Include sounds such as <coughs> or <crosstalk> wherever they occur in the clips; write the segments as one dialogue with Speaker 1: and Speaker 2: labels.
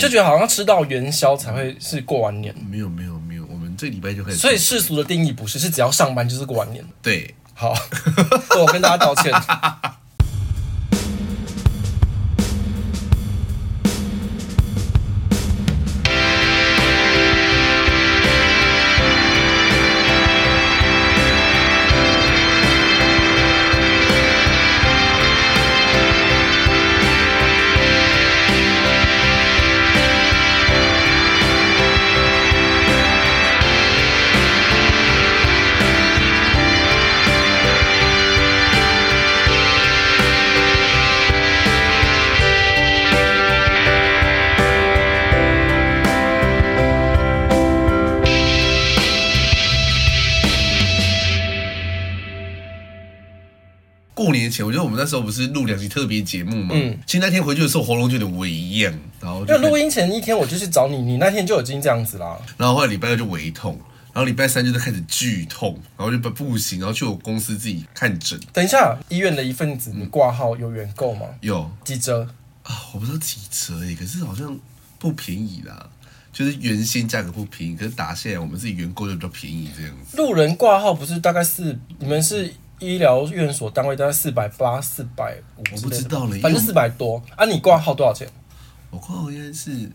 Speaker 1: 就觉得好像吃到元宵才会是过完年，
Speaker 2: 没有没有没有，我们这礼拜就开始。
Speaker 1: 所以世俗的定义不是，是只要上班就是过完年。
Speaker 2: 对，
Speaker 1: 好， <laughs> 对我跟大家道
Speaker 2: <laughs>
Speaker 1: 歉。
Speaker 2: 过年前，我觉得我们那时候不是录两集特别节目嘛，
Speaker 1: 嗯
Speaker 2: 嗯，其实那天回去的时候喉咙就有点微恙，然后
Speaker 1: 因
Speaker 2: 就
Speaker 1: 为录音前一天我就去找你，你那天就已经这样子啦。
Speaker 2: 然后后来礼拜二就胃痛，然后礼拜三就是开始剧痛，然后就不不行，然后去我公司自己看诊，
Speaker 1: 等一下，医院的一份子，你挂号有原购吗？
Speaker 2: 有
Speaker 1: 几折？
Speaker 2: 啊，我不知道几折诶，欸可是好像不便宜啦，就是原先价格不便宜，可是打下来我们自己原购就比较便宜这样子。
Speaker 1: 路人挂号不是大概四？你们是医疗院所单位，大概四百八、四百五
Speaker 2: 我不知道嘞
Speaker 1: 反正
Speaker 2: 因为
Speaker 1: 四百多啊。你挂号多少钱？
Speaker 2: 我挂好像是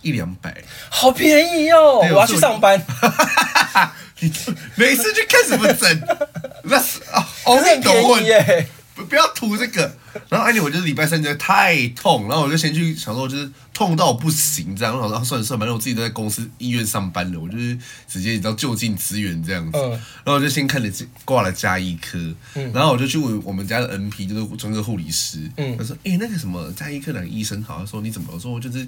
Speaker 2: 一两百，
Speaker 1: 好便宜哦！
Speaker 2: 对
Speaker 1: 我要
Speaker 2: 我
Speaker 1: 去
Speaker 2: 是
Speaker 1: 上班，
Speaker 2: 你每次去看什么
Speaker 1: <laughs>
Speaker 2: 诊？那是啊，哦，
Speaker 1: 真的很
Speaker 2: 你懂我
Speaker 1: 便宜
Speaker 2: <laughs>
Speaker 1: 耶。
Speaker 2: 不不要涂这个。然后而且我就是礼拜三真的太痛，然后我就先去想说，我就是痛到不行这样。然后我想说啊算了算了，反正我自己都在公司医院上班了，我就是直接你知道就近支援这样子。
Speaker 1: 嗯
Speaker 2: 然后我就先看了挂了加医科，然后我就去问我们家的 NP，就是专科护理师，
Speaker 1: 嗯
Speaker 2: 他说：“哎、那个什么加医科的医生好，他说你怎么了？”我说：“我就是。”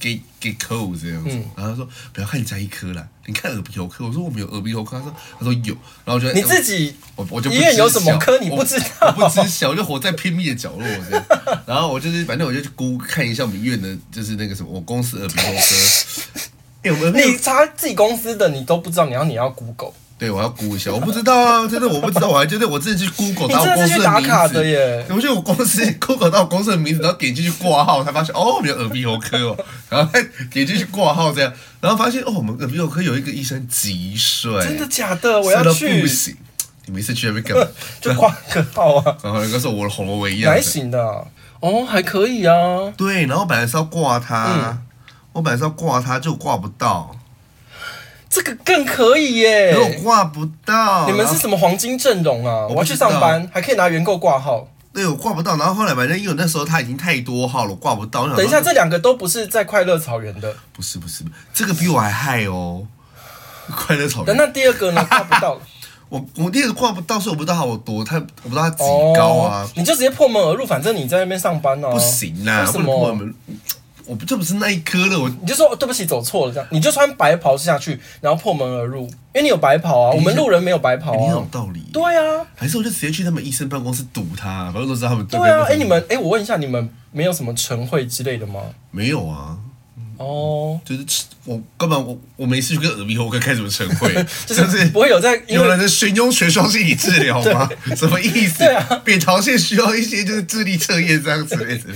Speaker 2: 给给扣这样子，
Speaker 1: 嗯
Speaker 2: 然后他说不要看加医科啦，你看耳鼻喉科。我说我们有耳鼻喉科，他说他说有，然后我就
Speaker 1: 你自己
Speaker 2: 我我就不
Speaker 1: 医院有什么
Speaker 2: 知晓
Speaker 1: 科你不
Speaker 2: 我
Speaker 1: 知道
Speaker 2: 我不知晓，就活在偏僻的角落这样。然后我就是反正我就去估看一下我们医院的，就是那个什么，我公司耳鼻喉 <laughs> 科。哎、我们没有
Speaker 1: 你查自己公司的，你都不知道，你要你要 Google，
Speaker 2: 对我要估一下，我不知道啊，真的我不知道，我还真的我真的去 Google
Speaker 1: 你
Speaker 2: 打我
Speaker 1: 真的
Speaker 2: 公
Speaker 1: 是
Speaker 2: 司
Speaker 1: 去打
Speaker 2: 名
Speaker 1: 卡
Speaker 2: 字
Speaker 1: 的耶
Speaker 2: 我去我公司 Google 到我公司的名字，然后点进去挂号，才发现哦，我们有耳鼻喉科哦，然后再点进去挂号这样，然后发现哦，我们耳鼻喉科有一个医生极帅，
Speaker 1: 真的假的？我
Speaker 2: 帅
Speaker 1: 要
Speaker 2: 到
Speaker 1: 去
Speaker 2: 不行，你每次去那边干嘛？ <laughs>
Speaker 1: 就挂个号啊，
Speaker 2: 然后那个时候我的喉咙 <laughs> 我一样
Speaker 1: 哪一，型的啊、哦，还可以啊。
Speaker 2: 对，然后本来是要挂他，
Speaker 1: 嗯
Speaker 2: 我本来是要挂他，就挂不到，
Speaker 1: 这个更可以耶
Speaker 2: 可是！我挂不到。
Speaker 1: 哎你们
Speaker 2: 然
Speaker 1: 是
Speaker 2: 后
Speaker 1: 什么黄金阵容啊？
Speaker 2: 不
Speaker 1: 我要去
Speaker 2: 知道
Speaker 1: 上班，还可以拿原购挂号。
Speaker 2: 对，我挂不到。然后后来反正因为那时候他已经太多号了，我挂不到。我想说
Speaker 1: 等一下，这两个都不是在快乐草原的。
Speaker 2: 不是不是，这个比我还害
Speaker 1: <laughs>
Speaker 2: 哦。快乐草
Speaker 1: 那
Speaker 2: 原，
Speaker 1: 那第二
Speaker 2: <laughs>
Speaker 1: 个呢？挂不到
Speaker 2: 我我第一个挂不到，所以我不知道他有多，他我不知道他几高啊
Speaker 1: 哦，你就直接破门而入，反正你在那边上班哦、
Speaker 2: 不，行啦，
Speaker 1: 为什
Speaker 2: 不
Speaker 1: 么
Speaker 2: 能破门。我不就不是那一科了，我
Speaker 1: 你就说、哦对不起，走错了这样，你就穿白袍下去，然后破门而入，因为你有白袍啊，
Speaker 2: 哎
Speaker 1: 我们路人没有白袍
Speaker 2: 你很有
Speaker 1: 啊。
Speaker 2: 道理。
Speaker 1: 对啊，
Speaker 2: 还是我就直接去他们医生办公室堵他，反正都知道他们
Speaker 1: 对
Speaker 2: 边
Speaker 1: 啊，
Speaker 2: 不
Speaker 1: 哎、
Speaker 2: 是
Speaker 1: 你们，哎、我问一下，你们没有什么晨会之类的吗？
Speaker 2: 没有啊？
Speaker 1: 哦，
Speaker 2: 就是吃我根本我我没事去跟耳鼻喉科开什么晨会，
Speaker 1: <laughs> 就
Speaker 2: 就是是
Speaker 1: 不会有在因
Speaker 2: 有人
Speaker 1: 为。
Speaker 2: 的寻庸学双心理治疗吗？什么意思？
Speaker 1: 对啊
Speaker 2: 扁桃腺需要一些就是智力测验这样之类的。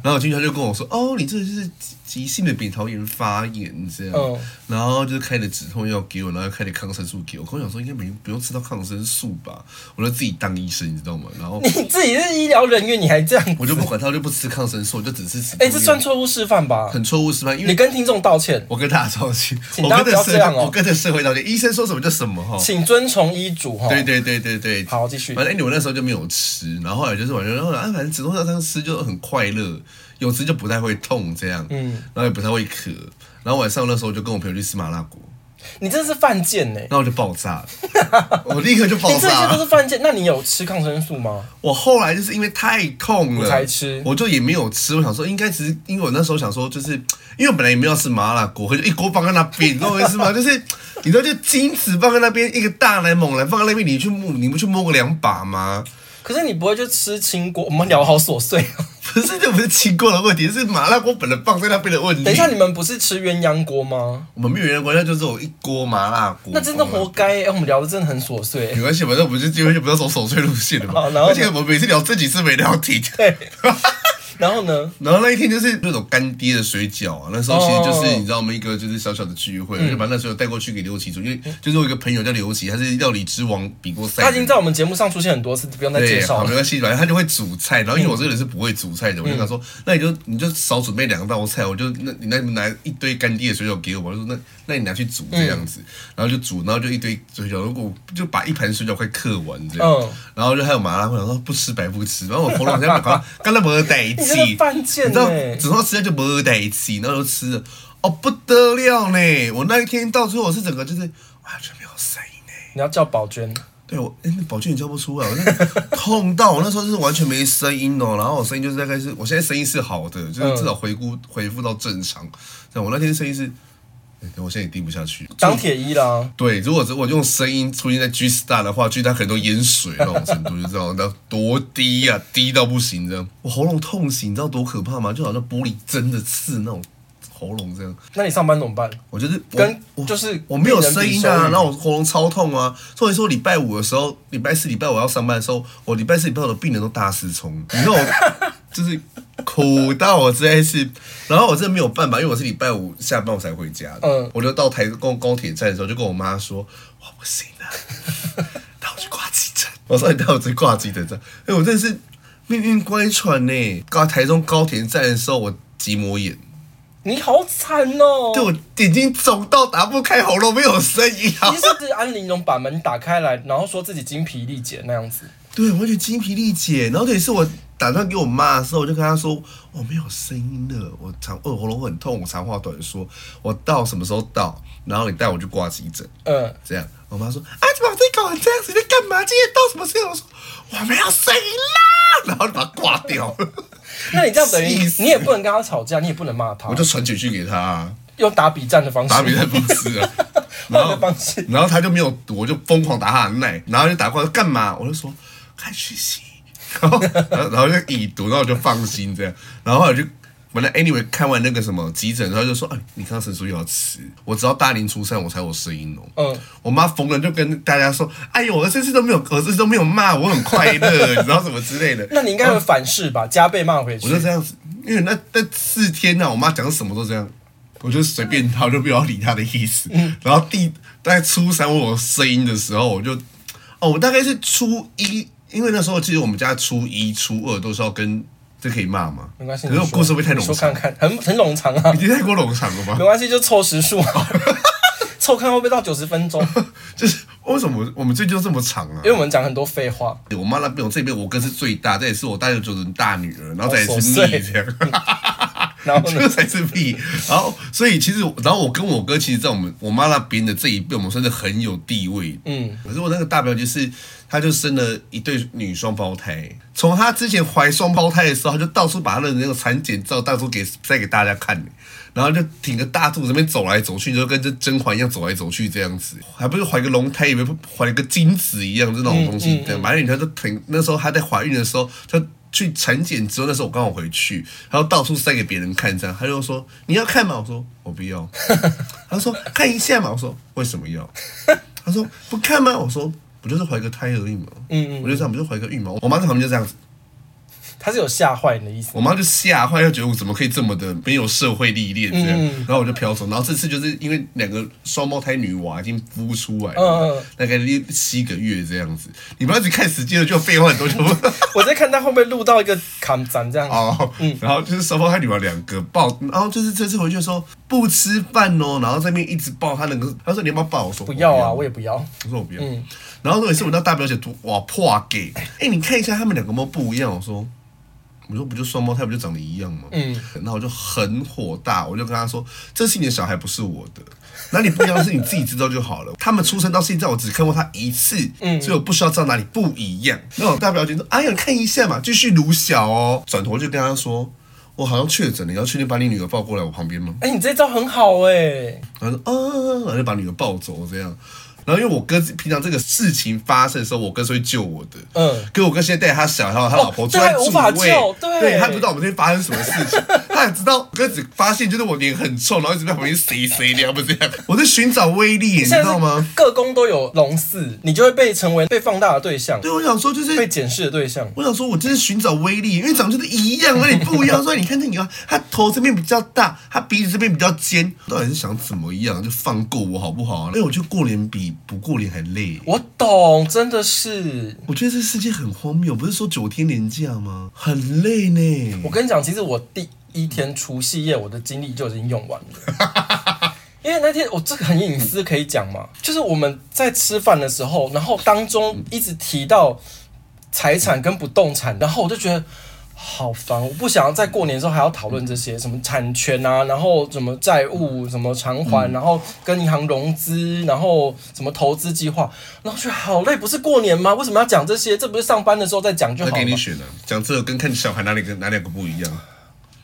Speaker 2: 然后我经常就跟我说，哦，你这就是急性的扁桃炎发炎这样，
Speaker 1: 嗯
Speaker 2: 然后就开了止痛药给我，然后开了抗生素给我。我想说应该没不用吃到抗生素吧，我就自己当医生，你知道吗？然后
Speaker 1: <laughs>
Speaker 2: <laughs>
Speaker 1: 你自己是医疗人员，你还这样？
Speaker 2: 我就不管他，我就不吃抗生素，我就只吃止
Speaker 1: 哎、
Speaker 2: 痛药。
Speaker 1: 这算错误示范吧？
Speaker 2: 很错误是吧？因为哦
Speaker 1: 你跟听众道歉，
Speaker 2: 我跟大家道歉，
Speaker 1: 请
Speaker 2: 我
Speaker 1: 大家不
Speaker 2: 跟这
Speaker 1: 要
Speaker 2: 社
Speaker 1: 这样
Speaker 2: 会，
Speaker 1: 哦
Speaker 2: 我跟这社会道歉，医生说什么就什么哈。
Speaker 1: 请遵从医嘱哈。
Speaker 2: 对对对对对，
Speaker 1: 哦好继续
Speaker 2: 反正你我那时候就没有吃，然后后来就是我就后来啊，反正止痛药这样吃就很快乐，有吃就不太会痛这样，嗯，然后也不太会咳，然后晚上那时候就跟我朋友去吃麻辣锅，
Speaker 1: 你真的是犯贱呢、
Speaker 2: 然后我就爆炸
Speaker 1: <laughs>
Speaker 2: 了，我立刻就爆
Speaker 1: 你这
Speaker 2: 炸
Speaker 1: 些都
Speaker 2: 了。
Speaker 1: 是犯贱。那你有吃抗生素吗？
Speaker 2: 我后来就是因为太痛了
Speaker 1: 我才吃
Speaker 2: 我就也没有吃。我想说，应该只是因为我那时候想说，就是因为我本来也没有要吃麻辣锅，我就一锅放在那边，你懂我意思
Speaker 1: <laughs>
Speaker 2: 吗？就是你知道，就金子放在那边，一个大奶猛男放在那边，你去摸，你不去摸个两把吗？ <laughs>
Speaker 1: 可是你不会就吃青锅？我们聊好琐碎哦。
Speaker 2: 不是，这不是清锅的问题，是麻辣锅本来放在那边的问题。
Speaker 1: 等一下，你们不是吃鸳鸯锅吗？
Speaker 2: 我们没有人管，那就是我一锅麻辣锅，
Speaker 1: 那真的活该、欸。我们聊的真的很琐碎、 <laughs>
Speaker 2: 没关系，反正我们就基本就不要走守岁路线的嘛
Speaker 1: 好然。后呢 <laughs>
Speaker 2: 而且我们每次聊这几次没聊题，
Speaker 1: 对，然后呢，
Speaker 2: 然后那一天就是那种干爹的水饺啊，那时候其实就是、
Speaker 1: 哦嗯
Speaker 2: 你知道我们一个就是小小的聚会，我就把那时候带过去给刘琦做，因为就是我有一个朋友叫刘琦，他是料理之王比过赛的，
Speaker 1: 他已经在我们节目上出现很多次，不用再介
Speaker 2: 对，
Speaker 1: 绍嗯
Speaker 2: 好，
Speaker 1: 了
Speaker 2: 没。关系，反正他就会煮菜。然后因为我这个人是不会煮菜的，我就跟他说，那你就你就少准备两道菜，我就那你那你拿一堆干爹的水饺给我吧，我就说那那你拿去煮这样
Speaker 1: 嗯
Speaker 2: 子，然后就煮，然后就一堆水饺，如果就把一盘水饺快嗑完这样，
Speaker 1: 嗯
Speaker 2: 然后就还有麻辣锅，我想说不吃白不吃，然后我喉咙好像刚刚才没带
Speaker 1: 你真的
Speaker 2: 气，
Speaker 1: 犯贱
Speaker 2: 你知道
Speaker 1: 欸，
Speaker 2: 只要吃下就没带气，然后就吃了，哦不得了呢！我那一天到最后我是整个就是完全没有声音呢。
Speaker 1: 你要叫宝娟，
Speaker 2: 对我，哎、那宝剑也叫不出来，我那个痛到我那时候就是完全没声音哦，然后我声音就是大概是，我现在声音是好的，就是至少回顾恢复到正常。但我那天声音是，哎我现在也听不下去。
Speaker 1: 张铁一啦，
Speaker 2: 对，如果是我用声音出现在 G Star 的话，G Star 可能都淹水那种程度，就知道那多低呀、低到不行这样。我喉咙痛醒，你知道多可怕吗？就好像玻璃针的刺那种喉咙这样。
Speaker 1: 那你上班怎么办？
Speaker 2: 我就是我
Speaker 1: 跟
Speaker 2: 我
Speaker 1: 就是
Speaker 2: 我没有声
Speaker 1: 病人比
Speaker 2: 音
Speaker 1: 手
Speaker 2: 啊，
Speaker 1: 语
Speaker 2: 然后我喉咙超痛啊。所以说礼拜五的时候，礼拜四、礼拜五要上班的时候，我礼拜四、礼拜五的病人都大失聪，你知
Speaker 1: <laughs>
Speaker 2: 道我就是苦到我实在是，然后我真的没有办法，因为我是礼拜五下班我才回家的，
Speaker 1: 嗯
Speaker 2: 我就到台高高铁站的时候就跟我妈说，我不行了、
Speaker 1: <laughs>
Speaker 2: 带我去挂急诊。我说你带我去挂急诊站，哎、我真的是命运乖舛呢、到台中高铁站的时候，我结膜炎。
Speaker 1: 你好惨哦！ <laughs>
Speaker 2: 对我眼睛肿到打不开喉咙，没有声音啊
Speaker 1: 其！实是安玲珑把门打开来，然后说自己精疲力竭那样子。
Speaker 2: 对，我就精疲力竭。然后这也是我打算给我妈的时候，我就跟她说我没有声音了，我长我喉咙很痛，我长话短说，我到什么时候到，然后你带我去挂急诊。
Speaker 1: 嗯，
Speaker 2: 这样，我妈说啊，怎么自己搞成这样子？你在干嘛？今天到什么时候？我说我没有声音啦，然后就把它挂掉了。
Speaker 1: 那你这样等于
Speaker 2: 气死
Speaker 1: 你也不能跟他吵架，你也不能骂他
Speaker 2: 我，就传简讯给她、啊，
Speaker 1: 用打比战的方式，
Speaker 2: 打比赛方式啊。
Speaker 1: <laughs>
Speaker 2: 然
Speaker 1: 换
Speaker 2: 后
Speaker 1: 个方式。
Speaker 2: 然后他就没有读，我就疯狂打他的奶，然后就打过来干嘛？我就说看讯息，然后 <laughs> 然后然后就已读，然后我就放心这样，然后后来就。本来 anyway 看完那个什么急诊，然后就说：“哎，你抗生素又要吃。”我直到大年初三我才有声音哦。
Speaker 1: 嗯，
Speaker 2: 我妈逢人就跟大家说：“哎呦，我这次都没有，我这次都没有骂，我很快乐， <laughs> 你知道什么之类的。”
Speaker 1: 那你应该会反噬吧，加倍骂回去
Speaker 2: 啊我。就这样子，因为那那四天啊呢、我妈讲什么都这样，我就随便她，我就不要理她的意思。
Speaker 1: 嗯
Speaker 2: 然后第大概初三我有声音的时候，我就哦，我大概是初一，因为那时候其实我们家初一、初二都是要跟这可以骂吗？
Speaker 1: 没关系，
Speaker 2: 可是我
Speaker 1: 你说
Speaker 2: 故事会不会太
Speaker 1: 你
Speaker 2: 冗
Speaker 1: 说看
Speaker 2: 长，
Speaker 1: 看，很很冗长
Speaker 2: <laughs>
Speaker 1: 啊
Speaker 2: 已，经太过冗长了
Speaker 1: 没
Speaker 2: 吗？
Speaker 1: 关系，就凑时数啊， <laughs> 凑看会不会到九十分钟，
Speaker 2: 就是为什么我们最近都这么长啊
Speaker 1: 因？为我们讲很多废话。
Speaker 2: 我妈那边，我这边我哥是最大，这也是我大舅舅的大女儿，然后再也
Speaker 1: 哦
Speaker 2: 是
Speaker 1: 琐碎
Speaker 2: 蜜这样。
Speaker 1: 然后
Speaker 2: <laughs> 这
Speaker 1: 呢
Speaker 2: 个，才是屁。然后，所以其实我，然后我跟我哥，其实，在我们我妈那边的这一辈，我们算是很有地位。嗯，可是我那个大表姐是，她就生了一对女双胞胎。从她之前怀双胞胎的时候，她就到处把她的那个产检照到处给晒给大家看，然后就挺个大肚子那边走来走去，就跟这甄嬛一样走来走去这样子，还不是怀个龙胎，以为怀了个精子一样这种东
Speaker 1: 嗯
Speaker 2: 西。对，反正她就挺那时候她在怀孕的时候，她去产检之后，那时候我刚好回去，然后到处塞给别人看，这样他就说你要看吗？我说我不要。他说看一下嘛，我说为什么要？他说不看吗？我说不就是怀个胎而已嘛，嗯嗯，我就这样，不就怀个孕嘛。我妈在旁边就这样子，
Speaker 1: 他是有吓坏你的意思。
Speaker 2: 我妈就吓坏，就觉得我怎么可以这么的没有社会历练这样，然后我就飘走。然后这次就是因为两个双胞胎女娃已经孵出来
Speaker 1: 嗯嗯
Speaker 2: 了
Speaker 1: 嗯，
Speaker 2: 大概六七个月这样子。你不要只看时间了，就废话很多，就不。
Speaker 1: 我在看他会不会录到一个砍斩这样。
Speaker 2: 哦，
Speaker 1: 嗯
Speaker 2: 然后就是双胞胎女儿两个抱，然后就是这次回去的时候不吃饭哦，然后在那边一直抱她两个，她说你要不要抱？我说
Speaker 1: 不要啊，我也不要。
Speaker 2: 我说我不要。然后有一次我到大表姐读哇破给，嗯哎，你看一下他们两个有没有不一样？我说。我说不就双胞胎不就长得一样吗？嗯，然后我就很火大，我就跟她说：“这是你的小孩，不是我的。 <laughs> 哪里不一样是你自己知道就好了。他们出生到现在，我只看过他一次，嗯，所以我不需要知道哪里不一样。”那我大表姐说：“哎呀，看一下嘛，继续撸小哦。”转头就跟她说：“我好像确诊了，你要确定把你女儿抱过来我旁边吗？”
Speaker 1: 哎、你这招很好哎、
Speaker 2: 然后说啊，然后就把女儿抱走这样。然后因为我哥平常这个事情发生的时候，我哥是会救我的。
Speaker 1: 嗯
Speaker 2: 嗯，可我哥现在带他小孩，他老婆
Speaker 1: 哦
Speaker 2: 住在
Speaker 1: 对
Speaker 2: 主
Speaker 1: 无法
Speaker 2: 位，
Speaker 1: 救对 <laughs>
Speaker 2: 他不知道我们这边发生什么事情，他他直到我只发现，就是我脸很臭，然后一直在旁边谁谁聊不这样，我在寻找威力，你知
Speaker 1: 现在
Speaker 2: 道吗？
Speaker 1: 是各宫都有龙四，你就会被成为被放大的对象，
Speaker 2: 对，我想说就是
Speaker 1: 被检视的对象。
Speaker 2: 我想说，我真是寻找威力，因为长得就是一样，啊那你不一样。 <laughs> 所以你看这你看，他头这边比较大，他鼻子这边比较尖，到底是想怎么样？就放过我好不好？啊因为哎我觉得过年比不过年还累。
Speaker 1: 我懂，真的是。
Speaker 2: 我觉得这世界很荒谬，不是说九天连假吗？很累呢。
Speaker 1: 我跟你讲，其实我第一天除夕夜，我的精力就已经用完了。 <laughs> 因为那天哦我这个很隐私，可以讲嘛？就是我们在吃饭的时候，然后当中一直提到财产跟不动产，然后我就觉得好烦，我不想要在过年的时候还要讨论这些什么产权啊，然后什么债务、什么偿还，然后跟银行融资，然后什么投资计划，然后觉得好累，不是过年吗？为什么要讲这些？这不是上班的时候再讲就
Speaker 2: 那
Speaker 1: 好
Speaker 2: 给
Speaker 1: 了
Speaker 2: 你。选啊，讲这个跟看小孩哪里跟哪两个不一样？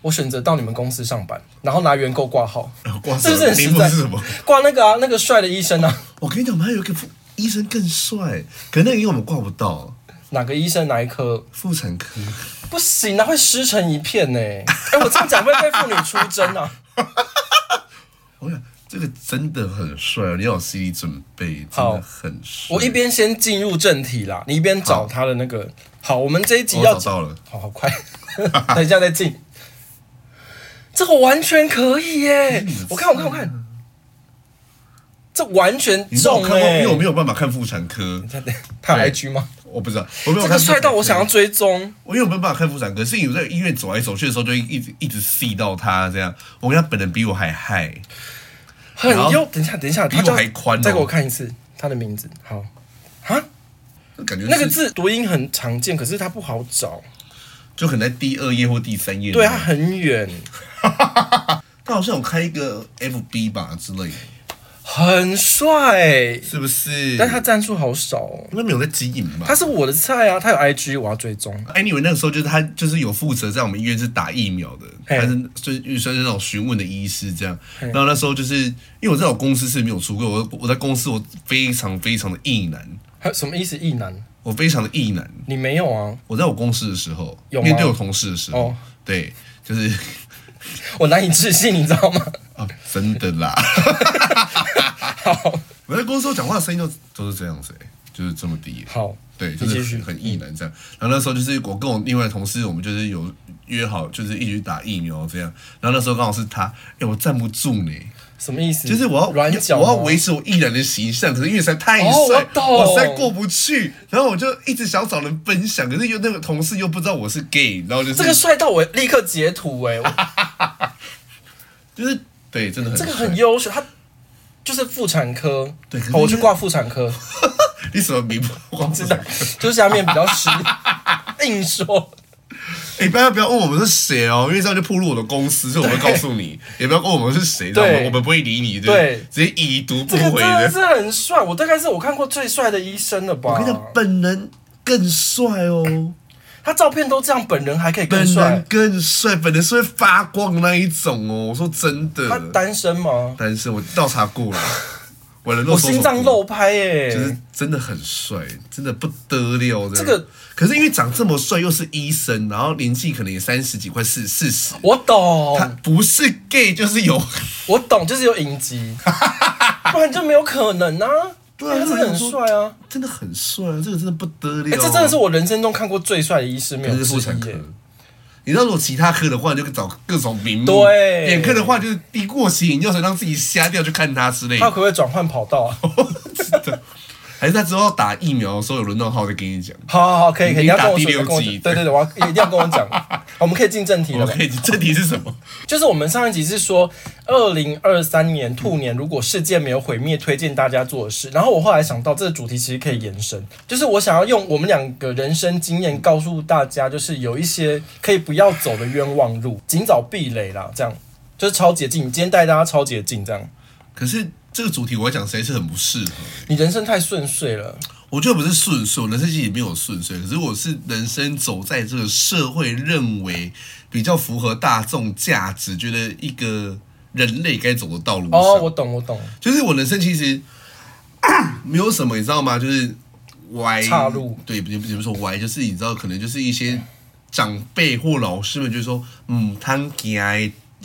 Speaker 1: 我选择到你们公司上班，然后拿员工挂号，
Speaker 2: 然后挂
Speaker 1: 是不是很
Speaker 2: 题
Speaker 1: 实
Speaker 2: 嗯目
Speaker 1: 在
Speaker 2: 是什么？？
Speaker 1: 挂那个啊，那个帅的医生啊，
Speaker 2: 我跟你讲，我们还有一个妇医生更帅，可能那个因为我们挂不到
Speaker 1: 哪个医生哪一科？
Speaker 2: 妇产科。
Speaker 1: 不行啊，会湿成一片呢、哎、我这样讲会被妇女出征啊。
Speaker 2: 我想这个真的很帅，你要有心理准备，真
Speaker 1: 好
Speaker 2: 的很帅。
Speaker 1: 我一边先进入正题啦，你一边找他的那个。好，我们这一集
Speaker 2: 我
Speaker 1: 要
Speaker 2: 哦找到了，
Speaker 1: 好好快， <laughs> 等一下再进。这个完全可以耶、
Speaker 2: 嗯
Speaker 1: 我看我看我看，这完全
Speaker 2: 你知道
Speaker 1: 中
Speaker 2: 我看过，因
Speaker 1: 哎、
Speaker 2: 为我没有办法看妇产科，
Speaker 1: 他有 IG 吗？
Speaker 2: 我不知道，我没有
Speaker 1: 这
Speaker 2: 看
Speaker 1: 个
Speaker 2: 妇产
Speaker 1: 帅到我想要
Speaker 2: 科，
Speaker 1: 追踪。
Speaker 2: 我因为我没有办法看妇产科，是因为我在医院走来走去的时候，就一直一直吸到他这样。我跟他本人比我还嗨，
Speaker 1: 很
Speaker 2: 然后
Speaker 1: 优，等一下，等一下，
Speaker 2: 比
Speaker 1: 他
Speaker 2: 我
Speaker 1: 叫
Speaker 2: 还宽哦
Speaker 1: 再给我看一次他的名字，好啊，
Speaker 2: 感觉
Speaker 1: 那个
Speaker 2: 是
Speaker 1: 字读音很常见，可是它不好找，
Speaker 2: 就可能在第二页或第三页。
Speaker 1: 对，啊它，很远，
Speaker 2: 他好像有开一个 FB 吧之类的，
Speaker 1: 很帅，
Speaker 2: 是不是？
Speaker 1: 但他赞数好少哦。
Speaker 2: 应该没有在经营吧
Speaker 1: 他？是我的菜啊，他有 IG，我要追踪。
Speaker 2: anyway，那个时候就是他就是有负责在我们医院是打疫苗的，
Speaker 1: 嘿
Speaker 2: 他是就是算是那种询问的医师这样。
Speaker 1: 嘿
Speaker 2: 然后那时候就是因为我在我公司是没有出柜，我我在公司我非常非常的异男，
Speaker 1: 还有什么意思？意男？
Speaker 2: 我非常的异男。
Speaker 1: 你没有啊？
Speaker 2: 我在我公司的时候，
Speaker 1: 有吗
Speaker 2: 面对我同事的时候，
Speaker 1: 哦
Speaker 2: 对，就是
Speaker 1: 我难以置信，你知道吗？
Speaker 2: 啊，真的啦。 <laughs>
Speaker 1: 好
Speaker 2: 我在公司我讲话的声音就都是这样子、欸，就是这么低、欸。
Speaker 1: 好，
Speaker 2: 对，
Speaker 1: 你
Speaker 2: 就是
Speaker 1: 继续嗯
Speaker 2: 很很异男这样。然后那时候就是我跟我另外的同事，我们就是有约好，就是一起去打疫苗这样。然后那时候刚好是他，哎、我站不住呢，
Speaker 1: 什么意思？
Speaker 2: 就是我要
Speaker 1: 嗯软脚吗，
Speaker 2: 我要维持我异男的形象，可是因为实在太
Speaker 1: 哦
Speaker 2: 帅，
Speaker 1: 我懂
Speaker 2: 我实在过不去。然后我就一直想找人分享，可是又那个同事又不知道我是 gay，然后就是
Speaker 1: 这个帅到我立刻截图哎、
Speaker 2: <laughs>
Speaker 1: 我
Speaker 2: 就是对，真的很
Speaker 1: 这个
Speaker 2: 帅
Speaker 1: 很优秀，他就是妇产科，
Speaker 2: 对可是
Speaker 1: 好我去
Speaker 2: 那个
Speaker 1: 挂妇产科。
Speaker 2: 你什么名
Speaker 1: <laughs>
Speaker 2: 不光
Speaker 1: 知
Speaker 2: 知 <laughs>
Speaker 1: 道
Speaker 2: 道？，
Speaker 1: 就是下面比较湿，硬
Speaker 2: <laughs>
Speaker 1: 说。
Speaker 2: 哎、不要不要问我们是谁哦，因为这样就暴露我的公司，所以我会告诉你。也不要问我们是谁，知道吗
Speaker 1: 对？
Speaker 2: 我们不会理你，
Speaker 1: 对
Speaker 2: 直接已读不
Speaker 1: 这个
Speaker 2: 回
Speaker 1: 真
Speaker 2: 的
Speaker 1: 的。是很帅，我大概是我看过最帅的医生了吧？
Speaker 2: 我跟你讲，本人更帅哦，
Speaker 1: 他照片都这样，本人还可以更
Speaker 2: 本人
Speaker 1: 帅。
Speaker 2: 更帅，本人是会发光的那一种哦。我说真
Speaker 1: 他
Speaker 2: 的，
Speaker 1: 单身吗？
Speaker 2: 但是我调查过
Speaker 1: <laughs>
Speaker 2: 了，我人肉
Speaker 1: 我
Speaker 2: 搜索
Speaker 1: 心脏
Speaker 2: 过
Speaker 1: 漏拍耶、
Speaker 2: 就是真的很帅，真的不得了的。
Speaker 1: 这个，
Speaker 2: 可是因为长这么帅，又是医生，然后年纪可能也三十几，快四四十，
Speaker 1: 我
Speaker 2: 他
Speaker 1: 懂，
Speaker 2: 不是 gay 就是有。 <laughs>
Speaker 1: 我懂，就是有隐疾，不然就没有可能啊。
Speaker 2: <laughs> 对啊
Speaker 1: 哎他真的很帅啊！
Speaker 2: 真的很帅啊，这个真的不得
Speaker 1: 哎、
Speaker 2: 了。
Speaker 1: 这真的是我人生中看过最帅的医师，没有
Speaker 2: 可
Speaker 1: 之
Speaker 2: 是妇产
Speaker 1: 一
Speaker 2: 科
Speaker 1: 耶。。
Speaker 2: 你知道，如果其他科的话，你就找各种名目；
Speaker 1: 对
Speaker 2: 眼科的话，就是低过吸引，药水让自己瞎掉去看他之类
Speaker 1: 他可
Speaker 2: 的。
Speaker 1: 不可以转换跑道啊？
Speaker 2: 还是他之后打疫苗的时候有轮到他，我再跟
Speaker 1: <laughs>
Speaker 2: 你讲。
Speaker 1: 好好好，可以可以，
Speaker 2: 你
Speaker 1: 你要跟我
Speaker 2: 打第
Speaker 1: 说，你
Speaker 2: 六
Speaker 1: 要跟我
Speaker 2: 集
Speaker 1: 讲，对对对，我要一定要跟我
Speaker 2: <laughs>
Speaker 1: 讲。好我们可以进正题了吧。
Speaker 2: OK，这题是什么？
Speaker 1: 就是我们上一集是说，二零二三年兔年如果世界没有毁灭，推荐大家做的事。然后我后来想到这个主题其实可以延伸，就是我想要用我们两个人生经验告诉大家，就是有一些可以不要走的冤枉路，尽早避雷啦。这样就是超捷径，今天带大家超捷径，这样
Speaker 2: 可是这个主题我要讲谁是很不适合。
Speaker 1: 你人生太顺遂了。
Speaker 2: 我觉得不是顺遂，我人生其实也没有顺遂，可是我是人生走在这个社会认为比较符合大众价值，觉得一个人类该走的道路上。
Speaker 1: 哦，我懂，我懂，
Speaker 2: 就是我人生其实 <coughs> 没有什么，你知道吗？就是歪
Speaker 1: 岔路，
Speaker 2: 对，不不不是说歪，就是你知道，可能就是一些长辈或老师们就说，嗯，贪惊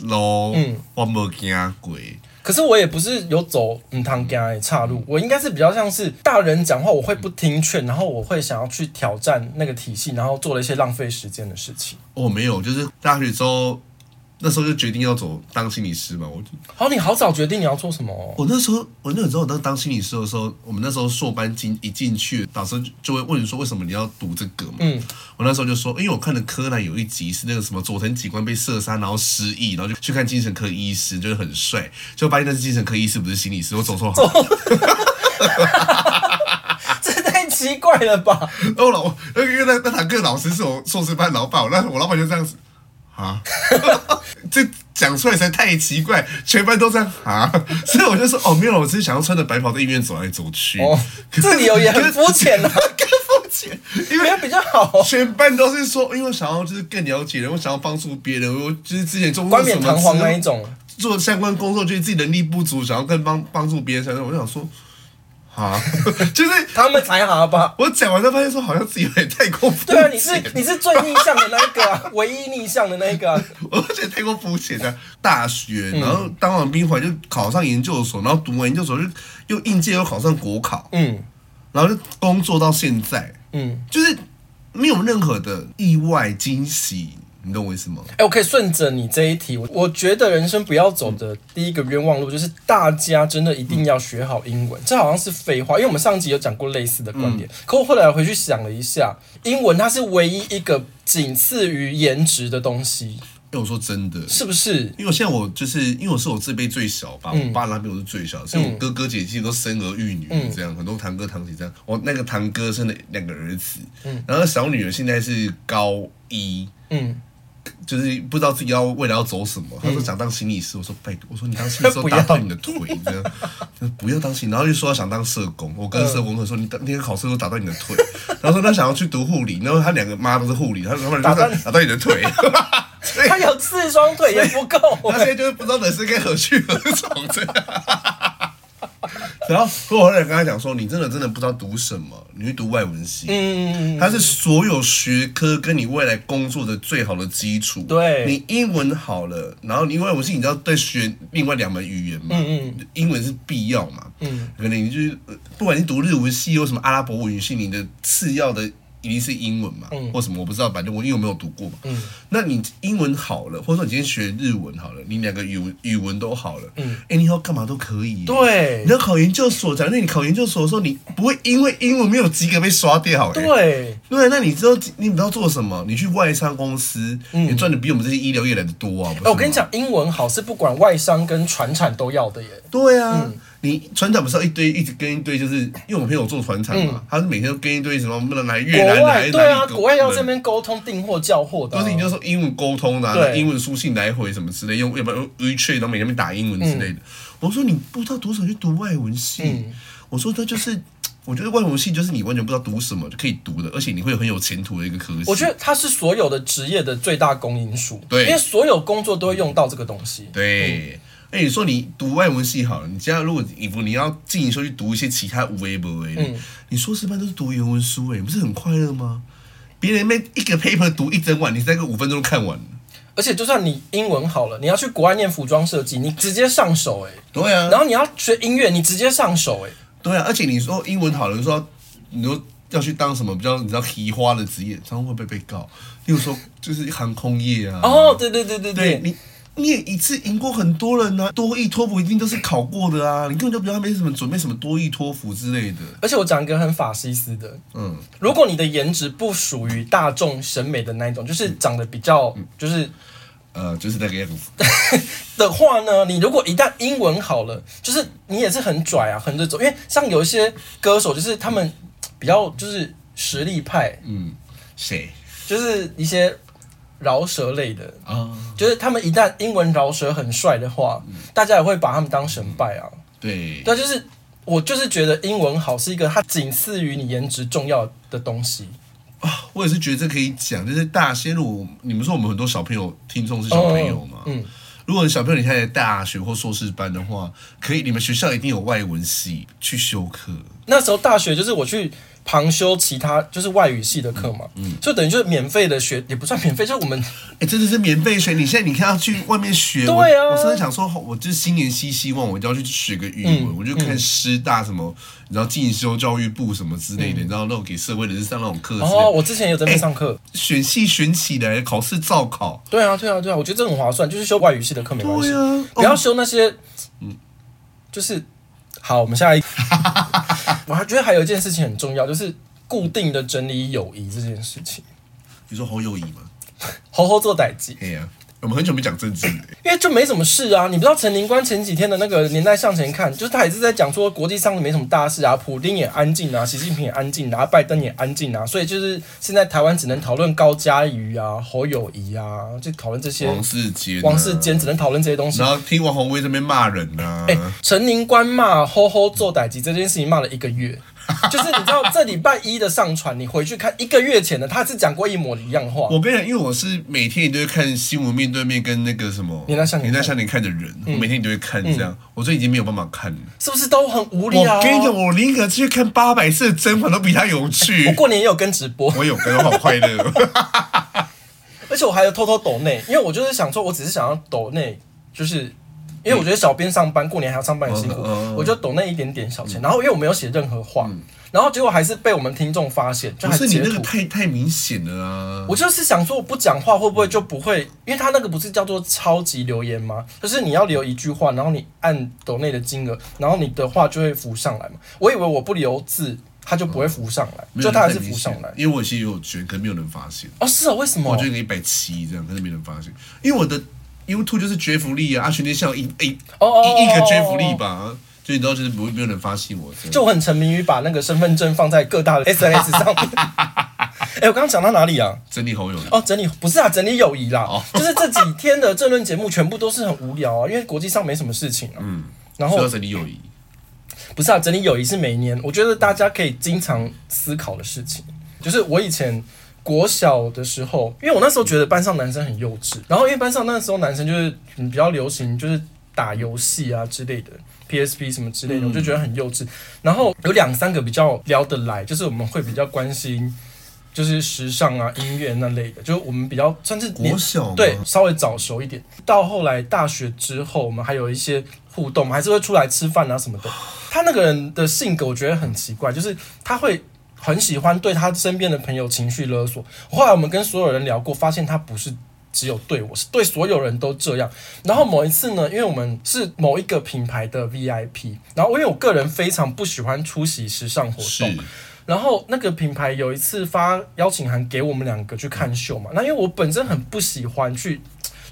Speaker 2: 咯，
Speaker 1: 嗯
Speaker 2: 我没惊鬼。
Speaker 1: 可是我也不是有走嗯汤家的岔路，我应该是比较像是大人讲话，我会不听劝，然后我会想要去挑战那个体系，然后做了一些浪费时间的事情。
Speaker 2: 我、哦没有，就是大学之后，那时候就决定要走当心理师嘛。我就
Speaker 1: 好，你好早决定你要做什 <laughs> 么哦、
Speaker 2: 我那时候，我那时候当当心理师的时候，我们那时候硕班进一进去，老师就会问说为什么你要读这个嘛？
Speaker 1: 嗯，
Speaker 2: 我那时候就说，因为我看了柯南有一集是那个什么佐藤警官被射杀，然后失忆，然后就去看精神科医师，就是很帅，就发现那是精神科医师，不是心理师，我
Speaker 1: <laughs>
Speaker 2: 走错行了。
Speaker 1: 这太奇怪了吧？
Speaker 2: 然后我哦老那个那那堂课老师是我硕士班老板，我那我老板就这样子啊， <laughs> 这讲出来实在太奇怪，全班都这样啊，所以我就说哦，没有，我只是想要穿着白袍在医院走来走去。
Speaker 1: 哦，
Speaker 2: 可是
Speaker 1: 这理由也很肤浅啊，
Speaker 2: <laughs> 更肤浅，因
Speaker 1: 没
Speaker 2: 为
Speaker 1: 有比较好哦、
Speaker 2: 全班都是说，因为我想要就是更了解人，我想要帮助别人，我就是之前做过
Speaker 1: 冠
Speaker 2: 什
Speaker 1: 冕
Speaker 2: 么
Speaker 1: 堂皇
Speaker 2: 之后
Speaker 1: 那一种。
Speaker 2: 做相关工作，觉得自己能力不足，想要更帮帮助别人，想要我就想说啊， <laughs> 就是
Speaker 1: 他们才好吧？
Speaker 2: 我讲完之后发现说，好像自己有点太过肤
Speaker 1: 对啊，你
Speaker 2: 浅，
Speaker 1: 是你是最逆向的那一个、啊，唯一逆向的那一个啊、
Speaker 2: 我觉得太过肤浅了。大学，然后当完兵回来就考上研究所，然后读完研究所就又应届又考上国考，
Speaker 1: 嗯
Speaker 2: 然后就工作到现在，
Speaker 1: 嗯，
Speaker 2: 就是没有任何的意外惊喜，你懂我意思吗？
Speaker 1: 哎、我可以顺着你这一题，我我觉得人生不要走的第一个冤枉路就是大家真的一定要学好英文，这好像是废话，因为我们上集有讲过类似的观点。
Speaker 2: 嗯
Speaker 1: 可我后来回去想了一下，英文它是唯一一个仅次于颜值的东西，
Speaker 2: 因为我说真的，
Speaker 1: 是不是？
Speaker 2: 因为我现在我就是因为我是我这辈最小吧，
Speaker 1: 嗯
Speaker 2: 我爸那边我是最小，所以我哥哥姐姐都生儿育女这样，很多堂哥堂姐这样。我那个堂哥生了两个儿子，然后小女儿现在是高一，
Speaker 1: 嗯，
Speaker 2: 就是不知道自己要未来要走什么。他说想当心理师，我说拜托，我说你当心理师
Speaker 1: <laughs> 不
Speaker 2: 会
Speaker 1: 要
Speaker 2: 打断你的腿，这样 <laughs> 他说不要当心。然后又说想当社工，我跟社工说你当那天考试都打断你的腿， <laughs> 然后说他想要去读护理，然后他两个妈都是护理，他说他们
Speaker 1: 打断你
Speaker 2: 打断你的
Speaker 1: <laughs>
Speaker 2: 腿。所以
Speaker 1: 他有四双腿也不够
Speaker 2: 他。现在就是不知道人生该何去何从
Speaker 1: <laughs>
Speaker 2: 这样。然后我后来跟他讲说，你真的真的不知道读什么，你去读外文系，
Speaker 1: 嗯，
Speaker 2: 它是所有学科跟你未来工作的最好的基础。
Speaker 1: 对
Speaker 2: 你英文好了，然后你外文系你知道在学另外两门语言嘛，嗯嗯，英文是必要嘛，嗯，可能你就是呃不管你读日文系或什么阿拉伯文系，你的次要的。一定是英文嘛，
Speaker 1: 嗯
Speaker 2: 或什么我不知道，反正我因为我没有读过嘛。嗯，那你英文好了，或者说你今天学日文好了，你两个语文语文都好了，嗯，哎、你以后干嘛都可以耶。
Speaker 1: 对
Speaker 2: 你要考研究所，假如你考研究所的时候，你不会因为英文没有及格被刷掉、哎
Speaker 1: 对，
Speaker 2: 对，那你知道你不知道做什么？你去外商公司，你赚的比我们这些医疗业来的多啊！不
Speaker 1: 哎、
Speaker 2: 是
Speaker 1: 嗯我跟你
Speaker 2: 吗，
Speaker 1: 讲，英文好是不管外商跟传产都要的耶。
Speaker 2: 对啊，
Speaker 1: 嗯
Speaker 2: 你船长不是要一堆一直跟一堆，就是因为我朋友做船厂嘛，他是每天都跟一堆什么不能来越
Speaker 1: 嗯国
Speaker 2: 南来哪
Speaker 1: 外
Speaker 2: 里
Speaker 1: 对啊，
Speaker 2: 狗
Speaker 1: 国外要
Speaker 2: 人
Speaker 1: 这边沟通订货叫货的、
Speaker 2: 都
Speaker 1: 啊，
Speaker 2: 是你就说英文沟通的、啊，
Speaker 1: 对
Speaker 2: 那英文书信来回什么之类，用要不然用 WeChat，然后每天打英文之类的。
Speaker 1: 嗯
Speaker 2: 我说你不知道读什么去读外文系，我说这就是。我觉得外文系就是你完全不知道读什么就可以读的，而且你会很有前途的一个科系。
Speaker 1: 我觉得它是所有的职业的最大公因数，
Speaker 2: 对
Speaker 1: 因为所有工作都会用到这个东西。
Speaker 2: 对，哎、你说你读外文系好了，你现在如果你不你要进修去读一些其他无为不为的，你硕士班都是读原文书、哎，不是很快乐吗？别人妹一个 paper 读一整晚，你在个五分钟就看完了。
Speaker 1: 而且就算你英文好了，你要去国外念服装设计，你直接上手哎、
Speaker 2: 对啊
Speaker 1: 然，后你要学音乐，你直接上手哎、
Speaker 2: 对啊，而且你说英文好了，你说你说要去当什么比较你知道奇花的职业，常常会被被告。例如说就是航空业啊，
Speaker 1: 哦，对对对对
Speaker 2: 对
Speaker 1: 对，
Speaker 2: 你。你也一次赢过很多人呢、啊，多益、托福一定都是考过的啊，你根本就不要没什么准备什么多益、托福之类的，
Speaker 1: 而且我讲一个很法西斯的，
Speaker 2: 嗯。
Speaker 1: 如果你的颜值不属于大众审美的那一种，
Speaker 2: 嗯
Speaker 1: 就是长得比较就是
Speaker 2: 呃，就是那个样子。
Speaker 1: 的话呢，你如果一旦英文好了，就是你也是很拽啊，很这种，因为像有一些歌手，就是他们比较就是实力派，
Speaker 2: 嗯，谁
Speaker 1: 就是一些饶舌类的，
Speaker 2: 啊？
Speaker 1: 就是他们一旦英文饶舌很帅的话，
Speaker 2: 嗯
Speaker 1: 大家也会把他们当神拜啊。
Speaker 2: 对，
Speaker 1: 对啊，就是我就是觉得英文好是一个它仅次于你颜值重要的东西。
Speaker 2: 我也是觉得这可以讲，就是大仙路，你们说我们很多小朋友听众是小朋友嘛？
Speaker 1: 嗯，
Speaker 2: 如果小朋友你现在大学或硕士班的话，可以，你们学校一定有外文系去修课。
Speaker 1: 那时候大学就是我去旁修其他就是外语系的课嘛，所以等于就是免费的学，也不算免费，就是我们
Speaker 2: 哎、真的嗯 <laughs> 是免费学。你现在你看要去外面学，
Speaker 1: 对
Speaker 2: 我
Speaker 1: 啊
Speaker 2: 我真的想说，我就是新年希希望我一定要去学个语
Speaker 1: 嗯
Speaker 2: 文，我就看师大什么，你知道进修教育部什么之类的，你知道那种给社会人士上那种课之类的
Speaker 1: 嗯哦，我之前有在那边上课，
Speaker 2: 选系选起来，考试照考。
Speaker 1: 对啊，对啊，对啊，我觉得这很划算，就是修外语系的课没关系，
Speaker 2: 对啊
Speaker 1: 不要修那些，就是好，我们下一，我还觉得还有一件事情很重要，就是固定的整理友谊这件事情，
Speaker 2: 你说侯友谊吗？
Speaker 1: 猴猴做代际，
Speaker 2: 哎呀、我们很久没讲政治了、
Speaker 1: 因为就没什么事啊。你不知道陈林官前几天的那个年代向前看，就是他也是在讲说国际上没什么大事啊，普丁也安静啊，习近平也安静啊，拜登也安静啊，所以就是现在台湾只能讨论高嘉瑜啊、侯友谊啊，就讨论这些
Speaker 2: 王世坚、啊
Speaker 1: 王世坚，，只能讨论这些东西。
Speaker 2: 然后听王宏威这边骂人呐、啊。
Speaker 1: 哎、陈宁官骂吼吼做歹机这件事情骂了一个月， <laughs> 就是你知道这礼拜一的上传，你回去看一个月前的，他是讲过一模一样话。
Speaker 2: 我跟你讲，因为我是每天你都会看新闻，面对面跟那个什么
Speaker 1: 年代嗯向你看
Speaker 2: 年代向你看的人，我每天你都会看这样，我最近已经没有办法看了。
Speaker 1: 是不是都很无聊？
Speaker 2: 我跟你讲，我宁可去看八百次的甄嬛都比他
Speaker 1: <laughs>
Speaker 2: 有
Speaker 1: 我
Speaker 2: 趣。
Speaker 1: 过年也有跟直播， <laughs>
Speaker 2: 我有，感觉好快乐哦。
Speaker 1: 而且我还有偷偷抖内，因为我就是想说，我只是想要抖内，就是。因为我觉得小编上班过年还要上班很辛苦
Speaker 2: 嗯嗯嗯，嗯嗯
Speaker 1: 我就抖那一点点小钱。然后因为我没有写任何话，然后结果还是被我们听众发现，就
Speaker 2: 不
Speaker 1: 还
Speaker 2: 是你
Speaker 1: 截
Speaker 2: 那个
Speaker 1: 图。
Speaker 2: 太太明显了啊！
Speaker 1: 我就是想说，我不讲话会不会就不会？因为他那个不是叫做超级留言吗？就是你要留一句话，然后你按抖内的金额，然后你的话就会浮上来嘛。我以为我不留字，它就不会浮上来，
Speaker 2: 没
Speaker 1: 就
Speaker 2: 有
Speaker 1: 它还是
Speaker 2: 太明
Speaker 1: 浮
Speaker 2: 显
Speaker 1: 上来。
Speaker 2: 因为我其实有捐，可是没有人发现。
Speaker 1: 哦，是啊，为什么
Speaker 2: 我？就一个一百七这样，但是没人发现，因为我的 YouTube 就是绝福利啊，啊，全天笑一一一
Speaker 1: 哦哦哦
Speaker 2: 一个绝福利吧，就你知道，就是不会没有人发现我这样。
Speaker 1: 就我很沉迷于把那个身份证放在各大的 SNS 上
Speaker 2: <laughs>
Speaker 1: 面。哎、我刚刚讲到哪里啊？
Speaker 2: 整理好友，
Speaker 1: 哦，整理不是啊，整理友谊啦，
Speaker 2: 哦
Speaker 1: 就是这几天的政论节目全部都是很无聊啊，因为国际上没什么事情啊。嗯，然后
Speaker 2: 说到整理友谊，
Speaker 1: 不是啊，整理友谊是每一年，我觉得大家可以经常思考的事情。就是我以前国小的时候，因为我那时候觉得班上男生很幼稚，然后因为班上那时候男生就是嗯比较流行就是打游戏啊之类的。PSP 什么之类的，我就觉得很幼稚。然后有两三个比较聊得来，就是我们会比较关心，就是时尚啊、音乐那类的，就是我们比较算是年
Speaker 2: 国小吗
Speaker 1: 对，稍微早熟一点。到后来大学之后，我们还有一些互动，我们还是会出来吃饭啊什么的。他那个人的性格我觉得很奇怪，就是他会很喜欢对他身边的朋友情绪勒索。后来我们跟所有人聊过，发现他不是。只有对我是对所有人都这样。然后某一次呢，因为我们是某一个品牌的 VIP，然后因为我个人非常不喜欢出席时尚活
Speaker 2: 是
Speaker 1: 动，然后那个品牌有一次发邀请函给我们两个去看秀嘛，那因为我本身很不喜欢去，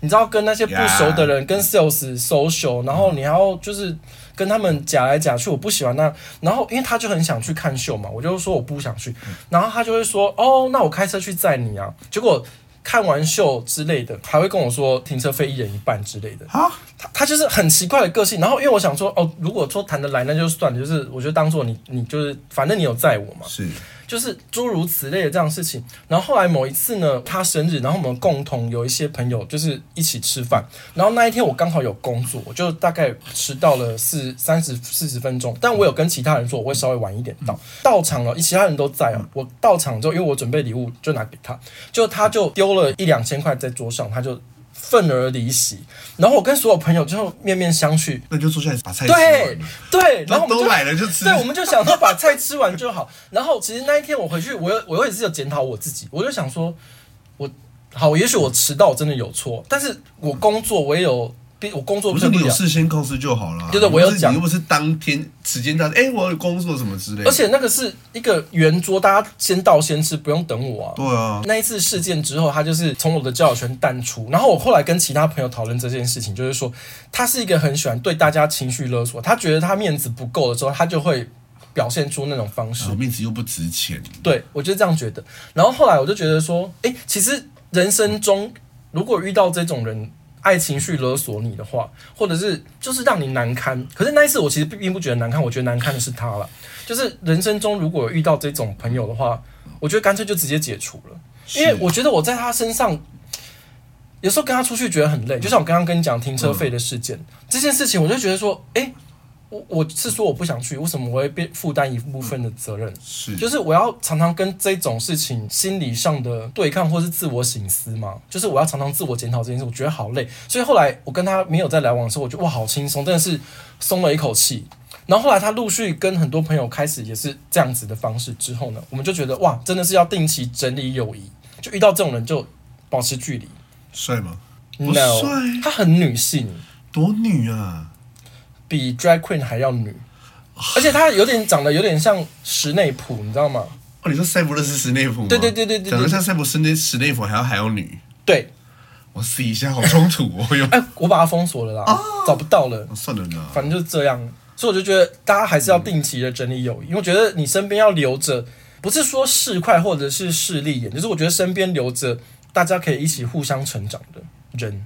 Speaker 1: 你知道跟那些不熟的人跟 sales social，然后你还要就是跟他们假来假去，我不喜欢那。然后因为他就很想去看秀嘛，我就说我不想去，然后他就会说哦，那我开车去载你啊。结果看完秀之类的，还会跟我说停车费一人一半之类的。
Speaker 2: 啊，
Speaker 1: 他他就是很奇怪的个性。然后因为我想说哦，如果说谈得来那就算了，就是我就当做你你就是反正你有载我嘛。
Speaker 2: 是
Speaker 1: 就是诸如此类的这样的事情。然后后来某一次呢，他生日，然后我们共同有一些朋友就是一起吃饭，然后那一天我刚好有工作，我就大概迟到了四三十四十分钟，但我有跟其他人说我会稍微晚一点到，到场了，其他人都在哦，我到场之后，因为我准备礼物就拿给他，就他就丢了一两千块在桌上，他就。愤而离席，然后我跟所有朋友就面面相觑，
Speaker 2: 那你就坐下来把菜吃
Speaker 1: 对
Speaker 2: 完了，
Speaker 1: 对，然后我们
Speaker 2: 都
Speaker 1: 就
Speaker 2: 来了就吃
Speaker 1: 对，我们就想说把菜吃完就好。然后其实那一天我回去，我有我也是有检讨我自己，我就想说，我好，也许我迟到真的有错，但是我工作我也有，毕我工作
Speaker 2: 不
Speaker 1: 不
Speaker 2: 是
Speaker 1: 是
Speaker 2: 你
Speaker 1: 不
Speaker 2: 有
Speaker 1: 了。
Speaker 2: 事先告知就好了。
Speaker 1: 对对我有
Speaker 2: 你不是
Speaker 1: 讲
Speaker 2: 你又不是当天时间到，哎，我有工作什么之类的。
Speaker 1: 而且那个是一个圆桌，大家先到先吃，不用等我啊。
Speaker 2: 对啊，
Speaker 1: 那一次事件之后，他就是从我的交友圈淡出。然后我后来跟其他朋友讨论这件事情，就是说他是一个很喜欢对大家情绪勒索，他觉得他面子不够的时候，他就会表现出那种方式
Speaker 2: 然后。啊面子又不值钱，
Speaker 1: 对，我就这样觉得。然后后来我就觉得说，诶，其实人生中如果遇到这种人，爱情绪勒索你的话，或者是就是让你难堪，可是那一次我其实并不觉得难堪，我觉得难堪的是他了。就是人生中如果有遇到这种朋友的话，我觉得干脆就直接解除了，因为
Speaker 2: 是
Speaker 1: 我觉得我在他身上。有时候跟他出去觉得很累，就像我刚刚跟你讲停车费的事件、这件事情，我就觉得说，诶，我我是说我不想去，为什么我会变负担一部分的责任？
Speaker 2: 是，
Speaker 1: 就是我要常常跟这种事情心理上的对抗，或是自我醒思嘛。就是我要常常自我检讨这件事，我觉得好累。所以后来我跟他没有再来往的时候，我觉得哇，好轻松，真的是松了一口气。然后后来他陆续跟很多朋友开始也是这样子的方式之后呢，我们就觉得哇，真的是要定期整理友谊，就遇到这种人就保持距离。
Speaker 2: 帅吗？
Speaker 1: No，
Speaker 2: 不帅
Speaker 1: 她很女性，
Speaker 2: 多女啊！
Speaker 1: 比 drag queen 还要女，而且她有点长得有点像石内普，你知道吗？
Speaker 2: 哦，你说塞博勒斯史内夫吗？
Speaker 1: 对对对对对对
Speaker 2: 长得像塞博斯内史内夫还要还要女，
Speaker 1: 对，
Speaker 2: 我试一下，好冲突哦！哟，
Speaker 1: 哎，我把她封锁了啦，找不到了。
Speaker 2: <laughs> 哦算了啦，
Speaker 1: 反正就是这样。所以我就觉得大家还是要定期的整理友谊，因为我觉得你身边要留着，不是说市侩或者是势利眼，就是我觉得身边留着大家可以一起互相成长的人。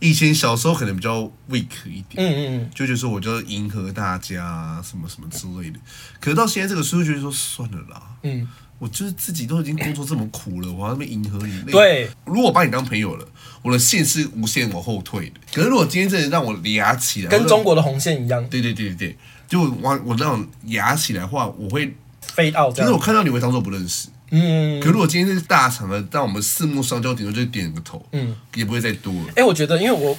Speaker 2: 以前小时候可能比较 weak 一点，
Speaker 1: 嗯嗯嗯，
Speaker 2: 就觉得说我就迎合大家啊什么什么之类的。可是到现在这个时候，觉得说算了啦，
Speaker 1: 嗯，
Speaker 2: 我就是自己都已经工作这么苦了，我还要那边迎合你。那个，
Speaker 1: 对，
Speaker 2: 如果我把你当朋友了，我的线是无限往后退的。可是如果今天真的让我俩起来，
Speaker 1: 跟
Speaker 2: 或者
Speaker 1: 中国的红线一样
Speaker 2: 对对对对对，就我我那种牙起来的话，我会，
Speaker 1: ，fade out 这
Speaker 2: 就是我
Speaker 1: 样。
Speaker 2: 看到你会当做不认识。
Speaker 1: 嗯，
Speaker 2: 可如果今天是大厂的，但我们四目相交，顶多就点个头，
Speaker 1: 嗯，
Speaker 2: 也不会再多了。
Speaker 1: 哎、我觉得因为我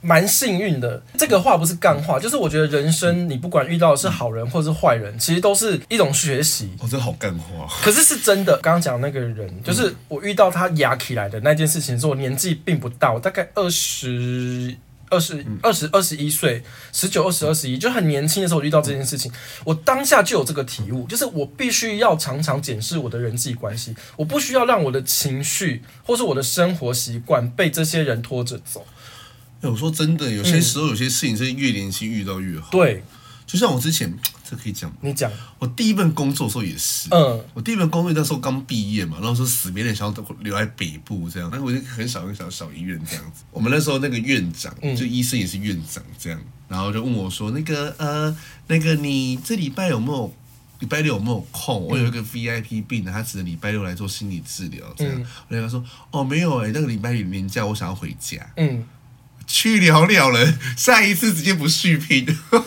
Speaker 1: 蛮幸运的，这个话不是干话，就是我觉得人生你不管遇到的是好人或者是坏人，其实都是一种学习。
Speaker 2: 哦，这好干话，
Speaker 1: 可是是真的，刚刚讲那个人，
Speaker 2: 嗯
Speaker 1: 就是我遇到他压起来的那件事情的时候，我年纪并不大，我大概二十。二十
Speaker 2: 嗯
Speaker 1: 二十二十一岁，十九、二十、二十一，就很年轻的时候我遇到这件事情，我当下就有这个体悟，就是我必须要常常检视我的人际关系，我不需要让我的情绪或是我的生活习惯被这些人拖着走。
Speaker 2: 哎我说真的，有些时候有些事情是越年轻遇到越好。
Speaker 1: 嗯对
Speaker 2: 就像我之前，这可以讲吗，
Speaker 1: 你讲，
Speaker 2: 我第一份工作的时候也是，
Speaker 1: 嗯，
Speaker 2: 我第一份工作那时候刚毕业嘛，然后说死别人想要留在北部这样，那我就很小很小的小医院这样子。我们那时候那个院长，就医生也是院长这样，然后就问我说，那个呃，那个你这礼拜有没有？礼拜六有没有空？我有一个 VIP 病人，他只能礼拜六来做心理治疗，这样。
Speaker 1: 嗯
Speaker 2: 我就跟他说：“哦，没有哎、那个礼拜年假我想要回家，
Speaker 1: 嗯，
Speaker 2: 去了了了，下一次直接不续聘。”
Speaker 1: 哦，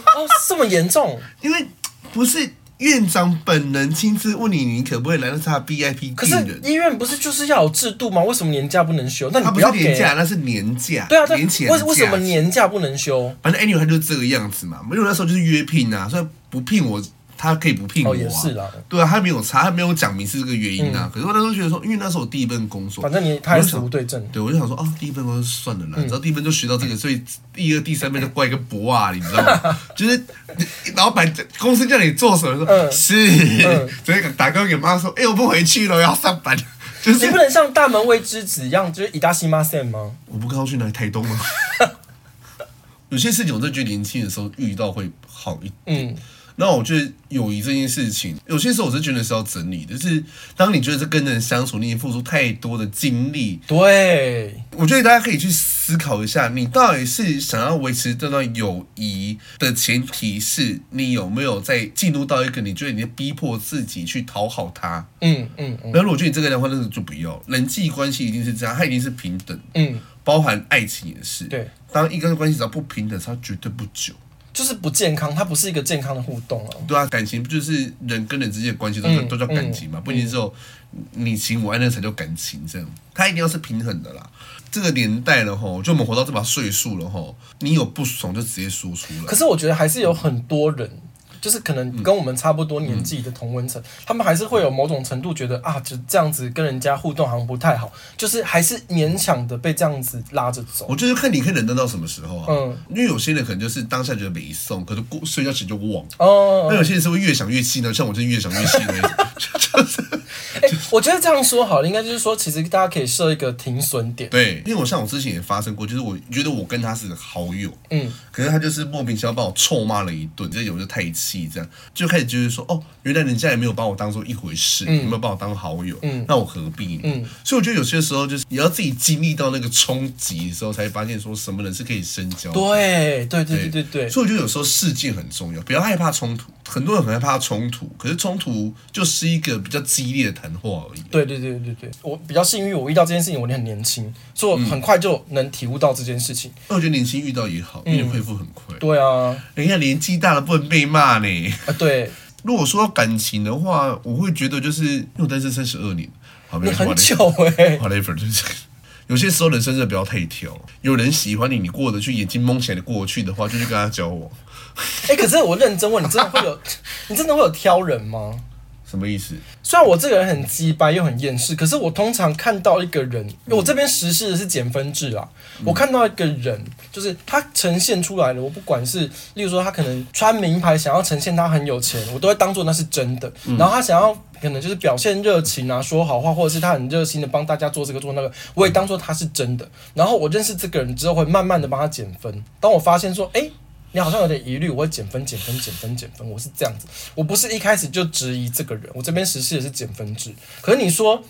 Speaker 1: 这么严
Speaker 2: <laughs>
Speaker 1: 重，
Speaker 2: 因为不是院长本人亲自问你，你可不可以来到他的 VIP
Speaker 1: 可
Speaker 2: 病
Speaker 1: 是
Speaker 2: 人？
Speaker 1: 医院不是就是要有制度吗？为什么年假不能休？那你
Speaker 2: 他不
Speaker 1: 要
Speaker 2: 是
Speaker 1: 给
Speaker 2: 年
Speaker 1: 啊
Speaker 2: 假，那是年假，
Speaker 1: 对啊，对
Speaker 2: 年前
Speaker 1: 为
Speaker 2: 的
Speaker 1: 为什么
Speaker 2: 假期
Speaker 1: 年假不能休？
Speaker 2: 反正 anyway 他就是这个样子嘛。因为那时候就是约聘啊，所以不聘我，他可以不聘我、
Speaker 1: 哦，
Speaker 2: 啊
Speaker 1: 也是啦，嗯
Speaker 2: 对啊，他没有查，他没有讲明是这个原因啊。可是我那时候觉得说，因为那时候我第一份工作，
Speaker 1: 反正你他也是
Speaker 2: 我就想
Speaker 1: 无对嗯症。
Speaker 2: 对，我就想说，哦，第一份工作算了啦，你知道第一份就学到
Speaker 1: <laughs>
Speaker 2: 这个，所以第二、第三份就挂一个博啊，你知道吗？就是老板公司叫你做什么，说、
Speaker 1: 嗯
Speaker 2: 是，
Speaker 1: 嗯
Speaker 2: 直接打电话给妈说，哎、我不回去了，我要上班。 <laughs> 就
Speaker 1: 你
Speaker 2: 是
Speaker 1: 不能像大门卫之子一样，就是以大西马线吗？
Speaker 2: 我不靠去哪里台东吗？ <laughs> 有些事情我真的觉得年轻的时候遇到会好一点。
Speaker 1: 嗯，
Speaker 2: 那我觉得友谊这件事情，有些时候我是觉得是要整理的，就是当你觉得这跟人相处，你已经付出太多的精力，
Speaker 1: 对，
Speaker 2: 我觉得大家可以去思考一下，你到底是想要维持这段友谊的前提是你有没有在进入到一个你觉得你在逼迫自己去讨好他？
Speaker 1: 嗯嗯嗯
Speaker 2: 那如果觉得你这个的话，那就不要。人际关系一定是这样，它一定是平等，
Speaker 1: 嗯，
Speaker 2: 包含爱情也是。
Speaker 1: 对，
Speaker 2: 当一个关系只要不平等，它绝对不久。
Speaker 1: 就是不健康，它不是一个健康的互动啊。
Speaker 2: 对啊，感情不就是人跟人之间的关系都叫、
Speaker 1: 嗯
Speaker 2: 都叫感情嘛，不一定只有你情我爱那才叫感情，这样它一定要是平衡的啦。这个年代了吼，就我们活到这把岁数了吼，你有不爽就直接说出来
Speaker 1: 可。是我觉得还是有很多人，就是可能跟我们差不多年纪的同温层，他们还是会有某种程度觉得啊，就这样子跟人家互动好像不太好，就是还是勉强的被这样子拉着走。
Speaker 2: 我就是看你可以忍耐到什么时候啊，
Speaker 1: 嗯
Speaker 2: 因为有些人可能就是当下觉得没送，可是过睡觉前就忘了。
Speaker 1: 哦，
Speaker 2: 那有些人是会越想越气呢，像我就是越想越气那种，就是
Speaker 1: 哎、我觉得这样说好了，应该就是说，其实大家可以设一个停损点。
Speaker 2: 对，因为我像我之前也发生过，就是我觉得我跟他是好友，
Speaker 1: 嗯，
Speaker 2: 可是他就是莫名其妙把我臭骂了一顿，这有就太气，这样就开始觉得说，哦，原来人家也没有把我当做一回事，也没有把我当好友，
Speaker 1: 嗯
Speaker 2: 那我何必呢？
Speaker 1: 嗯
Speaker 2: 所以我觉得有些时候就是也要自己经历到那个冲击的时候，才发现说什么人是可以深交的。
Speaker 1: 对对对对对对，
Speaker 2: 所以我觉得有时候事件很重要，不要害怕冲突，很多人很害怕冲突，可是冲突就是一个比较激烈的谈话而已。
Speaker 1: 对对对对对，我比较幸运，我遇到这件事情我很年轻，所以我很快就能体悟到这件事情。
Speaker 2: 那我觉得年轻遇到也好，
Speaker 1: 嗯
Speaker 2: 因为恢复很快。
Speaker 1: 对啊，
Speaker 2: 人家年纪大了不能被骂呢。
Speaker 1: 啊对，
Speaker 2: 如果说到感情的话，我会觉得就是因为我单身三十二年，好，没
Speaker 1: 你
Speaker 2: 有
Speaker 1: 很久哎、 <laughs>
Speaker 2: whatever，就是有些时候人生真的不要太挑。有人喜欢你，你过得去，眼睛蒙起来的过得去的话，就去跟他交往，
Speaker 1: 哎、可是我认真问你，真的会有， <laughs> 你真的会有挑人吗？
Speaker 2: 什么意思？
Speaker 1: 虽然我这个人很鸡掰又很厌世，可是我通常看到一个人，因为我这边实施的是减分制啊。我看到一个人，就是他呈现出来的，我不管是例如说他可能穿名牌，想要呈现他很有钱，我都会当做那是真的。然后他想要可能就是表现热情啊，说好话，或者是他很热心的帮大家做这个做那个，我也当做他是真的。然后我认识这个人之后，会慢慢的帮他减分。当我发现说，诶，你好像有点疑虑，我会减分、减分、减分、减分，我是这样子，我不是一开始就质疑这个人，我这边实施的是减分制。可是你说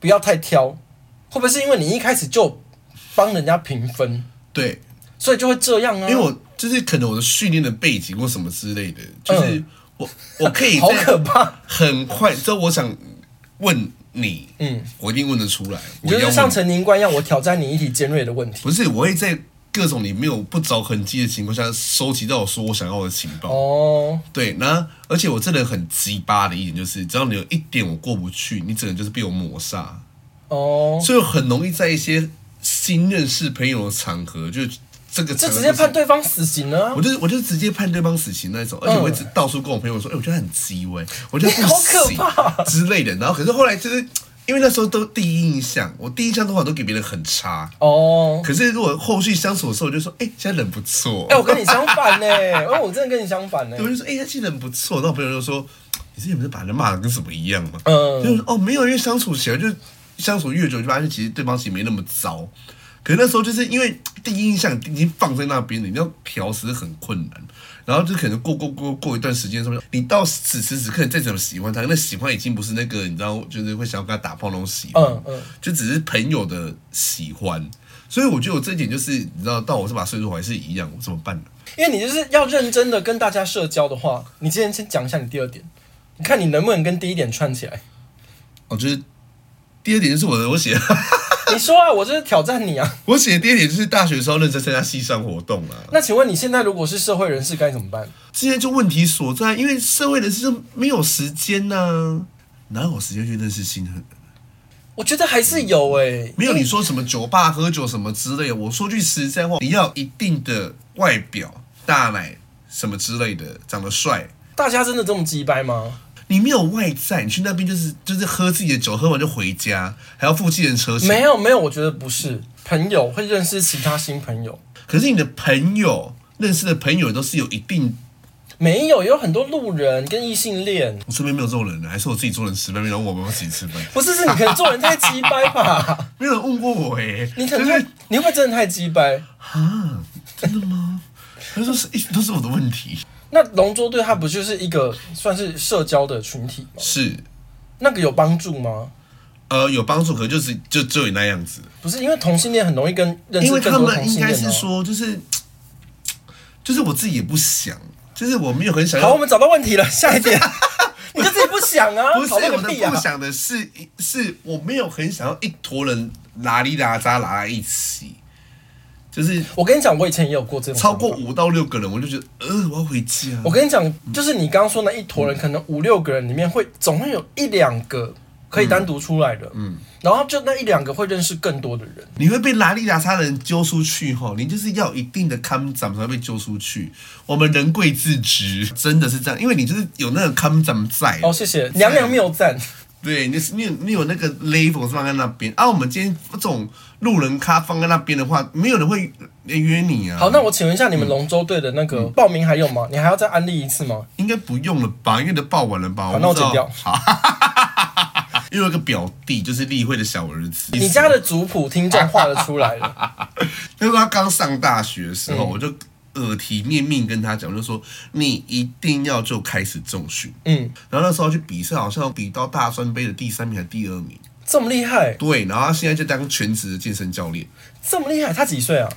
Speaker 1: 不要太挑，会不会是因为你一开始就帮人家评分，
Speaker 2: 对，
Speaker 1: 所以就会这样啊？
Speaker 2: 因为我就是可能我的训练的背景或什么之类的，就是
Speaker 1: 嗯
Speaker 2: 我、我可以
Speaker 1: 好
Speaker 2: 在
Speaker 1: 可怕，
Speaker 2: 很快，这我想问你，
Speaker 1: 嗯，
Speaker 2: 我一定问得出来。
Speaker 1: 你
Speaker 2: 我
Speaker 1: 就
Speaker 2: 要
Speaker 1: 是
Speaker 2: 问
Speaker 1: 像陈宁官一样，我挑战你一题尖锐的问题。
Speaker 2: 不是，我会在各种你没有不着痕迹的情况下，收集到我说我想要的情报。
Speaker 1: 哦，
Speaker 2: 对，那而且我真的很鸡巴的一点就是，只要你有一点我过不去，你整个就是被我抹杀，
Speaker 1: 哦，
Speaker 2: 所以我很容易在一些新认识朋友的场合，就这个
Speaker 1: 这
Speaker 2: 场合
Speaker 1: 直接
Speaker 2: 就是
Speaker 1: 判对方死刑了啊、
Speaker 2: 我就是我就是直接判对方死刑那种，而且我一直到处跟我朋友说，哎、我觉得很鸡歪，我觉得不
Speaker 1: 你嗯 <laughs> 好可
Speaker 2: 行之类的。然后可是后来就是因为那时候都第一印象，我第一印象的话都给别人很差。
Speaker 1: 哦，
Speaker 2: 可是如果后续相处的时候，我就说，哎、现在人不错。
Speaker 1: 哎、我跟你相反呢、哎，我真的跟你相反呢、
Speaker 2: 我就说，哎、他现在人不错。然后我朋友就说，你之前不是把人骂的跟什么一样吗？
Speaker 1: 嗯
Speaker 2: 就是哦，没有，因为相处起来就相处越久，就发现其实对方其实没那么糟。可是那时候就是因为第一印象已经放在那边了，你要调实很困难。然后就可能过过过过一段时间，说你到此时此刻你再怎么喜欢他，那喜欢已经不是那个你知道，就是会想要跟他打炮那种喜欢，
Speaker 1: 嗯嗯
Speaker 2: 就只是朋友的喜欢。所以我觉得我这一点就是，你知道，到我这把岁数我还是一样，我怎么办呢？
Speaker 1: 因为你就是要认真的跟大家社交的话，你今天先讲一下你第二点，你看你能不能跟第一点串起来。
Speaker 2: 我觉得哦第二点就是我的，我写
Speaker 1: 你说啊，我就是挑战你啊。
Speaker 2: <laughs> 我写的第二点就是大学的时候认真参加系上活动啊。
Speaker 1: 那请问你现在如果是社会人士该怎么办？
Speaker 2: 现在就问题所在，因为社会人士就没有时间呐、哪有时间去认识新人？
Speaker 1: 我觉得还是有哎、
Speaker 2: 没有你说什么酒吧喝酒什么之类的，我说句实在话，你要一定的外表、大奶什么之类的，长得帅。
Speaker 1: 大家真的这么鸡掰吗？
Speaker 2: 你没有外在，你去那边就是就是喝自己的酒，喝完就回家，还要付计程车钱。
Speaker 1: 没有没有，我觉得不是。朋友会认识其他新朋友，
Speaker 2: 可是你的朋友认识的朋友都是有一定，
Speaker 1: 没有也有很多路人跟异性恋，
Speaker 2: 我身边没有这种人，还是我自己做人吃饭，然后我妈妈自己吃饭，
Speaker 1: 不是是你可能做人太鸡掰
Speaker 2: <laughs>
Speaker 1: 吧？
Speaker 2: 没有人问过我哎、
Speaker 1: 你可能
Speaker 2: 就是 <laughs>
Speaker 1: 太你会不会真的太鸡掰？
Speaker 2: 啊，真的吗？他说是一直都是我的问题，
Speaker 1: 那龙舟队它不就是一个算是社交的群体吗？
Speaker 2: 是
Speaker 1: 那个有帮助吗？
Speaker 2: 呃有帮助，可能就是就只有你那样子，
Speaker 1: 不是，因为同性恋很容易跟认
Speaker 2: 因
Speaker 1: 识
Speaker 2: 为
Speaker 1: 更
Speaker 2: 他
Speaker 1: 多
Speaker 2: 们
Speaker 1: 同
Speaker 2: 应
Speaker 1: 性
Speaker 2: 该
Speaker 1: 恋、
Speaker 2: 是
Speaker 1: 哦。
Speaker 2: 说就是就是我自己也不想，就是我没有很想
Speaker 1: 好，
Speaker 2: 要
Speaker 1: 我，们找到问题了，下
Speaker 2: <laughs>
Speaker 1: 一点，你就自己不想啊，
Speaker 2: 不是
Speaker 1: 讨论
Speaker 2: 我
Speaker 1: 个
Speaker 2: 的
Speaker 1: 屁啊
Speaker 2: 不！想的是是我没有很想要一坨人拉里拉扎拉在一起，就是
Speaker 1: 我跟你讲，我以前也有过这种
Speaker 2: 超过
Speaker 1: 想法
Speaker 2: 五到六个人，我就觉得呃我要回家，
Speaker 1: 我跟你讲，就是你刚刚说那一坨人，可能五六个人里面会总会有一两个可以单独出来的，嗯，然后就那一两个会认识更多的人。
Speaker 2: 你会被拉里拉差的人揪出去吼，你就是要有一定的看涨才会被揪出去。我们人贵自知，真的是这样，因为你就是有那个看涨在。
Speaker 1: 哦，谢谢娘娘谬赞。
Speaker 2: 对，你是你有你有那个 level 是放在那边啊。我们今天这种路人咖放在那边的话，没有人会约你啊。
Speaker 1: 好，那我请问一下，你们龙舟队的那个报名还有吗？你还要再安利一次吗？
Speaker 2: 应该不用了吧？因为都报完了吧？好
Speaker 1: 那我剪掉
Speaker 2: 好，因为有一个表弟就是例会的小儿子，
Speaker 1: 你家的族谱听众画得出来了。
Speaker 2: <laughs> 那时候他刚上大学的时候，我就耳提面命跟他讲，我就说你一定要就开始重训。
Speaker 1: 嗯，
Speaker 2: 然后那时候去比赛，好像比到大专杯的第三名还是第二名。
Speaker 1: 这么厉害，
Speaker 2: 对，然后他现在就当全职的健身教练。
Speaker 1: 这么厉害，他几岁啊？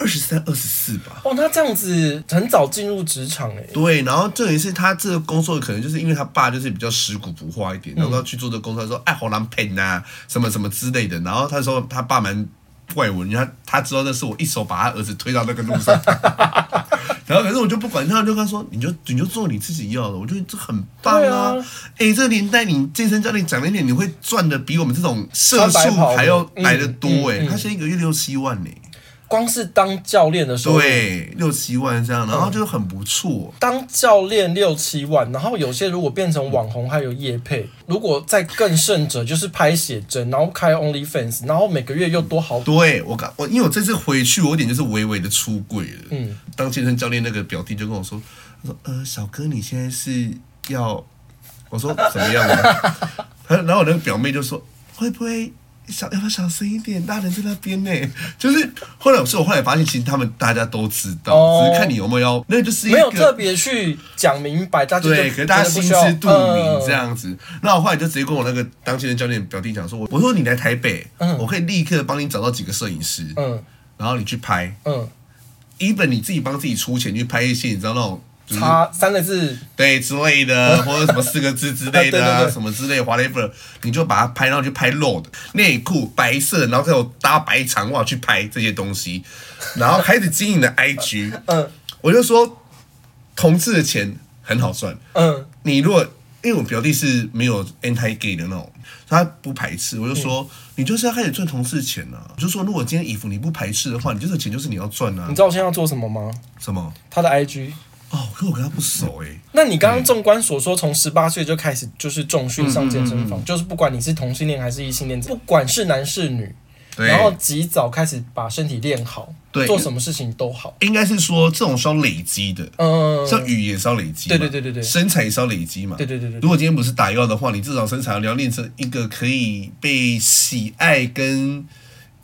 Speaker 2: 二十三、二十四吧。
Speaker 1: 哦，那这样子很早进入职场哎、
Speaker 2: 对，然后重点是他这个工作可能就是因为他爸就是比较食古不化一点，
Speaker 1: 嗯
Speaker 2: 然后他去做这个工作，他说哎，好难骗呐，什么什么之类的。然后他说他爸蛮怪我，因为他他知道那是我一手把他儿子推到那个路
Speaker 1: <laughs>
Speaker 2: 上。然后可是我就不管他，我就跟他说，你就你就做你自己要的，我觉得这很棒啊
Speaker 1: 对啊！
Speaker 2: 哎、这个年代你健身教练讲了一点，你会赚的比我们这种社
Speaker 1: 穿白
Speaker 2: 畜
Speaker 1: 袍
Speaker 2: 还要
Speaker 1: 的
Speaker 2: 来的多哎、
Speaker 1: 嗯嗯嗯
Speaker 2: 他现在一个月六七万呢、
Speaker 1: 光是当教练的时候，
Speaker 2: 对，六七万这样，然
Speaker 1: 嗯
Speaker 2: 后就很不错。
Speaker 1: 当教练六七万，然后有些如果变成网红，还有业配，如果再更甚者就是拍写真，然后开 OnlyFans，然后每个月又多好多。
Speaker 2: 对我刚我，因为我这次回去，我有点就是微微的出柜了。
Speaker 1: 嗯
Speaker 2: 嗯，当健身教练那个表弟就跟我说，他说：“呃，小哥，你现在是要……”我说：“怎么样啊？” <laughs> 他然后我那个表妹就说：“会不会小要不要小声一点？大人在那边呢。” <laughs> 就是后来，所以我后来发现，其实他们大家都知道，
Speaker 1: 哦
Speaker 2: 只是看你有没有要，那就是一
Speaker 1: 没有特
Speaker 2: 个。
Speaker 1: 别去讲明白，大家就
Speaker 2: 对，可是大家
Speaker 1: 真的
Speaker 2: 心
Speaker 1: 不
Speaker 2: 知
Speaker 1: 需要
Speaker 2: 肚明这。
Speaker 1: 嗯
Speaker 2: 样子。那我后来就直接跟我那个当健身教练表弟讲说：“我我说你来台北，我可以立刻帮你找到几个摄影师。
Speaker 1: 嗯
Speaker 2: 然后你去拍
Speaker 1: 嗯，
Speaker 2: ，even 你自己帮自己出钱去拍一些你知道那种就
Speaker 1: 嗯
Speaker 2: 是
Speaker 1: 差三个字，
Speaker 2: 对之类
Speaker 1: <laughs>
Speaker 2: 的，或者什么四个字之类
Speaker 1: 对
Speaker 2: 的、
Speaker 1: 对
Speaker 2: 啊，
Speaker 1: 对
Speaker 2: 什么之类 whatever，你就把它拍，然后去拍露的内裤白色，然后再有搭白长袜去拍这些东西，然后开始经营的 IG，
Speaker 1: <laughs> 嗯
Speaker 2: 我就说同志的钱很好赚，
Speaker 1: 嗯
Speaker 2: 你如果因为我表弟是没有 anti gay 的那种，他不排斥，我就说、
Speaker 1: 嗯
Speaker 2: 你就是要开始赚同事钱啊，我就说如果今天衣服你不排斥的话，你这个钱就是你要赚啊
Speaker 1: 你，知道我现在要做什么吗？
Speaker 2: 什么？
Speaker 1: 他的 IG。
Speaker 2: 哦，可我跟他不熟哎、
Speaker 1: 那你刚刚纵观所说，
Speaker 2: 嗯
Speaker 1: 从十八岁就开始就是重训上健身房，就是不管你是同性恋还是异性恋，不管是男是女，
Speaker 2: 对
Speaker 1: 然后及早开始把身体练好，
Speaker 2: 对
Speaker 1: 做什么事情都好。
Speaker 2: 应该是说这种是要累积的，
Speaker 1: 嗯，
Speaker 2: <laughs> 像语也是要累积
Speaker 1: 对
Speaker 2: 嘛，
Speaker 1: 对对对对
Speaker 2: 身材也是要累积嘛，
Speaker 1: 对对对对对
Speaker 2: 如果今天不是打药的话，你至少身材要练成一个可以被喜爱跟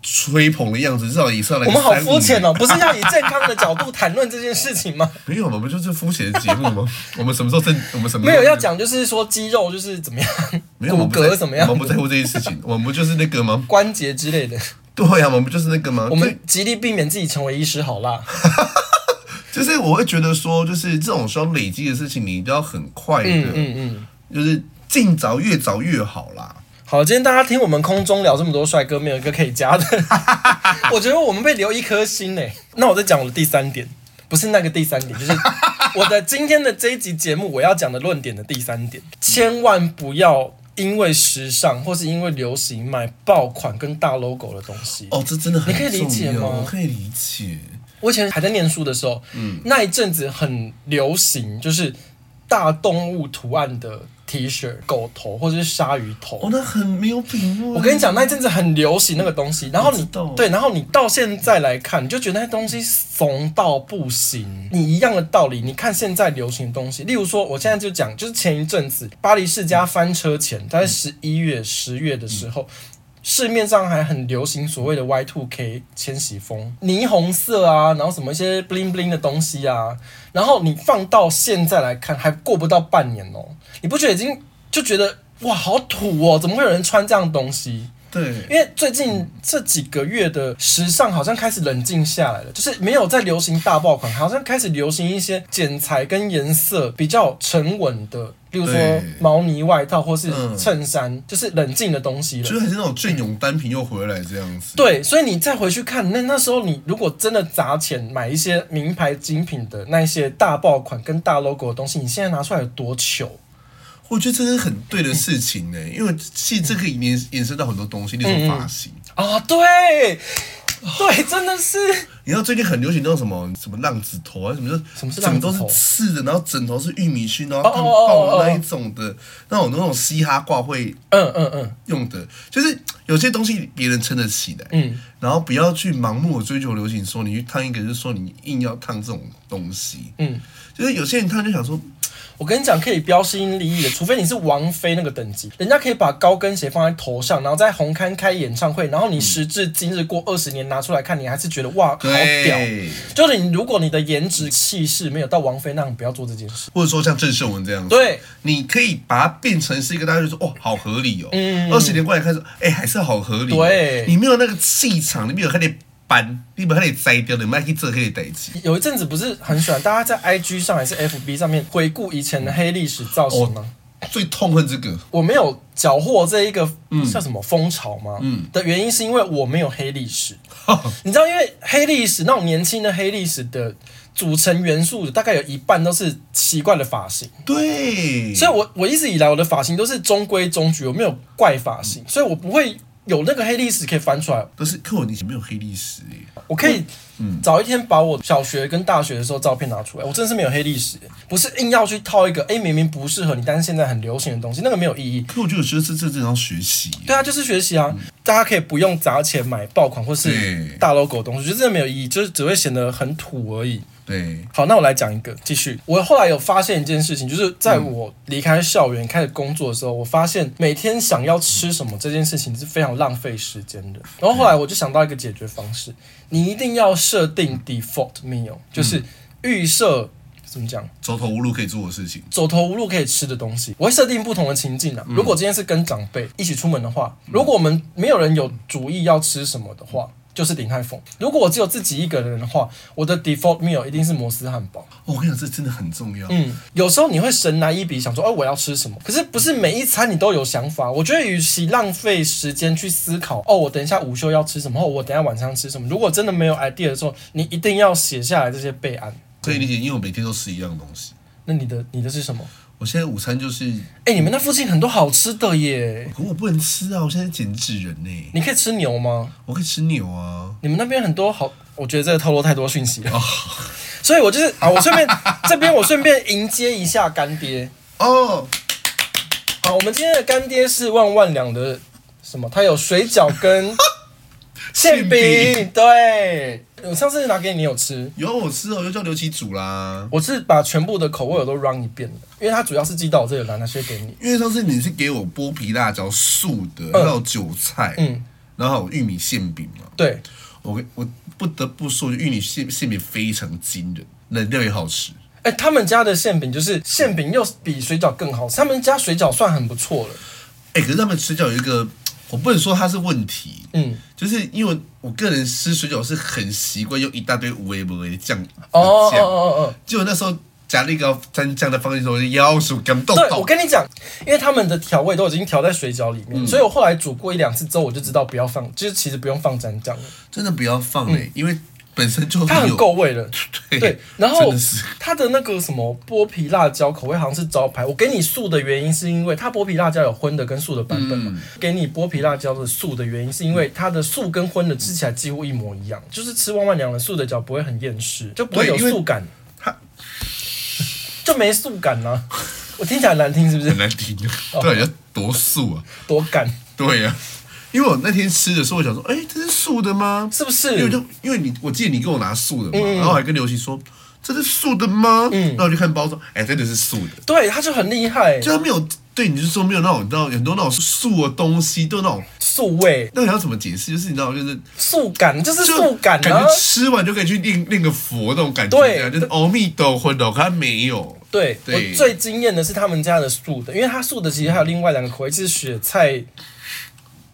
Speaker 2: 吹捧的样子，至少也是要来
Speaker 1: 我们好
Speaker 2: 三五
Speaker 1: 肤浅哦，
Speaker 2: 年
Speaker 1: 不是要以健康的角度谈论这件事情
Speaker 2: <laughs>
Speaker 1: 吗？
Speaker 2: 没有嘛，我们就是肤浅的节目吗？ <laughs> 我们什么时候正？我们什么时
Speaker 1: 没有
Speaker 2: 候
Speaker 1: 要讲，就是说肌肉就是怎么样，
Speaker 2: 没有
Speaker 1: 骨
Speaker 2: 我们不在
Speaker 1: 骼怎么样
Speaker 2: 我，们不在乎这些事情，我们不就是那个吗？
Speaker 1: 关节之类的。
Speaker 2: 对呀、我们不就是那个吗？
Speaker 1: 我们极力避免自己成为医师，好啦。
Speaker 2: 就就是我会觉得说，就是这种需要累积的事情，你一定要很快的，
Speaker 1: 嗯嗯嗯。
Speaker 2: 就是尽早越早越好啦。
Speaker 1: 好，今天大家听我们空中聊这么多帅哥，没有一个可以加的。 <laughs> 我觉得我们被留一颗心呢。那我再讲我的第三点，不是那个第三点，就是我的今天的这一集节目我要讲的论点的第三点，千万不要因为时尚或是因为流行买爆款跟大 logo 的东西。
Speaker 2: 哦，这真的很
Speaker 1: 你可以理解
Speaker 2: 重要
Speaker 1: 吗
Speaker 2: 我可以理解。
Speaker 1: 我以前还在念书的时候，那一阵子很流行，就是大动物图案的 T 恤，狗头或者是鲨鱼头。
Speaker 2: 哦，那很没有品味。
Speaker 1: 我跟你讲，那一阵子很流行那个东西，然后你
Speaker 2: 我知道
Speaker 1: 对，然后你到现在来看，你就觉得那东西怂到不行。你一样的道理，你看现在流行的东西，例如说，我现在就讲，就是前一阵子巴黎世家翻车前，
Speaker 2: 嗯
Speaker 1: 在十一月、十月的时候。市面上还很流行所谓的 Y two K 千禧风，霓虹色啊，然后什么一些 bling bling 的东西啊，然后你放到现在来看，还过不到半年哦，你不觉得已经就觉得哇好土哦，怎么会有人穿这样的东西？
Speaker 2: 对，
Speaker 1: 因为最近这几个月的时尚好像开始冷静下来了，就是没有在流行大爆款，好像开始流行一些剪裁跟颜色比较沉稳的，例如说
Speaker 2: 对
Speaker 1: 毛呢外套或是
Speaker 2: 嗯
Speaker 1: 衬衫，就是冷静的东西了
Speaker 2: 就。是还是那种隽永单品又回来这样子。
Speaker 1: 对，所以你再回去看，那那时候你如果真的砸钱买一些名牌精品的那一些大爆款跟大 logo 的东西，你现在拿出来有多糗？
Speaker 2: 我觉得这是很对的事情呢、因为其实这可以延延伸到很多东西，例如发型。
Speaker 1: 啊，对，对，真的是，
Speaker 2: 你知道最近很流行那种什么什么浪子头啊，什么就
Speaker 1: 什么是
Speaker 2: 整
Speaker 1: 浪
Speaker 2: 个
Speaker 1: 子头
Speaker 2: 都是刺的，然后枕头是玉米须，然后
Speaker 1: 哦
Speaker 2: 烫爆
Speaker 1: 哦哦
Speaker 2: 的那一种的，那种那种嘻哈挂会
Speaker 1: 嗯嗯嗯，
Speaker 2: 用的，就是有些东西别人撑得起来，
Speaker 1: 嗯，
Speaker 2: 然后不要去盲目地追求流行，说你去烫一个，就是说你硬要烫这种东西，
Speaker 1: 嗯，
Speaker 2: 就是有些人烫就想说，
Speaker 1: 我跟你讲，可以标新立异的，除非你是王菲那个等级，人家可以把高跟鞋放在头上，然后在红磡开演唱会，然后你时至今日过二十年拿出来看，你还是觉得哇，好屌。
Speaker 2: 对，
Speaker 1: 就是你，如果你的颜值气势没有到王菲那样，不要做这件事。
Speaker 2: 或者说像郑秀文这样子，
Speaker 1: 对，
Speaker 2: 你可以把它变成是一个大家就说哇，好合理哦。二十、年过来看说，哎、还是好合理、哦。
Speaker 1: 对
Speaker 2: 你没有那个气场，你没有那点班，你把它给摘掉，你卖去做黑的代志。
Speaker 1: 有一阵子不是很喜欢大家在 IG 上还是 FB 上面回顾以前的黑历史造型
Speaker 2: 哦
Speaker 1: 吗？
Speaker 2: 最痛恨这个，
Speaker 1: 我没有缴获这一个叫什么风潮吗？的原因是因为我没有黑历史。你知道，因为黑历史那种年轻的黑历史的组成元素，大概有一半都是奇怪的发型，
Speaker 2: 嗯对，
Speaker 1: 所以我我一直以来我的发型都是中规中矩，我没有怪发型，所以我不会有那个黑历史可以翻出来。
Speaker 2: <laughs> 但是可我以前没有黑历史耶，
Speaker 1: 我可以早一天把我小学跟大学的时候照片拿出来，我真的是没有黑历史，不是硬要去套一个，哎、明明不适合你，但是现在很流行的东西，那个没有意义。
Speaker 2: 可我觉得这这这这要学习耶。
Speaker 1: 对啊，就是学习啊，大家可以不用砸钱买爆款或是
Speaker 2: 对
Speaker 1: 大 logo 的东西，我觉得真的没有意义，就是只会显得很土而已。
Speaker 2: 对，
Speaker 1: 好，那我来讲一个，继续。我后来有发现一件事情，就是在我离开校园开始工作的时候，我发现每天想要吃什么这件事情是非常浪费时间的。然后后来我就想到一个解决方式，你一定要设定 default meal，就是预设怎么讲，
Speaker 2: 走投无路可以做的事情，
Speaker 1: 走投无路可以吃的东西，我会设定不同的情境啊。如果今天是跟长辈一起出门的话，如果我们没有人有主意要吃什么的话，就是鼎泰丰；如果我只有自己一个人的话，我的 default meal 一定是摩斯汉堡。
Speaker 2: 哦我跟你讲，这真的很重要。
Speaker 1: 嗯，有时候你会神来一笔，想说，哎、我要吃什么？可是不是每一餐你都有想法。我觉得，与其浪费时间去思考，哦，我等一下午休要吃什么，哦，我等一下晚上吃什么，如果真的没有 idea 的时候，你一定要写下来这些备案。
Speaker 2: 可以理解，因为我每天都吃一样东西。
Speaker 1: 那你的你的是什么？
Speaker 2: 我现在午餐就是，
Speaker 1: 哎、你们那附近很多好吃的耶！
Speaker 2: 可我不能吃啊！我现在减脂人呢、
Speaker 1: 你可以吃牛吗？
Speaker 2: 我可以吃牛啊。
Speaker 1: 你们那边很多好，我觉得这个透露太多讯息了，所以我就是啊，我顺便这边我顺便迎接一下干爹。
Speaker 2: 哦，
Speaker 1: 好，我们今天的干爹是万万两的什么？他有水饺跟 <laughs> 馅饼，对，我上次拿给你，你有吃。
Speaker 2: 有我吃哦，又叫刘琦煮啦。
Speaker 1: 我是把全部的口味我都 run 一遍了，因为它主要是寄到我这里来，那些给你。
Speaker 2: 因为上次你是给我剥皮辣椒素的，还有韭菜，
Speaker 1: 嗯
Speaker 2: 然后还有玉米馅饼嘛。
Speaker 1: 对，
Speaker 2: 我跟我不得不说，玉米馅馅饼非常惊人，冷掉也好吃。
Speaker 1: 哎、他们家的馅饼就是馅饼又比水饺更好吃，他们家水饺算很不错了。
Speaker 2: 哎、可是他们水饺有一个，我不能说它是问题，
Speaker 1: 嗯，
Speaker 2: 就是因为我个人吃水饺是很习惯用一大堆无为不为酱的酱，
Speaker 1: 哦哦哦哦哦，
Speaker 2: 结果那时候夹那个蘸酱的放进去，我就腰手感动
Speaker 1: 对，
Speaker 2: 到
Speaker 1: 我。跟你讲，因为他们的调味都已经调在水饺里面，所以我后来煮过一两次之后，我就知道不要放，就是其实不用放蘸酱了，
Speaker 2: 真的不要放嘞、因为本身就
Speaker 1: 嗯它很
Speaker 2: 有
Speaker 1: 够味了。
Speaker 2: 对
Speaker 1: 对，然后
Speaker 2: 真的是
Speaker 1: 它的那个什么剥皮辣椒口味好像是招牌。我给你素的原因是因为它剥皮辣椒有荤的跟素的版本
Speaker 2: 嗯
Speaker 1: 嘛，给你剥皮辣椒的素的原因是因为它的素跟荤的吃起来几乎一模一样，就是吃万万两的素的饺不会很厌世，就不会有
Speaker 2: 对因为
Speaker 1: 素感，
Speaker 2: 它
Speaker 1: <laughs> 就没素感呐、我听起来很难听是不
Speaker 2: <laughs>
Speaker 1: 是
Speaker 2: 很？难听，
Speaker 1: 哦
Speaker 2: 对，要多素啊，
Speaker 1: 多感
Speaker 2: 对呀、因为我那天吃的时候，我想说，哎、这是素的吗？
Speaker 1: 是不
Speaker 2: 因为
Speaker 1: 是
Speaker 2: 我？就因为你，我记得你给我拿素的嘛，
Speaker 1: 嗯
Speaker 2: 然后我还跟刘琦说这是素的吗？嗯，然后我就看包装，哎、真的是素的，
Speaker 1: 对，它就很厉害、
Speaker 2: 就它没有对你就是说没有那种，你知道很多那种素的东西，都那种，
Speaker 1: 素味、
Speaker 2: 那你要怎么解释？就是你知道，就是
Speaker 1: 素感，就是
Speaker 2: 就
Speaker 1: 素感啊
Speaker 2: 觉！吃完就可以去念念个佛那种感觉，
Speaker 1: 对
Speaker 2: 这样就是阿弥陀佛的，可它没有。
Speaker 1: 对
Speaker 2: 对
Speaker 1: 我最惊艳的是他们家的素的，因为它素的其实还有另外两个口味，就是雪菜、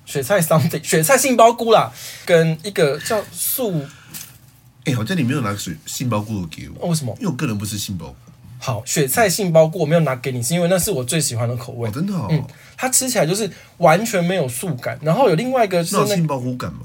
Speaker 1: 雪菜 something、雪菜杏鲍菇啦，跟一个叫素、
Speaker 2: 哎、好像你没有拿水杏鲍菇给我，
Speaker 1: 哦为什么
Speaker 2: 因为我个人不吃杏鲍菇。
Speaker 1: 好雪菜杏鲍菇，我没有拿给你，是因为那是我最喜欢的口味
Speaker 2: 哦，。真的哦，
Speaker 1: 嗯，它吃起来就是完全没有素感，然后有另外一个是
Speaker 2: 那有
Speaker 1: 那
Speaker 2: 杏鲍菇感吗？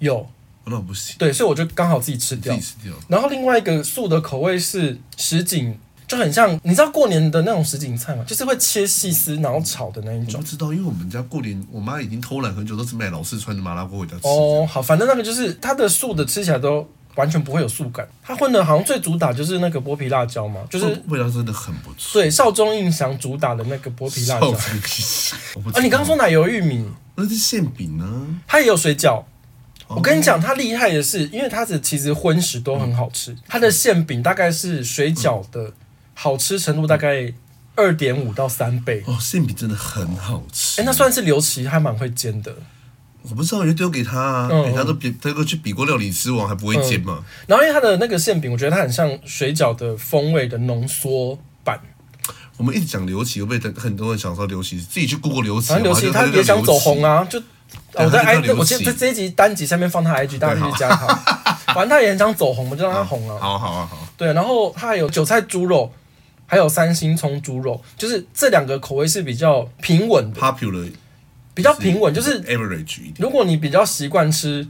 Speaker 1: 有
Speaker 2: 哦那我不行，
Speaker 1: 对，所以我就刚好自己吃
Speaker 2: 自
Speaker 1: 掉
Speaker 2: 己。吃掉。
Speaker 1: 然后另外一个素的口味是什锦，就很像你知道过年的那种什锦菜吗？就是会切细丝然后炒的那一
Speaker 2: 我
Speaker 1: 种
Speaker 2: 不。知道，因为我们家过年，我妈已经偷懒很久，都是买老四川的麻辣锅回家吃。
Speaker 1: 哦，好，反正那个就是它的素的吃起来都完全不会有素感。它混的好像最主打就是那个剥皮辣椒嘛，就
Speaker 2: 这
Speaker 1: 是
Speaker 2: 哦味道真的很不错。
Speaker 1: 对少中印象主打的那个剥皮辣椒。
Speaker 2: 少吃我不知道
Speaker 1: 啊，你刚刚说奶油玉米，
Speaker 2: 那是馅饼呢？
Speaker 1: 它也有水饺。
Speaker 2: 哦
Speaker 1: 我跟你讲，它厉害的是，因为它的其实荤食都很好
Speaker 2: 嗯
Speaker 1: 吃，它的馅饼大概是水饺的好吃程度大概二点五到三倍。
Speaker 2: 嗯哦，馅饼真的很好吃。
Speaker 1: 哎、那算是刘琦还蛮会煎的。
Speaker 2: 我不知道，我就丢给他啊。
Speaker 1: 嗯
Speaker 2: 哎他都比他都去比过料理之王，还不会煎吗？
Speaker 1: 然后因为它的那个馅饼，我觉得它很像水饺的风味的浓缩版。
Speaker 2: 我们一直讲刘琦，会不会很多人想说刘琦？自己去 Google 刘琦
Speaker 1: 反
Speaker 2: 好
Speaker 1: 正刘
Speaker 2: 吗，
Speaker 1: 琦
Speaker 2: 就
Speaker 1: 他
Speaker 2: 就叫
Speaker 1: 也想
Speaker 2: 刘琦
Speaker 1: 走红。啊，就哦我在
Speaker 2: 他就
Speaker 1: I，
Speaker 2: 叫刘
Speaker 1: 我现
Speaker 2: 启
Speaker 1: 在这一集单集下面放他 IG，大家可以去加他。 <laughs> 反正他也很想走红，我就让他红了。
Speaker 2: 啊好好啊好，
Speaker 1: 对，然后它还有韭菜猪肉，还有三星葱猪肉，就是这两个口味是比较平稳的，
Speaker 2: ，popular
Speaker 1: 比较平稳。就是
Speaker 2: average 一点，
Speaker 1: 如果你比较习惯吃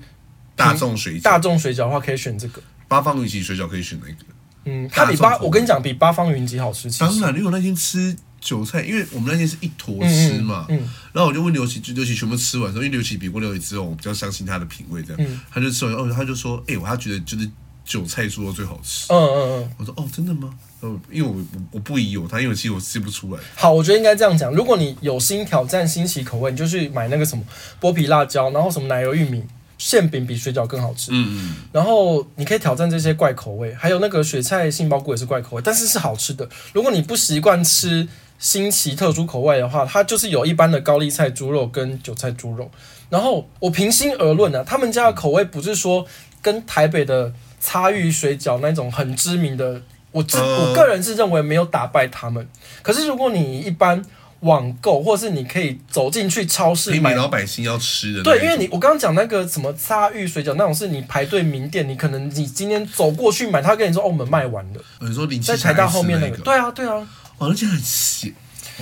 Speaker 2: 大众水
Speaker 1: 大
Speaker 2: 饺，
Speaker 1: 众水饺的话，可以选这个。
Speaker 2: 八方云集水饺可以选哪一个？
Speaker 1: 嗯，它比
Speaker 2: 大众
Speaker 1: 八，
Speaker 2: 口味
Speaker 1: 我跟你讲，比八方云集好吃。其
Speaker 2: 当
Speaker 1: 实，
Speaker 2: 然，因为我那天吃韭菜，因为我们那天是一坨吃
Speaker 1: 嗯
Speaker 2: 嘛，
Speaker 1: 嗯嗯，
Speaker 2: 然后我就问刘琦，就刘琦全部吃完之后，因为刘琦比过刘琦之后，我比较相信他的品味，这样，
Speaker 1: 嗯
Speaker 2: 他就吃完，哦，他就说，哎、我他觉得就是韭菜猪肉最好吃。
Speaker 1: 嗯嗯嗯，
Speaker 2: 我说，哦，真的吗？哦，因为我我我不疑有他，因为其实我吃不出来。
Speaker 1: 好，我觉得应该这样讲。如果你有心挑战新奇口味，你就去买那个什么剥皮辣椒，然后什么奶油玉米馅饼比水饺更好吃。
Speaker 2: 嗯嗯，
Speaker 1: 然后你可以挑战这些怪口味，还有那个雪菜杏鲍菇也是怪口味，但是是好吃的。如果你不习惯吃新奇特殊口味的话，它就是有一般的高丽菜猪肉跟韭菜猪肉。然后我平心而论啊，他们家的口味不是说跟台北的叉玉水饺那种很知名的，我自
Speaker 2: 呃
Speaker 1: 我个人是认为没有打败他们。可是如果你一般网购，或是你可以走进去超市
Speaker 2: 平
Speaker 1: 买
Speaker 2: 民老百姓要吃的那一种，
Speaker 1: 对，因为你我刚刚讲那个什么沙玉水饺那种，是你排队名店，你可能你今天走过去买，他跟你说哦，我们卖完了，
Speaker 2: 哦你说林
Speaker 1: 在
Speaker 2: 七
Speaker 1: 台大后面
Speaker 2: 那
Speaker 1: 那
Speaker 2: 个
Speaker 1: 个。，对啊，对
Speaker 2: <laughs>
Speaker 1: 啊，
Speaker 2: 哦，而且很咸。哦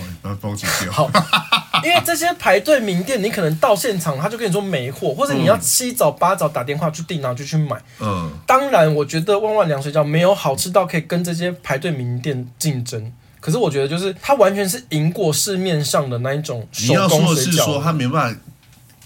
Speaker 2: 哇，你不要帮我剪掉。
Speaker 1: 好，因为这些排队名店，你可能到现场他就跟你说哦没货，或者你要七早八早打电话去订，然后就去买。
Speaker 2: 嗯，
Speaker 1: 当然，我觉得万万凉水饺没有好吃到可以跟这些排队名店竞争。可是我觉得，就是它完全是赢过市面上的那一种
Speaker 2: 你
Speaker 1: 手
Speaker 2: 要
Speaker 1: 工
Speaker 2: 说的
Speaker 1: 水
Speaker 2: 是
Speaker 1: 饺。
Speaker 2: 说他没办法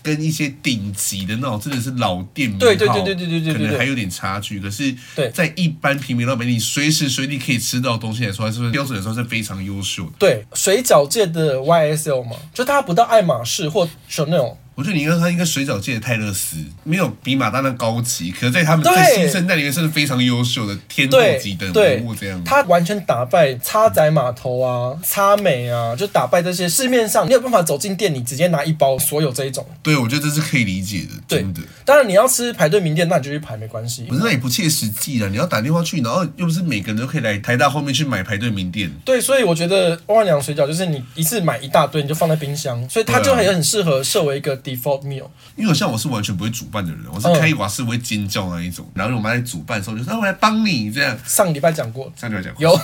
Speaker 2: 跟一些顶级的那种真的是老店名号，
Speaker 1: 对对对对对对对对
Speaker 2: 可能还有点差距。可是
Speaker 1: 对，
Speaker 2: 在一般平民老百姓你随时随地可以吃到的东西来说，还是标准来说是非常优秀的。
Speaker 1: 对水饺界的 YSL 嘛，就它不到爱马仕或 Chanel，
Speaker 2: 我觉得你应该他应该水饺界的泰勒斯，没有比马丹的高级，可是在他们
Speaker 1: 对
Speaker 2: 在新生代里面算是非常优秀的天后
Speaker 1: 对
Speaker 2: 级的
Speaker 1: 对
Speaker 2: 人物这样。
Speaker 1: 他完全打败叉仔码头啊、叉美啊，就打败这些市面上你有办法走进店里直接拿一包所有这一种。
Speaker 2: 对，我觉得这是可以理解的，
Speaker 1: 对
Speaker 2: 真的。
Speaker 1: 当然你要吃排队名店，那你就去排没关系
Speaker 2: 不。是，那也不切实际啊啦。你要打电话去，然后又不是每个人都可以来台大后面去买排队名店。
Speaker 1: 对，所以我觉得万两水饺就是你一次买一大堆，你就放在冰箱，所以它
Speaker 2: 对啊
Speaker 1: 就很很适合设为一个 default meal。
Speaker 2: 因为像我是完全不会煮饭的人，我是
Speaker 1: 嗯
Speaker 2: 开一瓦是不会尖叫那一种。然后我妈在煮饭的时候，就说：“哎那我来帮你。”这样，
Speaker 1: 上礼拜讲过，
Speaker 2: 这样就 <laughs> 讲。
Speaker 1: 有。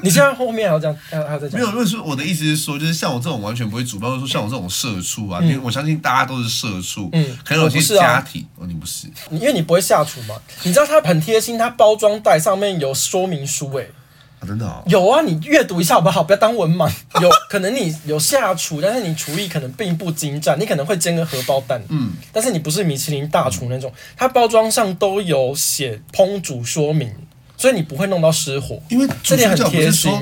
Speaker 1: 你现在后面还要这样，还要还要再讲
Speaker 2: 没？有，就是我的意思是说，就是像我这种完全不会煮饭，或者说像我这种社畜啊，因为我相信大家都是社畜，
Speaker 1: 嗯
Speaker 2: 可能有些
Speaker 1: 我不是啊
Speaker 2: 家庭哦，你不是，
Speaker 1: 你因为你不会下厨嘛，你知道它很贴心，它包装袋上面有说明书、欸，
Speaker 2: 啊，真的哦，
Speaker 1: 有啊，你阅读一下好不好？不要当文盲。有 <laughs> 可能你有下厨，但是你厨艺可能并不精湛，你可能会煎个荷包蛋，嗯，但是你不是米其林大厨那种，它包装上都有写烹煮说明，所以你不会弄到失火。
Speaker 2: 因为
Speaker 1: 这
Speaker 2: 煮水
Speaker 1: 点很
Speaker 2: 饺不
Speaker 1: 贴
Speaker 2: 是
Speaker 1: 心
Speaker 2: 说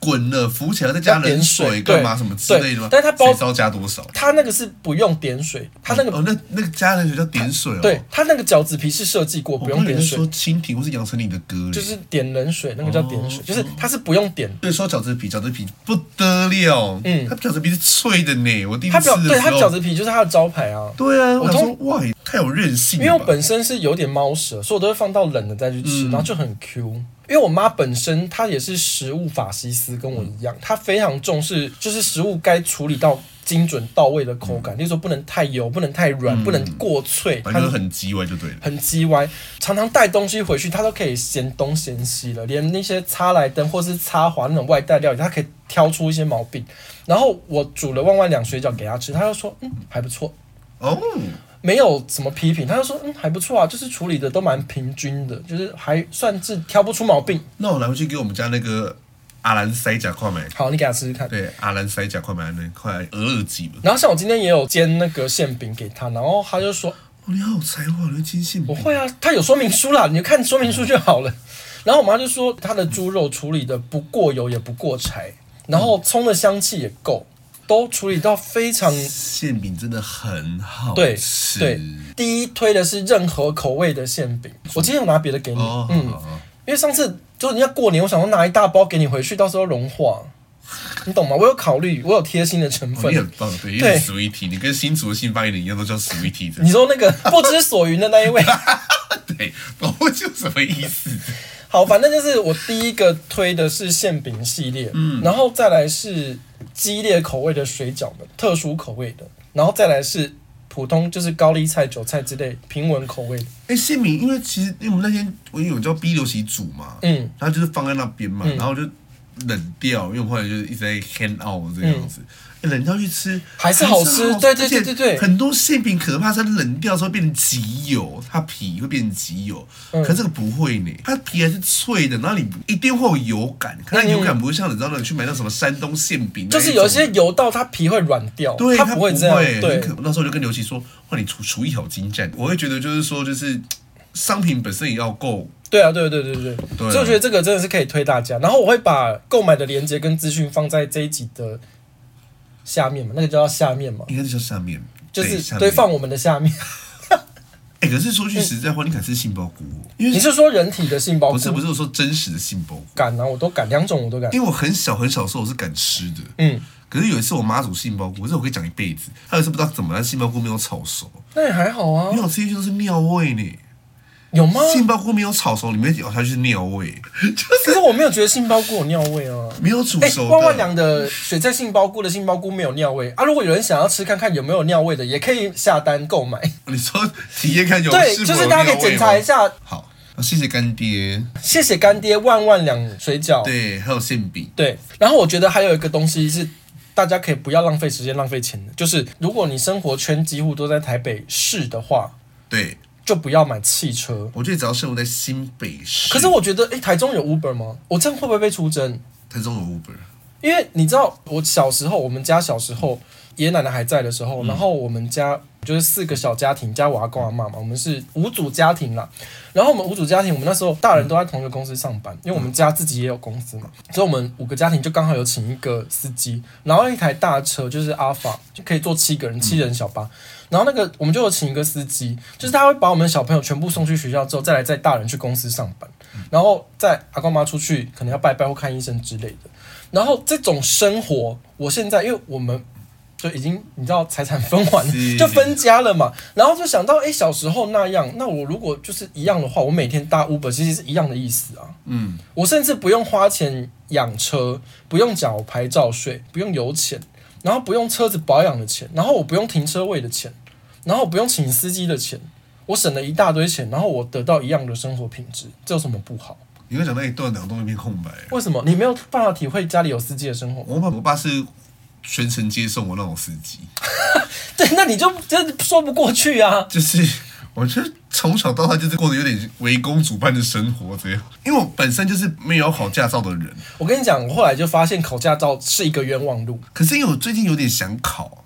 Speaker 2: 滚了浮起来再加
Speaker 1: 要点
Speaker 2: 冷
Speaker 1: 水
Speaker 2: 水
Speaker 1: 对
Speaker 2: 干嘛什么之类的吗
Speaker 1: 对？但是它包
Speaker 2: 谁知道加多少？
Speaker 1: 它那个是不用点水，它那个、
Speaker 2: 哦，那那个加冷水叫点水哦。
Speaker 1: 对，它那个饺子皮是设计过
Speaker 2: 我
Speaker 1: 不
Speaker 2: 刚
Speaker 1: 用
Speaker 2: 以为
Speaker 1: 点
Speaker 2: 是
Speaker 1: 水
Speaker 2: 说，蜻蜓或是杨丞琳的歌嘞，
Speaker 1: 就是点冷水，那个叫点水，
Speaker 2: 哦
Speaker 1: 就是它是不用点。
Speaker 2: 对，说饺子皮，饺子皮不得了，
Speaker 1: 嗯
Speaker 2: 它饺子皮是脆的呢。我第一
Speaker 1: 它
Speaker 2: 次吃
Speaker 1: 表
Speaker 2: 的时候，
Speaker 1: 对它饺子皮就是它的招牌啊，
Speaker 2: 对啊，
Speaker 1: 我
Speaker 2: 我想说
Speaker 1: 通
Speaker 2: 哇，也太有韧性了
Speaker 1: 因
Speaker 2: 吧。
Speaker 1: 为我本身是有点猫舌，所以我都会放到冷的再去吃，
Speaker 2: 嗯
Speaker 1: 然后就很 Q。因为我妈本身她也是食物法西斯，跟我
Speaker 2: 嗯
Speaker 1: 一样，她非常重视就是食物该处理到精准到位的口感，例如说不能太油，不能太软，不能过脆，
Speaker 2: 嗯反
Speaker 1: 她
Speaker 2: 正就是很鸡歪就对了。
Speaker 1: 很叽歪，常常带东西回去，她都可以嫌东嫌西了，连那些擦来灯或是擦滑那种外带料理，她可以挑出一些毛病。然后我煮了万万两水饺给她吃，她就说嗯还不错，
Speaker 2: 哦，
Speaker 1: 没有什么批评，他就说嗯还不错啊，就是处理的都蛮平均的，就是还算是挑不出毛病。
Speaker 2: 那我来回去给我们家那个阿兰塞甲快买，
Speaker 1: 好，你给他试试看。
Speaker 2: 对，阿兰塞甲快买那块鹅耳鸡嘛。
Speaker 1: 然后像我今天也有煎那个馅饼给他，然后他就说
Speaker 2: 哦，你好有才华，你会煎馅
Speaker 1: 我
Speaker 2: 饼。
Speaker 1: 会啊，他有说明书啦，你就看说明书就好了。然后我妈就说她的猪肉处理的不过油也不过柴，然后葱的香气也够，都处理到非常
Speaker 2: 馅饼真的很好
Speaker 1: 对
Speaker 2: 吃。
Speaker 1: 对。第一推的是任何口味的馅饼，我今天有拿别的给你，
Speaker 2: 哦，
Speaker 1: 嗯
Speaker 2: 好。好好
Speaker 1: 因为上次就是人家过年，我想要拿一大包给你回去，到时候融化，你懂吗？我有考虑，我有贴心的成
Speaker 2: 哦
Speaker 1: 分。
Speaker 2: 你很棒，对，因为 sweetie，你跟新竹的姓发言人一样，都叫 sweetie 的
Speaker 1: 你，说那个 <laughs> 不知所云的那一位，
Speaker 2: 对，我就什么意思？
Speaker 1: 好，反正就是我第一个推的是馅饼系列，嗯，然后再来是激烈口味的水饺们，特殊口味的，然后再来是普通就是高丽菜、韭菜之类平稳口味的。
Speaker 2: 哎，谢敏，因为其实因为我们那天我有叫 B 流席煮嘛，
Speaker 1: 嗯，
Speaker 2: 然后就是放在那边嘛，
Speaker 1: 嗯
Speaker 2: 然后就冷掉，因为我后来就是一直在 hang out 这样子。哎冷掉去吃
Speaker 1: 嗯还是好吃对对
Speaker 2: 而
Speaker 1: 对
Speaker 2: 且
Speaker 1: 对对
Speaker 2: 很多馅饼可怕是它冷掉之后变成极油，它皮会变成极油，
Speaker 1: 嗯
Speaker 2: 可是这个不会呢，它皮还是脆的，然后你一定会有油感，可它油感不会像你知道的你去买那什么山东馅饼那
Speaker 1: 嗯就
Speaker 2: 种，
Speaker 1: 是有一些油到它皮会软掉，
Speaker 2: 对，
Speaker 1: 它
Speaker 2: 它
Speaker 1: 不会这样。对
Speaker 2: 很，可那时候就跟刘琦说：“哇，你厨厨艺好精湛。”我会觉得就是说，就是商品本身也要够。
Speaker 1: 对啊，对对对对对。
Speaker 2: 对啊
Speaker 1: 所以我觉得这个真的是可以推大家。然后我会把购买的链接跟资讯放在这一集的下面嘛，那个叫下面嘛，
Speaker 2: 应该是叫下面，
Speaker 1: 就
Speaker 2: 对
Speaker 1: 是
Speaker 2: 下
Speaker 1: 对
Speaker 2: 面。
Speaker 1: 放我们的下
Speaker 2: <laughs>
Speaker 1: 面。
Speaker 2: 哎、可是说句实在话，你敢吃杏鲍菇哦？因
Speaker 1: 你
Speaker 2: 为
Speaker 1: 是说人体的杏鲍菇？
Speaker 2: 不是不是我说真实的杏鲍菇，
Speaker 1: 敢啊，我都敢，两种我都敢。
Speaker 2: 因为我很小很小的时候我是敢吃的。
Speaker 1: 嗯，
Speaker 2: 可是有一次我妈煮杏鲍菇，可是我可以讲一辈子。她有一次不知道怎么了，杏鲍菇没有炒熟，
Speaker 1: 那也还好啊
Speaker 2: 因，为我吃进去都是尿味呢。
Speaker 1: 有吗？
Speaker 2: 杏鲍菇没有炒熟，里面咬下去是尿味，
Speaker 1: 可是我没有觉得杏鲍菇有尿味啊。
Speaker 2: 没有煮
Speaker 1: 哎、
Speaker 2: 熟的。
Speaker 1: 万万良的雪菜杏鲍菇的杏鲍菇没有尿味啊！如果有人想要吃看看有没有尿味的，也可以下单购买。
Speaker 2: 你说体验看有
Speaker 1: 对，
Speaker 2: 是否
Speaker 1: 就是
Speaker 2: 有
Speaker 1: 大家可
Speaker 2: 尿
Speaker 1: 以
Speaker 2: 味
Speaker 1: 检查一
Speaker 2: 吗
Speaker 1: 下。
Speaker 2: 好，那谢谢干爹，
Speaker 1: 谢谢干爹万万两水饺。
Speaker 2: 对，还有馅饼，
Speaker 1: 对，然后我觉得还有一个东西是大家可以不要浪费时间、浪费钱的，就是如果你生活圈几乎都在台北市的话，
Speaker 2: 对
Speaker 1: 就不要买汽车。
Speaker 2: 我觉得只要生活在新北市，
Speaker 1: 可是我觉得，诶，台中有 Uber 吗？我这样会不会被出征？
Speaker 2: 台中有 Uber，
Speaker 1: 因为你知道，我小时候，我们家小时候，爷爷奶奶还在的时候，然后我们家就是四个小家庭，加我阿公阿妈嘛，我们是五组家庭啦。然后我们五组家庭，我们那时候大人都在同一个公司上班，因为我们家自己也有公司嘛，所以我们五个家庭就刚好有请一个司机，然后一台大车就是阿法，就可以坐七个人，七人小巴。然后那个我们就有请一个司机，就是他会把我们小朋友全部送去学校之后，再来载大人去公司上班，然后再阿公妈出去可能要拜拜或看医生之类的。然后这种生活，我现在因为我们就已经你知道财产分完
Speaker 2: 是
Speaker 1: 就分家了嘛，然后就想到哎小时候那样，那我如果就是一样的话，我每天搭 Uber 其实是一样的意思啊。
Speaker 2: 嗯，
Speaker 1: 我甚至不用花钱养车，不用缴牌照税，不用油钱，然后不用车子保养的钱，然后我不用停车位的钱，然后我不用请司机的钱，我省了一大堆钱，然后我得到一样的生活品质，这有什么不好？
Speaker 2: 你会讲到一段脑中一片空白。
Speaker 1: 为什么你没有办法体会家里有司机的
Speaker 2: <laughs>
Speaker 1: 生活？
Speaker 2: 我爸我爸是全程接送我那种司机，
Speaker 1: 对，那你就这说不过去啊。
Speaker 2: 就是我觉得从小到大就是过得有点为公主般的生活这样，因为我本身就是没有考驾照的人，
Speaker 1: 我跟你讲，我后来就发现考驾照是一个冤枉路，
Speaker 2: 可是因为我最近有点想考。啊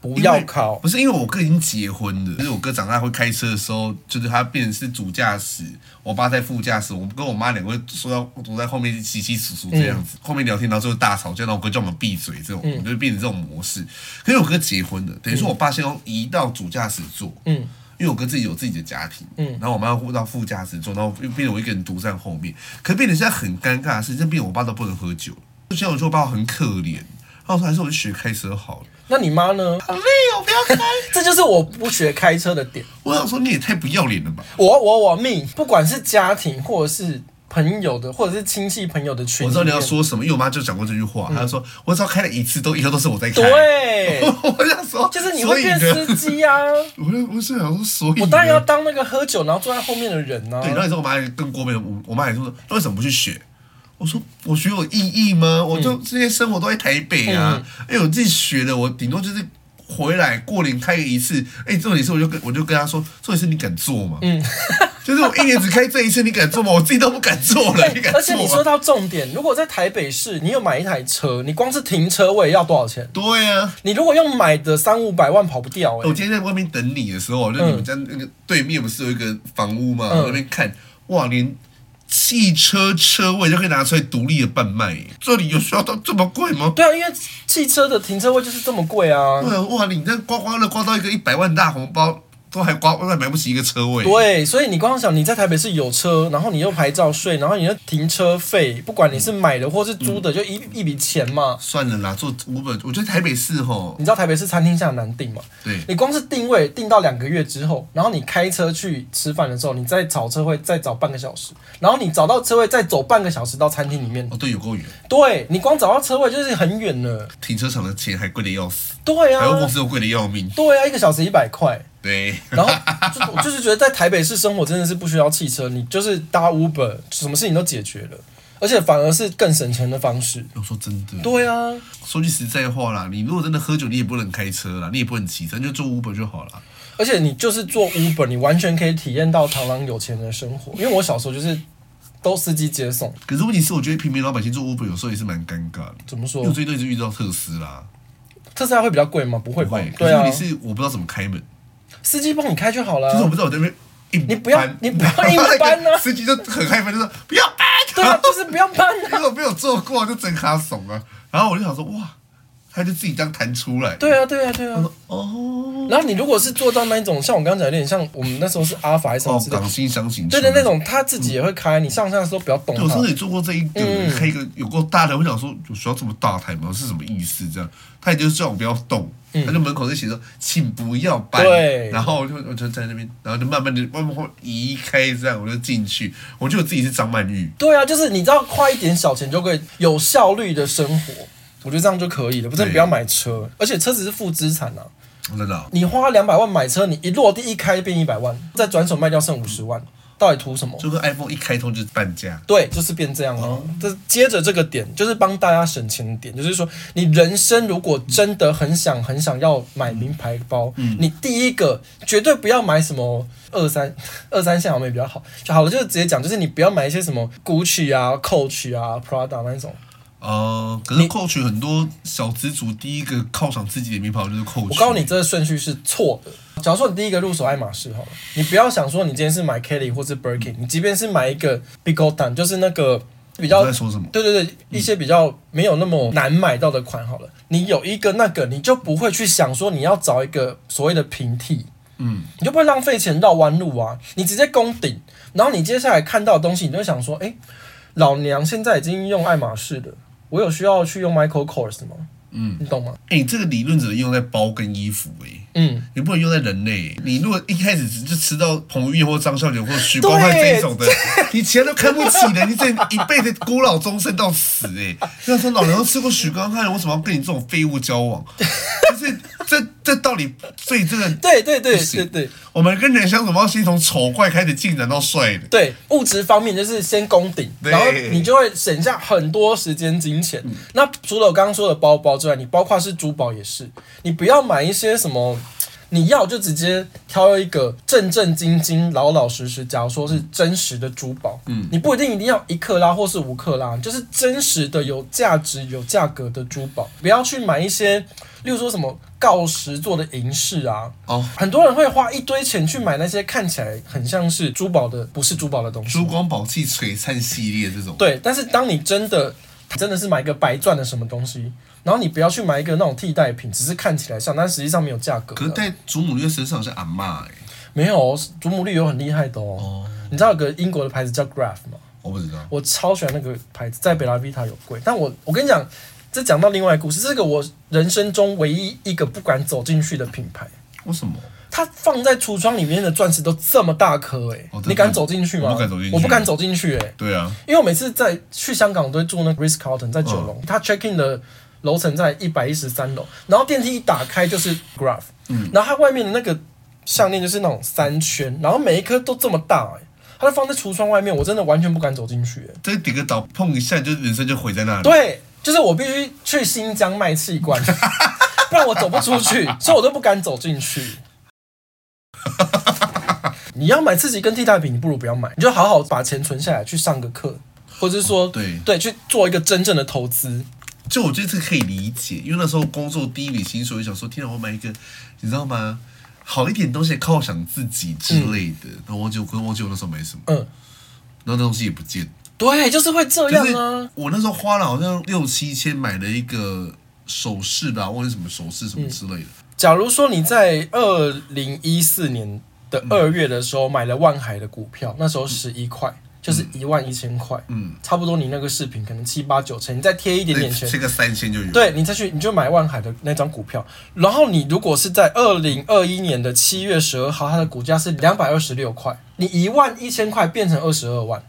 Speaker 1: 不要考。
Speaker 2: 不是因为我哥已经结婚了，就是我哥长大会开车的时候，就是他变成是主驾驶，我爸在副驾驶，我跟我妈两个会坐到坐在后面稀稀疏
Speaker 1: 嗯
Speaker 2: 疏这样子，后面聊天，然后最后大吵架，然后我哥叫我们闭嘴，这种、我们就变成这种模式。可是我哥结婚了，等于说我爸先要移到主驾驶座，
Speaker 1: 嗯。
Speaker 2: 因为我哥自己有自己的家庭，嗯，然后我妈护到副驾驶座，然后又变成我一个人独占后面。可变得现在很尴尬的是，这变我爸都不能喝酒，就像我说我爸很可怜，然后我说还是我去学开车好了，
Speaker 1: 那你妈呢？
Speaker 2: 好累哦，不要
Speaker 1: <laughs>
Speaker 2: 开。
Speaker 1: 这就是我不学开车的点。
Speaker 2: 我想说，你也太不要脸了吧！
Speaker 1: 我我我命，不管是家庭或者是朋友的，或者是亲戚朋友的群，
Speaker 2: 我知道你要。说什么，因为我妈就讲过这句话，她就说我只要开了一次，都以后都是我在开。，
Speaker 1: 嗯对，
Speaker 2: <laughs> 我想说，
Speaker 1: 就是你
Speaker 2: 所
Speaker 1: 会
Speaker 2: 以
Speaker 1: 变
Speaker 2: 呢
Speaker 1: 司，机啊！
Speaker 2: <laughs> 我就我是想说，所以
Speaker 1: 我当然要
Speaker 2: 呢
Speaker 1: 当那个喝酒然后坐在后面的人啊
Speaker 2: 对。。然后你知道我妈还跟郭美，我我妈也说，那为什么不去学？我说我学有意义吗？我
Speaker 1: 嗯
Speaker 2: 就这些生活都在台北啊，因为我自己学的，我顶多就是回来过年开个一次。哎，重点是我就跟我就跟她说，重点是你敢做吗？嗯， <laughs> 就是我一年只开这一次，你敢做吗？我自己都不敢做了， <laughs> 你敢
Speaker 1: 而
Speaker 2: 做
Speaker 1: 且你
Speaker 2: 吗
Speaker 1: 说？到重点，如果在台北市，你有买一台车，你光是停车位要多少钱？
Speaker 2: 对啊，
Speaker 1: 你如果用买的三五百万跑不掉哎、
Speaker 2: 我今天在外面等你的时候，就你们家那个对面不是有一个房屋嘛，
Speaker 1: 嗯
Speaker 2: 我在那边看，哇，连汽车车位都可以拿出来独立的贩卖耶，这里有需要到这么贵吗？
Speaker 1: 对啊，因为汽车的停车位就是这么贵啊。
Speaker 2: 对啊，哇，你这刮刮乐刮到一个一百万大红包，都还花都还买不起一个车位。
Speaker 1: 对，所以你光想你在台北市有车，然后你又牌照税，然后你又停车费，不管你是买的或是租的，就一一笔钱嘛。
Speaker 2: 算了啦，做五本，我觉得台北市吼，
Speaker 1: 你知道台北市餐厅现在难订嘛？
Speaker 2: 对，
Speaker 1: 你光是定位定到两个月之后，然后你开车去吃饭的时候，你再找车位再找半个小时，然后你找到车位再走半个小时到餐厅里面。
Speaker 2: 哦对，有够远，
Speaker 1: 对你光找到车位就是很远了。
Speaker 2: 停车场的钱还贵的要死，
Speaker 1: 对
Speaker 2: 百货公
Speaker 1: 啊，
Speaker 2: 司又贵的要命。
Speaker 1: 对啊，一个小时一百块。
Speaker 2: 对，
Speaker 1: 然后就我就是觉得在台北市生活真的是不需要汽车，你就是搭 Uber，什么事情都解决了，而且反而是更省钱的方式。
Speaker 2: 我说真的，
Speaker 1: 对啊，
Speaker 2: 说句实在话啦，你如果真的喝酒，你也不能开车啦，你也不能骑车，你就坐 Uber 就好了。
Speaker 1: 而且你就是做 Uber，你完全可以体验到螳螂有钱人的生活。因为我小时候就是都司机接送，
Speaker 2: 可是问题是，我觉得平民老百姓做 Uber 有时候也是蛮尴尬的。
Speaker 1: 怎么
Speaker 2: 因
Speaker 1: 说
Speaker 2: 为我？最近都一直遇到特斯拉，
Speaker 1: 特斯拉会比较贵吗？不会吧
Speaker 2: 会，？可
Speaker 1: 对
Speaker 2: 是
Speaker 1: 啊
Speaker 2: 问，题是我不知道怎么开门，
Speaker 1: 司机帮你开就好
Speaker 2: 就是我
Speaker 1: 了。
Speaker 2: 不知道我在那边硬
Speaker 1: 你不要
Speaker 2: 搬
Speaker 1: 你不要硬搬啊
Speaker 2: 司机就很害怕，就说不要搬，
Speaker 1: 对
Speaker 2: <laughs>
Speaker 1: 啊，就是不要搬啊。
Speaker 2: 因为我没有做过，就整卡怂啊。然后我就想说，哇，他就自己这样弹出来，
Speaker 1: 对啊，对啊，对啊。
Speaker 2: 哦，
Speaker 1: 然后你如果是做到那一种，像我刚刚讲，有点像我们那时候是阿法还是什么
Speaker 2: 哦
Speaker 1: 之，类的
Speaker 2: 港星想醒，
Speaker 1: 对的那。种，他自己也会开，你上下的时候不要动
Speaker 2: 对，我上
Speaker 1: 它
Speaker 2: 次。也做过这一个，
Speaker 1: 嗯
Speaker 2: 开一个有够大的，我想说有需要这么大台吗？是什么意思？这样，他也就是叫我不要动，他就门口就写着请不要搬，
Speaker 1: 嗯对
Speaker 2: 然后我就我就在那边，然后就慢慢的慢慢会移开，这样我就进去，我觉得我自己是张曼玉，
Speaker 1: 对啊，就是你知道，花一点小钱就可以有效率的生活，我觉得这样就可以了。不是
Speaker 2: 对
Speaker 1: 不要买
Speaker 2: 嗯
Speaker 1: 车，而且车子是负资产啊。
Speaker 2: 真的啊，
Speaker 1: 你花两百万买车，你一落地一开变一百万，再转手卖掉剩五十
Speaker 2: 嗯
Speaker 1: 万，到底图什么？
Speaker 2: 就跟 iPhone 一开通就是半价，
Speaker 1: 对，就是变这样哦。这接着这个点，就是帮大家省钱的点，就是说，你人生如果真的很想很想要买名牌包，你第一个绝对不要买什么二三 <laughs> 二三线好像也比较好，就好了，就是直接讲，就是你不要买一些什么 Gucci 啊、Coach 啊、Prada 那一种。
Speaker 2: 哦、可是扣取很多小资族第一个犒赏自己的名牌就是扣取，
Speaker 1: 我告诉你，这个顺序是错的。假如说你第一个入手爱马仕好了，你不要想说你今天是买 Kelly 或是 Birkin，你即便是买一个 Bigotan，就是那个比较
Speaker 2: 我在说什么
Speaker 1: 对对对，一些比较没有那么难买到的款好了，你有一个那个，你就不会去想说你要找一个所谓的平替，
Speaker 2: 嗯，
Speaker 1: 你就不会浪费钱绕弯路啊，你直接攻顶，然后你接下来看到的东西，你就会想说，哎，老娘现在已经用爱马仕了，我有需要去用 Michael Kors 吗？
Speaker 2: 嗯，
Speaker 1: 你懂吗？
Speaker 2: 哎、你这个理论只能用在包跟衣服、哎。
Speaker 1: 嗯。
Speaker 2: 你不能用在人类。你如果一开始只就吃到彭于晏或张孝全或许光汉
Speaker 1: 对
Speaker 2: 这一种的，你其他都看不起的，你这一辈子孤老终生到死哎、那时候老娘都吃过许光汉了，为什么要跟你这种废物交往？就是这这道理，所以这个
Speaker 1: 对对对对
Speaker 2: 不行
Speaker 1: 对
Speaker 2: 我们跟人相处要先从丑怪开始进展到帅的。
Speaker 1: 对，物质方面就是先攻顶，
Speaker 2: 对
Speaker 1: 然后你就会省下很多时间金钱。那除了我刚刚说的包包之外，你包括是珠宝也是，你不要买一些什么。你要就直接挑一个正正经经、老老实实，假如说是真实的珠宝，嗯，你不一定一定要一克拉或是五克拉，就是真实的、有价值、有价格的珠宝，不要去买一些，例如说什么锆石做的银饰啊，
Speaker 2: 哦，
Speaker 1: 很多人会花一堆钱去买那些看起来很像是珠宝的，不是珠宝的东西
Speaker 2: 珠。光宝气璀璨系列这种，
Speaker 1: 对，但是当你真的真的是买一个白钻的什么东西，然后你不要去买一个那种替代品，只是看起来像，但实际上没有价格
Speaker 2: 可是
Speaker 1: 的。
Speaker 2: 戴祖母绿的身上是阿嬷哎、
Speaker 1: 没有哦祖母绿有很厉害的哦。你知道有个英国的牌子叫 Graph 吗？
Speaker 2: 我不知道。
Speaker 1: 我超喜欢那个牌子，在贝拉维塔有贵。但我我跟你讲，这讲到另外一个故事，这个我人生中唯一一个不敢走进去的品牌。
Speaker 2: 为什么？
Speaker 1: 它放在橱窗里面的钻石都这么大颗哎、欸
Speaker 2: 哦真的
Speaker 1: 你敢走进去吗？
Speaker 2: 我不敢走进去
Speaker 1: 我不敢走进去哎、
Speaker 2: 对啊，
Speaker 1: 因为我每次在去香港都会住那个 Ritz Carlton 在九
Speaker 2: 嗯
Speaker 1: 龙，它 check in 的楼层在一百一十三楼，然后电梯一打开就是 Graph，、然
Speaker 2: 嗯
Speaker 1: 后它外面的那个项链就是那种三圈，然后每一颗都这么大哎、欸它就放在橱窗外面，我真的完全不敢走进去、欸。
Speaker 2: 这顶个岛碰一下，就人生就毁在那里。
Speaker 1: 对，就是我必须去新疆卖器
Speaker 2: <laughs>
Speaker 1: 官，不然我走不出去，所以我都不敢走进去。你要买自己跟替代品，你不如不要买，你就好好把钱存下来去上个课，或者是说、
Speaker 2: 哦对
Speaker 1: 对，去做一个真正的投资。
Speaker 2: 就我觉得这个可以理解，因为那时候工作第一笔薪水，我就想说，天啊，我买一个，你知道吗？好一点的东西犒赏自己之类的。然后忘记我跟忘记我那时候买什么，
Speaker 1: 嗯，
Speaker 2: 然后那东西也不见。
Speaker 1: 对，就是会这
Speaker 2: 就
Speaker 1: 样
Speaker 2: 是
Speaker 1: 啊。
Speaker 2: 我那时候花了好像六七千买了一个首饰吧，忘记什么首饰什么之类的。
Speaker 1: 假如说你在二零一四年
Speaker 2: 嗯
Speaker 1: 的二月的时候买了万海的股票，那时候十一块，就是一万一千块，
Speaker 2: 嗯，
Speaker 1: 差不多你那个视频可能七八九成，你再贴一点点钱，
Speaker 2: 这个三千就有。，
Speaker 1: 对你再去你就买万海的那张股票，然后你如果是在二零二一年的七月十二号，它的股价是两百二十六块，你一万一千块变成二十二万，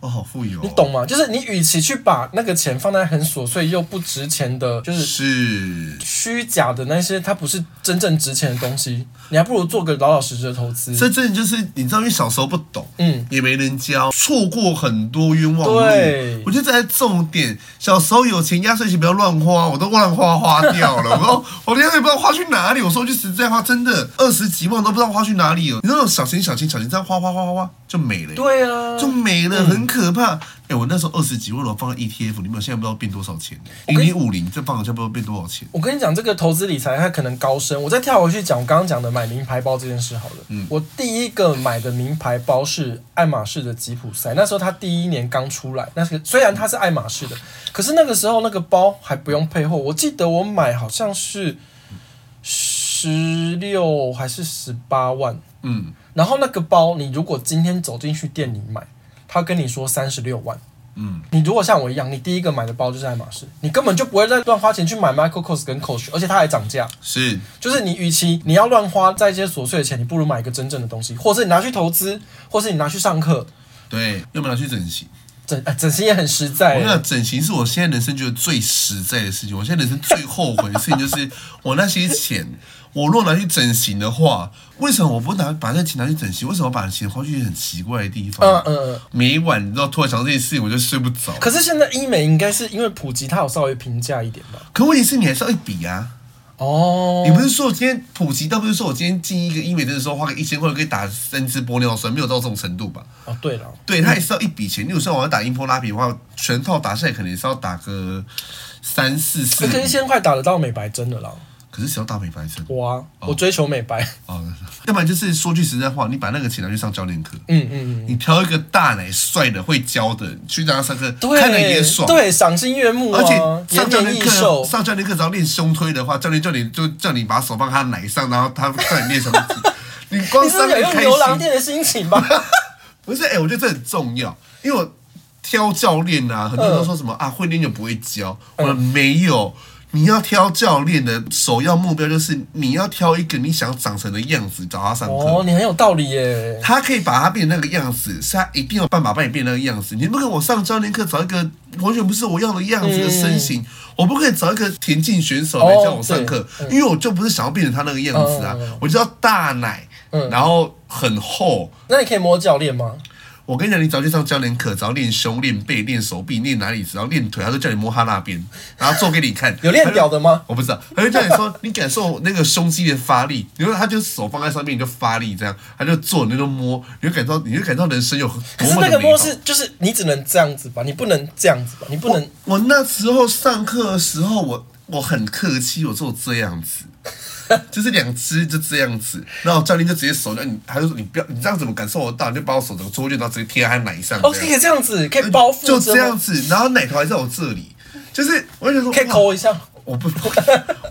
Speaker 2: 哦，好富有、哦。
Speaker 1: 你？懂吗？就是你与其去把那个钱放在很琐碎又不值钱的，就是
Speaker 2: 是
Speaker 1: 虚假的那些，它不是真正值钱的东西，你还不如做个老老实实的投资。
Speaker 2: 这真的就是你知道，因为小时候不懂，
Speaker 1: 嗯，
Speaker 2: 也没人教，错过很多冤枉路
Speaker 1: 对。
Speaker 2: 我觉得这才是重点。小时候有钱压岁钱不要乱花，我都乱花花掉了。我说哦我的压岁不知道花去哪里。我说句实在话，真的二十几万都不知道花去哪里了。你那种小钱小钱小钱这样花花花花花就没了。。
Speaker 1: 对嗯啊，
Speaker 2: 就没了，很可怕。哎、我那时候二十几万，我放在 ETF 里面，我现在不知道变多少钱。
Speaker 1: 我
Speaker 2: 零
Speaker 1: 跟你
Speaker 2: 零五零，这放好像不知道变多少钱。
Speaker 1: 我跟你讲，这个投资理财它可能高深。我再跳回去讲我刚刚讲的买名牌包这件事好了。嗯，我第一个买的名牌包是爱马仕的吉普赛，那时候它第一年刚出来，那是虽然它是爱马仕的，可是那个时候那个包还不用配货。我记得我买好像是十六还是十八万，
Speaker 2: 嗯，
Speaker 1: 然后那个包你如果今天走进去店里买，他跟你说三十六万。
Speaker 2: 嗯，
Speaker 1: 你如果像我一样，你第一个买的包就是爱马仕，你根本就不会再乱花钱去买 Michael Kors 跟 Coach，而且它还涨价。
Speaker 2: 是
Speaker 1: 就是你，与其你要乱花在一些琐碎的钱，你不如买一个真正的东西，或是你拿去投资，或是你拿去上课，
Speaker 2: 对，要不然拿去整形。
Speaker 1: 整哎整形也很实在、
Speaker 2: 我跟你
Speaker 1: 欸
Speaker 2: 讲，。哦整形是我现在人生觉得最实在的事情。我现在人生最后悔的事
Speaker 1: <laughs>
Speaker 2: 情就是，我那些钱，我若拿去整形的话，为什么我不拿把那钱拿去整形？为什么把钱花去很奇怪的地方？
Speaker 1: 嗯嗯嗯。
Speaker 2: 每一晚，你知道，突然想到这件事情，我就睡不着。
Speaker 1: 可是现在医美应该是因为普及，它有稍微平价一点吧？
Speaker 2: 可问题是，你还是要一笔啊。
Speaker 1: 哦，
Speaker 2: 你不是说我今天普及，倒不是说我今天进一个医美店的时候花个一千块可以打三支玻尿酸，没有到这种程度吧？
Speaker 1: 哦对了，
Speaker 2: 对，它也是要一笔钱。例如像我要打音波拉皮的话，全套打下来可能也是要打个三四四
Speaker 1: 可
Speaker 2: 五。
Speaker 1: 是一千块打得到美白针的啦。
Speaker 2: 可是谁要打美白针？
Speaker 1: 我啊，我追求美白。
Speaker 2: 哦，要不然就是说句实在话，你把那个钱拿去上教练课，
Speaker 1: 嗯嗯嗯。
Speaker 2: 你挑一个大奶帅的会教的去让他上课，
Speaker 1: 对，
Speaker 2: 看了也爽。
Speaker 1: 对，赏心悦目、啊，
Speaker 2: 而且
Speaker 1: 延
Speaker 2: 上教
Speaker 1: 年
Speaker 2: 练
Speaker 1: 益
Speaker 2: 课，
Speaker 1: 寿。
Speaker 2: 上教练课只要练胸推的话，教练叫你就叫你把手放他奶上，然后他叫你练什么
Speaker 1: <laughs>
Speaker 2: 肌。你光
Speaker 1: 你是不
Speaker 2: 上
Speaker 1: 是有
Speaker 2: 个
Speaker 1: 用
Speaker 2: 开
Speaker 1: 牛郎
Speaker 2: 心，
Speaker 1: 店的心情
Speaker 2: <laughs>
Speaker 1: 吧？
Speaker 2: 不是？哎、我觉得这很重要，因为我挑教练啊，很多人都说什
Speaker 1: 嗯
Speaker 2: 么、啊，会练就不会教，我说没有。你要挑教练的首要目标就是你要挑一个你想长成的样子找他上课。
Speaker 1: 哦，你很有道理耶。
Speaker 2: 他可以把他变成那个样子，是他一定有办法把你变那个样子。你不可以我上教练课找一个完全不是我要的样子的身
Speaker 1: 嗯
Speaker 2: 形，我不可以找一个田径选手来教我上课，因为我就不是想要变成他那个样子啊，
Speaker 1: 嗯嗯嗯嗯
Speaker 2: 我就要大奶，然后很厚。
Speaker 1: 那你可以摸教练吗？
Speaker 2: 我跟你讲，你只要去上教练课，只要练胸、练背、练手臂、练哪里，只要练腿，他就叫你摸他那边，然后做给你看。
Speaker 1: 有练屌的吗？
Speaker 2: 我不知道，他就叫你说你感受那个胸肌的发力，然后他就手放在上面，你就发力，这样他就做，你就摸，你就感到你就感到人生有
Speaker 1: 可
Speaker 2: 多
Speaker 1: 是
Speaker 2: 么
Speaker 1: 那
Speaker 2: 的
Speaker 1: 个
Speaker 2: 美
Speaker 1: 摸
Speaker 2: 好。
Speaker 1: 是就是你只能这样子吧，你不能这样子吧，你不能
Speaker 2: 我那时候上课的时候，我我很客气，我做这样
Speaker 1: <laughs>
Speaker 2: 子，就是两只就这样子，然后教练就直接手，那你他就说你不要你这样怎么感受得到？你就把我手整个搓过去，然后直接贴在他奶上，
Speaker 1: 哦，
Speaker 2: 这
Speaker 1: 可
Speaker 2: 样
Speaker 1: 以这样子，可以包覆着
Speaker 2: 就
Speaker 1: 吗，
Speaker 2: 这样子，然后奶头还在我这里，就是我就觉得说
Speaker 1: 可以
Speaker 2: 哇
Speaker 1: 抠一下。
Speaker 2: 我不，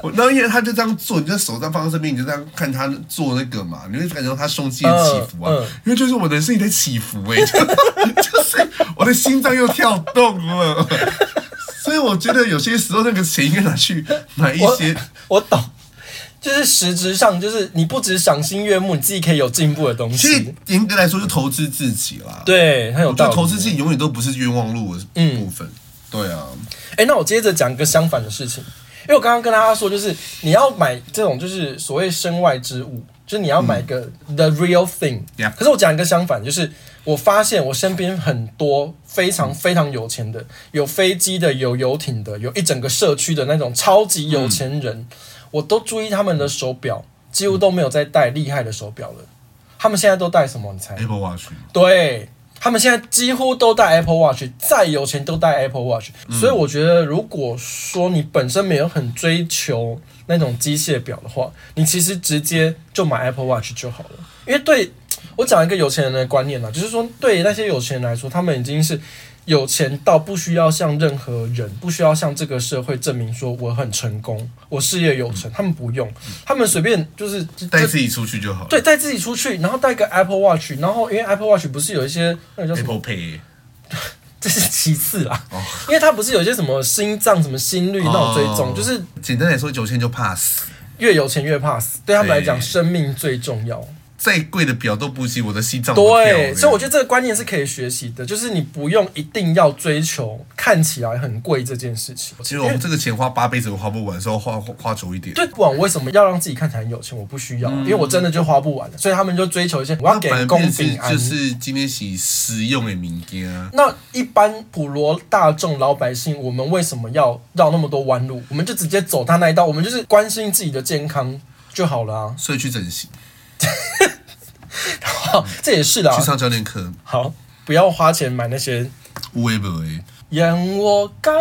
Speaker 2: 我然后因为他就这样做，你就手这样放在身边，你就这样看他做那个嘛，你会感觉到他胸肌的起伏啊，
Speaker 1: 嗯嗯
Speaker 2: 因为就是我人生也在起伏哎、就就是我的心脏又跳动了，所以我觉得有些时候那个钱应该拿去买 <laughs> 一
Speaker 1: 我
Speaker 2: 些，
Speaker 1: 我懂，就是实质上就是你不只赏心悦目，你自己可以有进步的东
Speaker 2: 其实
Speaker 1: 西。
Speaker 2: 严格来说就投资自己啦，，
Speaker 1: 对，很有
Speaker 2: 我觉
Speaker 1: 道
Speaker 2: 得
Speaker 1: 理。
Speaker 2: 投资自己永远都不是冤枉路的部分，对啊，
Speaker 1: 哎、那我接着讲个相反的事情，因为我刚刚跟大家说，就是你要买这种就是所谓身外之物，就是你要买一个 the real thing。
Speaker 2: Yeah
Speaker 1: 可是我讲一个相反，就是我发现我身边很多非常非常有钱的，有飞机的，有游艇的，有一整个社区的那种超级有钱人，我都注意他们的手表，几乎都没有在戴厉害的手表了。他们现在都戴什么？你猜？
Speaker 2: ，Apple Watch，
Speaker 1: 对他们现在几乎都戴 Apple Watch，再有钱都戴 Apple Watch，、所以我觉得，如果说你本身没有很追求那种机械表的话，你其实直接就买 Apple Watch 就好了。啊因为对我讲一个有钱人的观念啦，就是说对那些有钱人来说，他们已经是有钱到不需要向任何人，不需要向这个社会证明说我很成功，我事业有成。他们不用，他们随便就是
Speaker 2: 带自己出去就好了。
Speaker 1: 对，带自己出去，然后带个 Apple Watch，然后因为 Apple Watch 不是有一些那个叫什么？
Speaker 2: ，Apple Pay
Speaker 1: 这是其次啦，
Speaker 2: 哦
Speaker 1: 因为它不是有一些什么心脏、什么心率那种追踪，
Speaker 2: 哦
Speaker 1: 就是
Speaker 2: 简单来说，九千就 pass。
Speaker 1: 越有钱越怕死，对他们来讲，
Speaker 2: 对
Speaker 1: 生命最重要。
Speaker 2: 再贵的表都不及我的心脏。
Speaker 1: 对，所以我觉
Speaker 2: 得
Speaker 1: 得这个观念是可以学习的，就是你不用一定要追求看起来很贵这件事情。
Speaker 2: 其实我们这个钱花八辈子都花不完，所以花花花久一点。
Speaker 1: 对，不管我为什么要让自己看起来很有钱，我不需
Speaker 2: 嗯
Speaker 1: 要，因为我真的就花不完了，所以他们就追求一些我要
Speaker 2: 那
Speaker 1: 给
Speaker 2: 反正
Speaker 1: 公
Speaker 2: 变
Speaker 1: 平
Speaker 2: 成
Speaker 1: 安。
Speaker 2: 就是今天是实用的民间啊。
Speaker 1: 那一般普罗大众老百姓，我们为什么要绕那么多弯路？我们就直接走他那一道，我们就是关心自己的健康就好了啊。 <laughs>
Speaker 2: 所以去整形，
Speaker 1: 好，这也是啦
Speaker 2: 去。上教练课，
Speaker 1: 好，不要花钱买那些
Speaker 2: 无为不为。
Speaker 1: 连我敢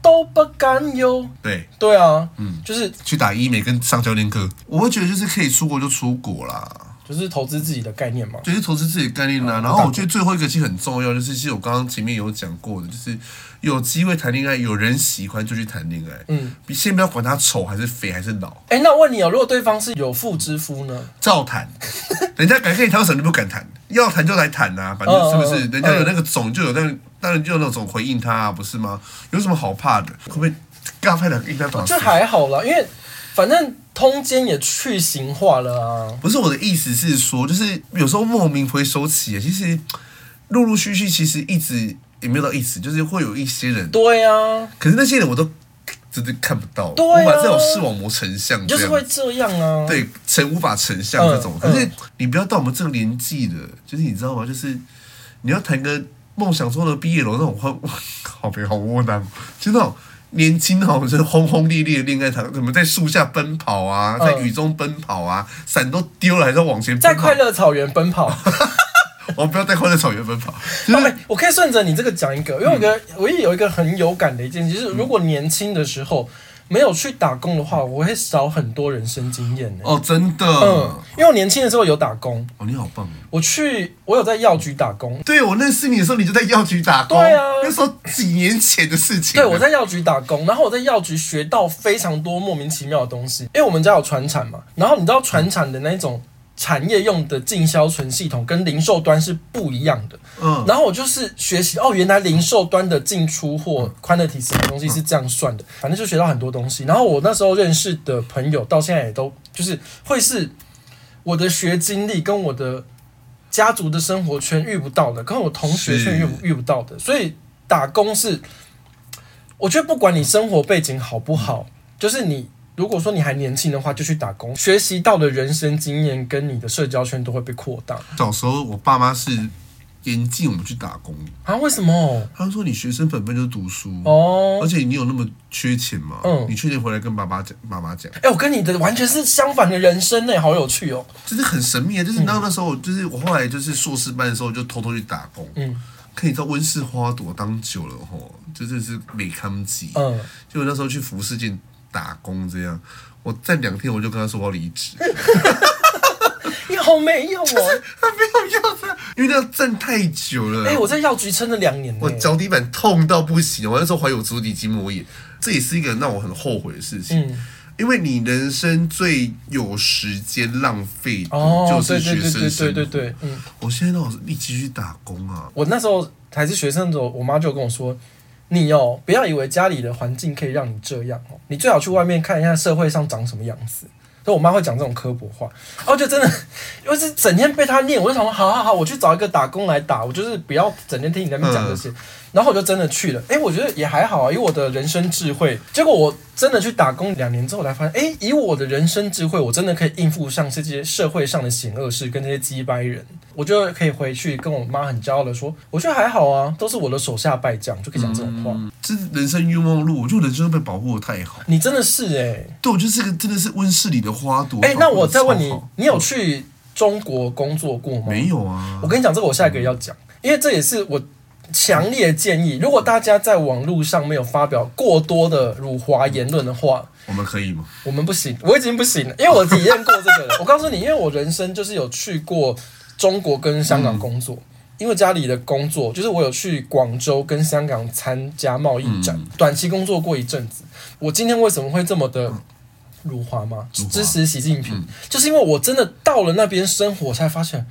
Speaker 1: 都不敢有。
Speaker 2: 对，
Speaker 1: 对啊，嗯，就是
Speaker 2: 去打医美跟上教练课，我会觉得就是可以出国就出国啦，
Speaker 1: 就是投资自己的概念嘛。
Speaker 2: 就是投资自己的概念啦。然后我觉得最后一个其实很重要，就是其实我刚刚前面有讲过的，就是有机会谈恋爱，有人喜欢就去谈恋爱。
Speaker 1: 嗯，
Speaker 2: 你先不要管他丑还是肥还是老，
Speaker 1: 哎、那我问你哦，如果对方是有妇之夫呢？
Speaker 2: 照谈， <laughs> 人家敢跟你谈什么你不敢谈，要谈就来谈呐、反正是不
Speaker 1: 嗯嗯
Speaker 2: 是？
Speaker 1: 嗯
Speaker 2: 人家有那个种就有那，当然就有那种回应他、啊，不是吗？有什么好怕的？会不会尬拍两个硬要打死
Speaker 1: 就？还好啦，因为反正通奸也去形化了啊。
Speaker 2: 不是我的意思是说，就是有时候莫名回首起，其实陆陆续续，其实一直也没有到一直，就是会有一些人，
Speaker 1: 对啊，
Speaker 2: 可是那些人我都真的看不到，
Speaker 1: 对啊
Speaker 2: 我把这种视网膜成像，
Speaker 1: 就是
Speaker 2: 这样。
Speaker 1: 会这样啊。，
Speaker 2: 对成无法成像这种。
Speaker 1: 嗯
Speaker 2: 可是你不要到我们这个年纪了，就是你知道吗？就是你要谈个梦想中的毕业楼那种，好好别好窝囊，就那种。年轻好就是轰轰烈烈的恋爱谈，怎么在树下奔跑啊，在
Speaker 1: 嗯
Speaker 2: 雨中奔跑啊，伞都丢了还在往前奔
Speaker 1: 在
Speaker 2: 跑
Speaker 1: 快，乐草原奔跑。
Speaker 2: 我不要在快乐草原奔跑，就
Speaker 1: 哎、
Speaker 2: 是嗯
Speaker 1: 我可以顺着你这个讲一个，因为我觉得我也有一个很有感的一件事，就是如果年轻的时候没有去打工的话，我会少很多人生经验呢、
Speaker 2: 哦，真的，
Speaker 1: 嗯，因为我年轻的时候有打工，
Speaker 2: 哦，你好棒哦。
Speaker 1: 我去我有在药局打工，
Speaker 2: 对我认识你的时候，你就在药局打工，
Speaker 1: 对啊
Speaker 2: 那时候几年前的事情
Speaker 1: 对
Speaker 2: 了。
Speaker 1: 我在药局打工，然后我在药局学到非常多莫名其妙的东西，因为我们家有船产嘛，然后你知道船产的那种。产业用的进销存系统跟零售端是不一样的，
Speaker 2: 嗯
Speaker 1: 然后我就是学习哦，原来零售端的进出货、quantity 什么东西是这样算的，反正就学到很多东西。然后我那时候认识的朋友，到现在也都就是会是我的学经历跟我的家族的生活圈遇不到的，跟我同学圈遇不遇不到的，所以打工是，我觉得不管你生活背景好不好，就是你。如果说你还年轻的话，就去打工，学习到的人生经验跟你的社交圈都会被扩大
Speaker 2: 小时候我爸妈是严禁我们去打工，
Speaker 1: 啊？为什么？
Speaker 2: 他说你学生本分就是读书，
Speaker 1: 哦，
Speaker 2: 而且你有那么缺钱吗？
Speaker 1: 嗯
Speaker 2: 你缺钱回来跟爸爸讲，妈妈讲，
Speaker 1: 哎、我跟你的完全是相反的人生呢、好有趣哦。
Speaker 2: 就是很神秘啊。
Speaker 1: 嗯
Speaker 2: 就是你知道那时候，就是我后来就是硕士班的时候，就偷偷去打工。
Speaker 1: 嗯
Speaker 2: 可以到温室花朵当久了吼，就真的是美康吉。
Speaker 1: 嗯，
Speaker 2: 就那时候去服饰店打工这样，我在两天我就跟他说我要离职， <laughs>
Speaker 1: 你好没用哦。
Speaker 2: 没有用的，因为那要站太久了。
Speaker 1: 哎、我在药局撑了两年呢、
Speaker 2: 我脚底板痛到不行，我那时候怀有我足底筋膜炎，这也是一个让我很后悔的事情。
Speaker 1: 嗯
Speaker 2: 因为你人生最有时间浪费的
Speaker 1: 哦
Speaker 2: 就，
Speaker 1: 对
Speaker 2: 是
Speaker 1: 对
Speaker 2: 学
Speaker 1: 对
Speaker 2: 生
Speaker 1: 对
Speaker 2: 生
Speaker 1: 对
Speaker 2: 活。
Speaker 1: 对对，嗯，
Speaker 2: 我现在让我立即去打工啊！
Speaker 1: 我那时候还是学生的时候，我妈就跟我说。你哦，不要以为家里的环境可以让你这样哦，你最好去外面看一下社会上长什么样子。所以我妈会讲这种刻薄话，然后就真的，我是整天被她念，我就想说，好好好，我去找一个打工来打，我就是不要整天听你在那边讲这些。然后我就真的去了，哎，我觉得也还好啊，以我的人生智慧，结果我真的去打工两年之后，我才发现，哎，以我的人生智慧，我真的可以应付上这些社会上的险恶事跟这些鸡掰人，我就可以回去跟我妈很骄傲的说，我觉得还好啊，都是我的手下败将，就可以讲这种话。
Speaker 2: 这是人生冤枉路，我觉得人生被保护的太好。
Speaker 1: 你真的是哎、
Speaker 2: 对，我就是个真的是温室里的花朵。
Speaker 1: 哎、那
Speaker 2: 保护得
Speaker 1: 我再问你
Speaker 2: 超好，
Speaker 1: 你有去中国工作过吗？
Speaker 2: 没有啊
Speaker 1: 我？跟你讲，这个我下一个也要讲，因为这也是我强烈建议，如果大家在网络上没有发表过多的辱华言论的话，
Speaker 2: 我们可以吗？
Speaker 1: 我们不行，我已经不行了，因为 <laughs> 我
Speaker 2: 嗯
Speaker 1: 体验过这个了。我告诉你，因为我人生就是有去过中国跟香港工作，因为家里的工作，就是我有去广州跟香港参加贸易展，
Speaker 2: 嗯
Speaker 1: 短期工作过一阵子。我今天为什么会这么的辱华吗？
Speaker 2: 嗯辱华嗯
Speaker 1: 支持习近平，就是因为我真的到了那边生活，才发现，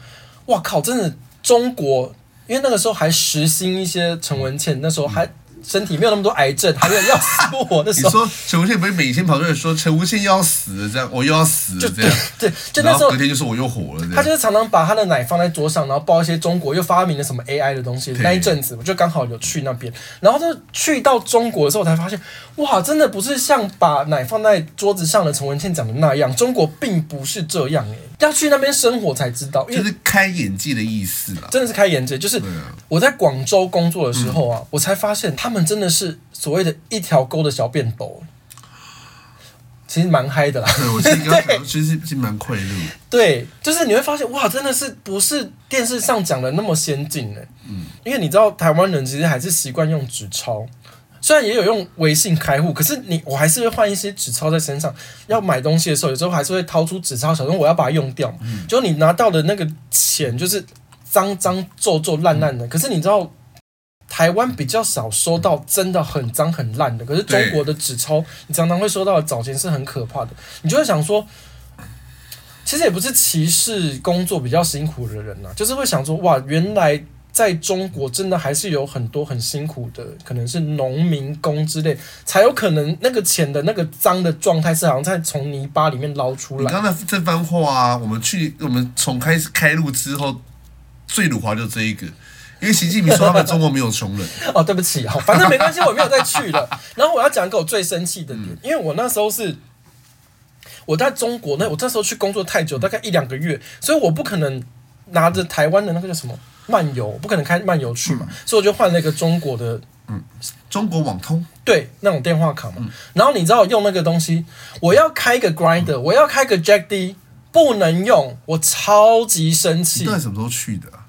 Speaker 1: 哇靠，真的中国，因为那个时候还时兴一些陈文茜，那时候
Speaker 2: 嗯
Speaker 1: 还身体没有那么多癌症，还没有要死不活的
Speaker 2: 你
Speaker 1: 时候。
Speaker 2: 说陈无羡不是每天跑出来说陈无羡要死了，这样我又要死了这样，
Speaker 1: <laughs> 对，就那
Speaker 2: 然
Speaker 1: 时
Speaker 2: 后
Speaker 1: 候
Speaker 2: 隔天就是我又火了这
Speaker 1: 他
Speaker 2: 样
Speaker 1: 就。是常常把他的奶放在桌上，然后包一些中国又发明了什么 AI 的东西。
Speaker 2: 对
Speaker 1: 那一阵子我就刚好有去那边，然后就去到中国的时候，我才发现，哇，真的不是像把奶放在桌子上的陈文茜讲的那样，中国并不是这样诶、要去那边生活才知道，因
Speaker 2: 就
Speaker 1: 为
Speaker 2: 是开眼界的意思啦。
Speaker 1: 真的是开眼界。就是
Speaker 2: 啊嗯
Speaker 1: 我在广州工作的时候啊，我才发现他们真的是所谓的一条沟的小便斗，其实蛮嗨
Speaker 2: <laughs>
Speaker 1: 的啦。
Speaker 2: 对，我其实
Speaker 1: <laughs>
Speaker 2: 刚刚讲说，其实其实蛮快乐。
Speaker 1: 对，就是你会发现，哇，真的是不是电视上讲的那么先进呢？嗯，因为你知道台湾人其实还是习惯用纸钞，虽然也有用微信开户，可是你我还是会换一些纸钞在身上。要买东西的时候，有时候还是会掏出纸钞，想说我要把它用掉。就你拿到的那个钱，就是脏脏皱皱烂烂的。可是你知道。台湾比较少收到真的很脏很烂的，可是中
Speaker 2: 对
Speaker 1: 国的纸钞，你常常会收到的早前是很可怕的。你就会想说，其实也不是歧视工作比较辛苦的人呐、就是会想说，哇，原来在中国真的还是有很多很辛苦的，可能是农民工之类，才有可能那个钱的那个脏的状态是好像在从泥巴里面捞出
Speaker 2: 你
Speaker 1: 来。
Speaker 2: 刚才这番话啊，我们去我们从开始开路之后，最辱华就这一个，因为习近平说他们中国没有穷人，
Speaker 1: 哦，对不起啊、反正没关系，我没有再去了。然后我要讲一个我最生气的点，因为我那时候是。我在中国那，我那时候去工作太久，大概一两个月，所以我不可能拿着台湾的那个叫什么漫游，我不可能开漫游去嘛，所以我就换了一个中国的
Speaker 2: 中国网通
Speaker 1: 对，那种电话卡嘛。
Speaker 2: 嗯
Speaker 1: 然后你知道用那个东西，我要开一个 Grinder，、我
Speaker 2: 嗯
Speaker 1: 要开一个 Jack D，不能用，我超级生
Speaker 2: 你
Speaker 1: 气
Speaker 2: 到。底什么时候去的、啊？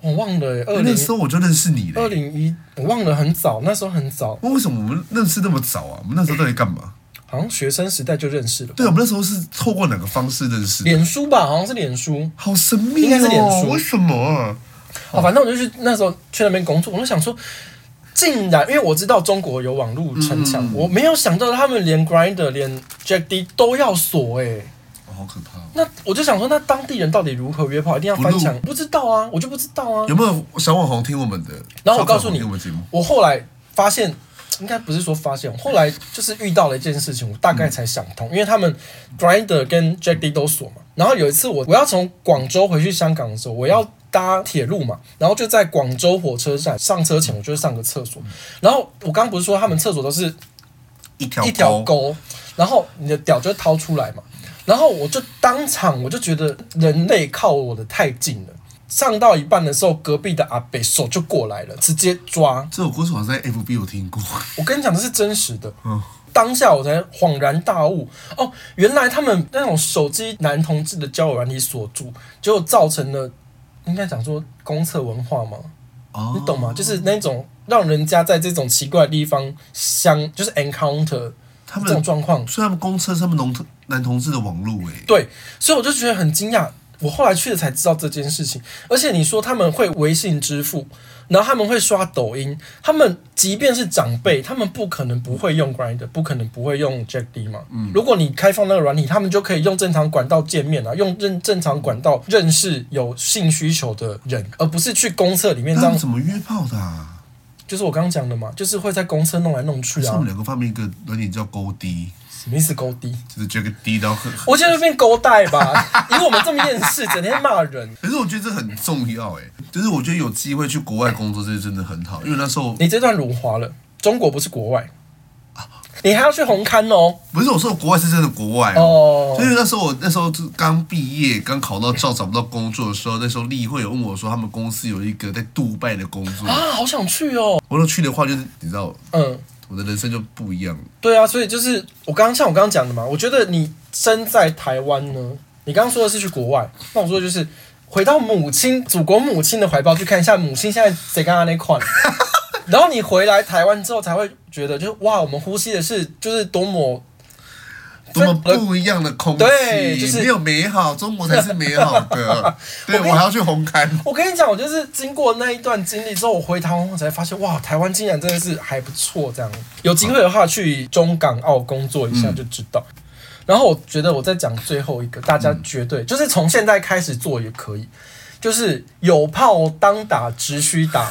Speaker 1: 我忘了、欸，二
Speaker 2: 那
Speaker 1: 零
Speaker 2: 时候我就认识你了、
Speaker 1: 二零一，我忘了很早，那时候很早，
Speaker 2: 为什么我们认识那么早啊？我们那时候到底干嘛？
Speaker 1: 好像学生时代就认识了。
Speaker 2: 对，我们那时候是透过哪个方式认识的？
Speaker 1: 脸书吧，好像是脸书。
Speaker 2: 好神秘
Speaker 1: 应该是脸
Speaker 2: 哦！
Speaker 1: 书
Speaker 2: 为什么啊、
Speaker 1: 哦，反正我就去那时候去那边工作，我就想说，竟然因为我知道中国有网络城
Speaker 2: 嗯
Speaker 1: 墙，我没有想到他们连 Grinder、连 Jack D 都要锁哎、
Speaker 2: 哦好可怕、哦！
Speaker 1: 那我就想说，那当地人到底如何约炮？一定要翻墙？不知道啊，我就不知道啊
Speaker 2: 有。没有小网红听我们的？
Speaker 1: 然后我告诉你
Speaker 2: 小网红听我们节目，
Speaker 1: 我后来发现，应该不是说发现，我后来就是遇到了一件事情，我大概才想通，因为他们 Grinder 跟 Jack D 都锁嘛。然后有一次我我要从广州回去香港的时候，我要搭铁路嘛，然后就在广州火车站上车前，我就上个厕所。然后我刚不是说他们厕所都是
Speaker 2: 一条
Speaker 1: 一条沟，然后你的屌就掏出来嘛。然后我就当场我就觉得人类靠我的太近了，上到一半的时候，隔壁的阿北手就过来了，直接抓。
Speaker 2: 这首歌好像在 FB 有听过。
Speaker 1: 我跟你讲，这是真实的。
Speaker 2: 嗯，
Speaker 1: 当下我才恍然大悟，哦，原来他们那种手机男同志的交友软体锁住，结果造成了，应该讲说公厕文化嘛，
Speaker 2: 哦
Speaker 1: 你懂吗？就是那种让人家在这种奇怪的地方相，就是 encounter
Speaker 2: 他
Speaker 1: 这种
Speaker 2: 们
Speaker 1: 状况。
Speaker 2: 虽然公车是他们农男同志的网路哎、欸，
Speaker 1: 对，所以我就觉得很惊讶。我后来去了才知道这件事情，而且你说他们会微信支付，然后他们会刷抖音，他们即便是长辈，他们不可能不会用 Grind，不可能不会用 Jack D 嘛。如果你开放那个软体，他们就可以用正常管道见面啊，用正正常管道认识有性需求的人，而不是去公厕里面这
Speaker 2: 那他们
Speaker 1: 样。
Speaker 2: 怎么约炮的、啊？
Speaker 1: 就是我刚刚讲的嘛，就是会在公厕弄来弄去
Speaker 2: 是我
Speaker 1: 啊
Speaker 2: 们，两个发明一个软体叫勾滴，
Speaker 1: 什么意思勾低？
Speaker 2: 就是这个滴到很。 <laughs>
Speaker 1: 我觉得变勾带吧，以我们这么厌世，整天骂人。
Speaker 2: 可是我觉得这很重要哎、就是我觉得有机会去国外工作，这真的很好，因为那时候
Speaker 1: 你这段辱华了，中国不是国外，你还要去红勘哦。
Speaker 2: 不是我说国外是真的国外哦。
Speaker 1: 哦
Speaker 2: 所，以那时候我那时候就刚毕业，刚考到照找不到工作的时候，那时候例会有问我说，他们公司有一个在杜拜的工作，
Speaker 1: 啊，好想去哦。
Speaker 2: 我说去的话就是你知道，
Speaker 1: 嗯，
Speaker 2: 我的人生就不一样了。
Speaker 1: 对啊，所以就是我刚刚像我刚刚讲的嘛，我觉得你身在台湾呢，你刚刚说的是去国外，那我说的就是回到母亲、祖国母亲的怀抱去看一下母亲现在谁刚刚那款。然后你回来台湾之后才会觉得，就是哇，我们呼吸的是就是多么
Speaker 2: 多么不一样的空气，
Speaker 1: 对就是
Speaker 2: 没有美好，中国才是美好的。
Speaker 1: <laughs>
Speaker 2: 对我还要去红磡，
Speaker 1: 我跟你讲，我就是经过那一段经历之后，我回台湾我才发现，哇，台湾竟然真的是还不错。这样有机会的话，去中港澳工作一下就知道。然后我觉得我再讲最后一个，大家绝对、就是从现在开始做也可以，就是有炮当打，只需打。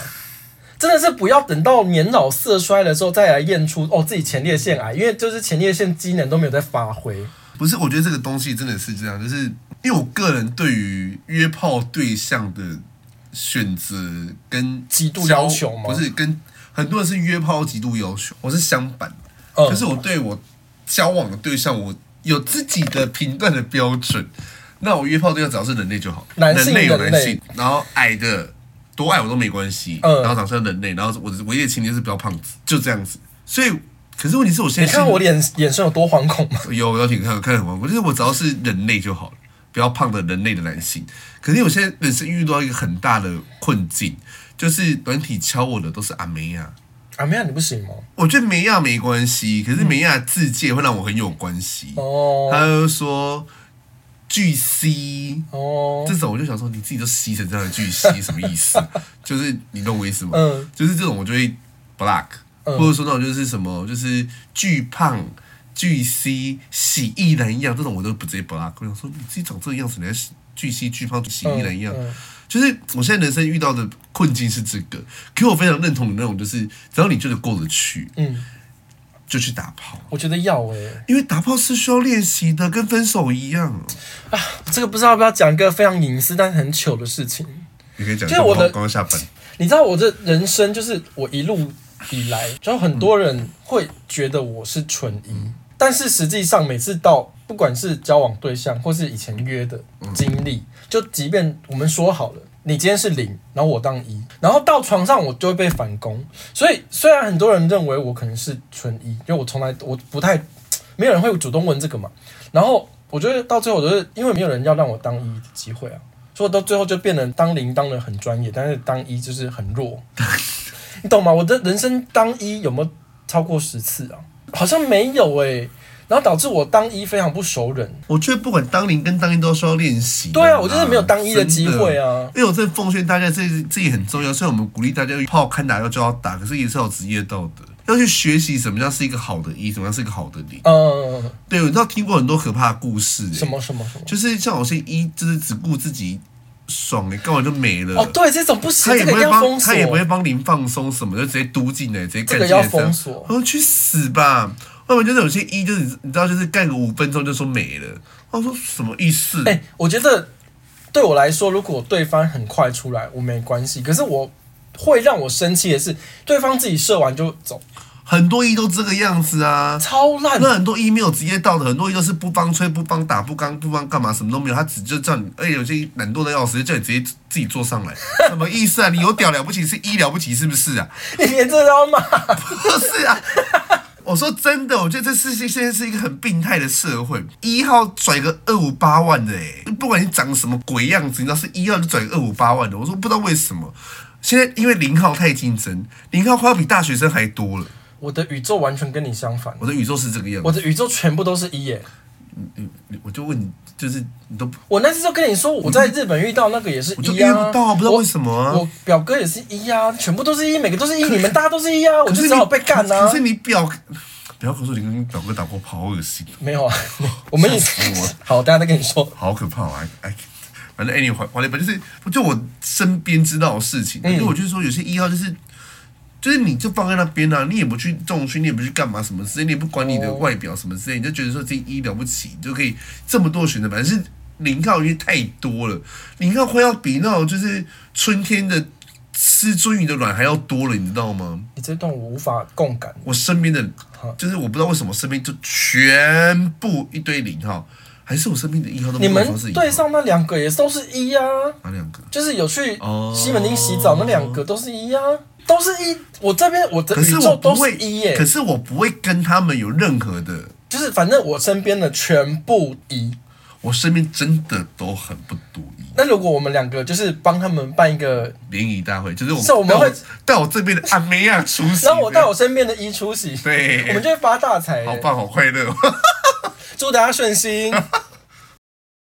Speaker 1: 真的是不要等到年老色衰的时候再来验出哦自己前列腺癌，因为就是前列腺机能都没有在发挥。
Speaker 2: 不是？我觉得这个东西真的是这样，就是因为我个人对于约炮对象的选择跟
Speaker 1: 极度
Speaker 2: 交
Speaker 1: 要求吗
Speaker 2: 不是跟很多人是约炮极度要求，我是相反，
Speaker 1: 嗯，
Speaker 2: 就是我对我交往的对象，我有自己的评断的标准。那我约炮对象只要是人类就好，
Speaker 1: 男性
Speaker 2: 类有
Speaker 1: 人
Speaker 2: 男
Speaker 1: 类
Speaker 2: 性，然后矮的多矮我都没关系，
Speaker 1: 嗯
Speaker 2: 然后长相人类，然后我的唯一的情节是不要胖子，就这样子。所以，可是问题是我现
Speaker 1: 你
Speaker 2: 在是
Speaker 1: 看我脸眼神有多惶恐
Speaker 2: <laughs>
Speaker 1: 吗？
Speaker 2: 有有挺看看得很我就是我只要是人类就好了，不要胖的人类的男性。可是我现在人生遇到一个很大的困境，就是短体敲我的都是阿梅亚、
Speaker 1: 啊，没有你不行吗？
Speaker 2: 我觉得梅亚没关系，可是梅亚自介会让我很有关系。
Speaker 1: 嗯哦
Speaker 2: 他就说巨 C
Speaker 1: 哦，
Speaker 2: 这种，我就想说你自己都 C 成这样的
Speaker 1: <laughs>
Speaker 2: 巨 C 什么意思？就是你懂我意思吗？
Speaker 1: 嗯
Speaker 2: 就是这种我就会 block，、
Speaker 1: 嗯
Speaker 2: 或者说那种就是什么就是巨胖。巨 C 喜一男一样这种我都不直接 block，我想说你自己长这个样子，你还巨 C 巨胖喜一男一样，
Speaker 1: 嗯嗯
Speaker 2: 就是我现在人生遇到的困境是这个。可我非常认同你那种，就是只要你觉得过得去，
Speaker 1: 嗯，
Speaker 2: 就去打炮，
Speaker 1: 我觉得要哎、
Speaker 2: 因为打炮是需要练习的，跟分手一样。啊
Speaker 1: 这个不知道要不要讲一个非常隐私但是很糗的事情。
Speaker 2: 你可以讲，
Speaker 1: 就是我的
Speaker 2: 刚刚下班，
Speaker 1: 你知道我这人生就是我一路以来，就很多人会觉得我是纯一，但是实际上每次到不管是交往对象或是以前约的经历，就即便我们说好了。你今天是零，然后我当一，然后到床上我就会被反攻。所以虽然很多人认为我可能是纯一，因为我从来我不太，没有人会主动问这个嘛。然后我觉得到最后，我就是因为没有人要让我当一的机会啊，所以我到最后就变成当零当的很专业，但是当一就是很弱， <laughs> 你懂吗？我的人生当一有没有超过十次啊？好像没有诶、然后导致我当一非常不熟人。
Speaker 2: 我觉得不管当零跟当一都需要练习的啦。
Speaker 1: 对啊，我就是没有当一的机会
Speaker 2: 真的。
Speaker 1: 啊。
Speaker 2: 因为我真的奉劝大家，这这也很重要。虽然我们鼓励大家炮看打要就要打，可是也是要有职业道德，要去学习什么样是一个好的一，什么样是一个好的零。
Speaker 1: 嗯，
Speaker 2: 对，我知道听过很多可怕的故事、欸
Speaker 1: 什么什么什么？
Speaker 2: 就是像有些一，就是只顾自己爽、欸，干完就没了。
Speaker 1: 哦，对，这种不行，
Speaker 2: 他
Speaker 1: 这
Speaker 2: 也
Speaker 1: 个
Speaker 2: 不
Speaker 1: 一定
Speaker 2: 会
Speaker 1: 要封
Speaker 2: 帮，
Speaker 1: 锁
Speaker 2: 他。也不会帮您放松什么，就直接嘟进来，直接
Speaker 1: 这
Speaker 2: 干
Speaker 1: 个
Speaker 2: 进来
Speaker 1: 要封锁
Speaker 2: 我说哦去死吧！要不然就是有些一就是你知道，就是干个五分钟就说没了。我说什么意思？
Speaker 1: 哎、我觉得对我来说，如果对方很快出来，我没关系。可是我会让我生气的是，对方自己射完就走，
Speaker 2: 很多一都这个样子啊。
Speaker 1: 超烂
Speaker 2: 那很多一没有职业道德，很多一都是不帮吹、不帮打、不帮不帮干嘛，什么都没有。他只就叫你，而哎且有些懒惰的要死，就叫你直接自己坐上来，什么意思啊？你有屌了不起，是一了不起是不是啊？
Speaker 1: 欸你连这都要骂？
Speaker 2: <laughs> 不是啊。我说真的，我觉得这世界现在是一个很病态的社会。一号拽个二五八万的、欸，不管你长什么鬼样子，你知道是一号就拽个二五八万的。我说不知道为什么，现在因为零号太竞争，零号快要比大学生还多了。
Speaker 1: 我的宇宙完全跟你相反，
Speaker 2: 我的宇宙是这个样
Speaker 1: 我
Speaker 2: 子，
Speaker 1: 的宇宙全部都是一耶。
Speaker 2: 我我就问你，就是你都不
Speaker 1: 我那次就跟你说，我在日本遇到那个也是
Speaker 2: 我就
Speaker 1: 一
Speaker 2: 遇
Speaker 1: 啊，
Speaker 2: 不到啊，不知道为什么啊
Speaker 1: 我。。我表哥也是一啊，全部都是一，每个都是一，你们大家都是一啊，我
Speaker 2: 可
Speaker 1: 就是只
Speaker 2: 你
Speaker 1: 好被干啊
Speaker 2: 可是。你表，不要跟我说你跟表哥打过炮，好恶心，
Speaker 1: 没有啊，我们也
Speaker 2: 吓死我了
Speaker 1: 好，大家再跟你说，
Speaker 2: 好可怕啊！哎，反正 anyway，反正就是就我身边知道的事情，
Speaker 1: 嗯
Speaker 2: 因为我就是说有些一号就是。就是你就放在那边啊，你也不去重训，你也不去干嘛什么之类，你也不管你的外表什么之类，你就觉得说这一了不起，你就可以这么多选择。反正是零号因为太多了，零号会要比那种就是春天的吃鳟鱼的卵还要多了，你知道吗？
Speaker 1: 你这段我无法共感。
Speaker 2: 我身边的
Speaker 1: 好，
Speaker 2: 就是我不知道为什么身边就全部一堆零号，还是我身边的一号都不
Speaker 1: 你
Speaker 2: 知道
Speaker 1: 们
Speaker 2: 什么是一号
Speaker 1: 对上那两个也都是一啊，
Speaker 2: 哪两个？
Speaker 1: 就是有去
Speaker 2: 哦
Speaker 1: 西门町洗澡那两个都是一啊，都是一。我这边我的
Speaker 2: 可
Speaker 1: 宇
Speaker 2: 是
Speaker 1: 宙
Speaker 2: 我
Speaker 1: 都
Speaker 2: 不
Speaker 1: 是
Speaker 2: 会
Speaker 1: 一耶、
Speaker 2: 可是我不会跟他们有任何的，
Speaker 1: 就是反正我身边的全部一。
Speaker 2: 我身边真的都很不独一。
Speaker 1: 那如果我们两个就是帮他们办一个，
Speaker 2: 联谊大会就是我
Speaker 1: 是我们
Speaker 2: 带
Speaker 1: 会
Speaker 2: 带我这边的阿梅亚出席，
Speaker 1: 然后我带我身边的一出席，
Speaker 2: 对
Speaker 1: 我们就会发大财、
Speaker 2: 好棒，好快乐。
Speaker 1: 祝大家顺心。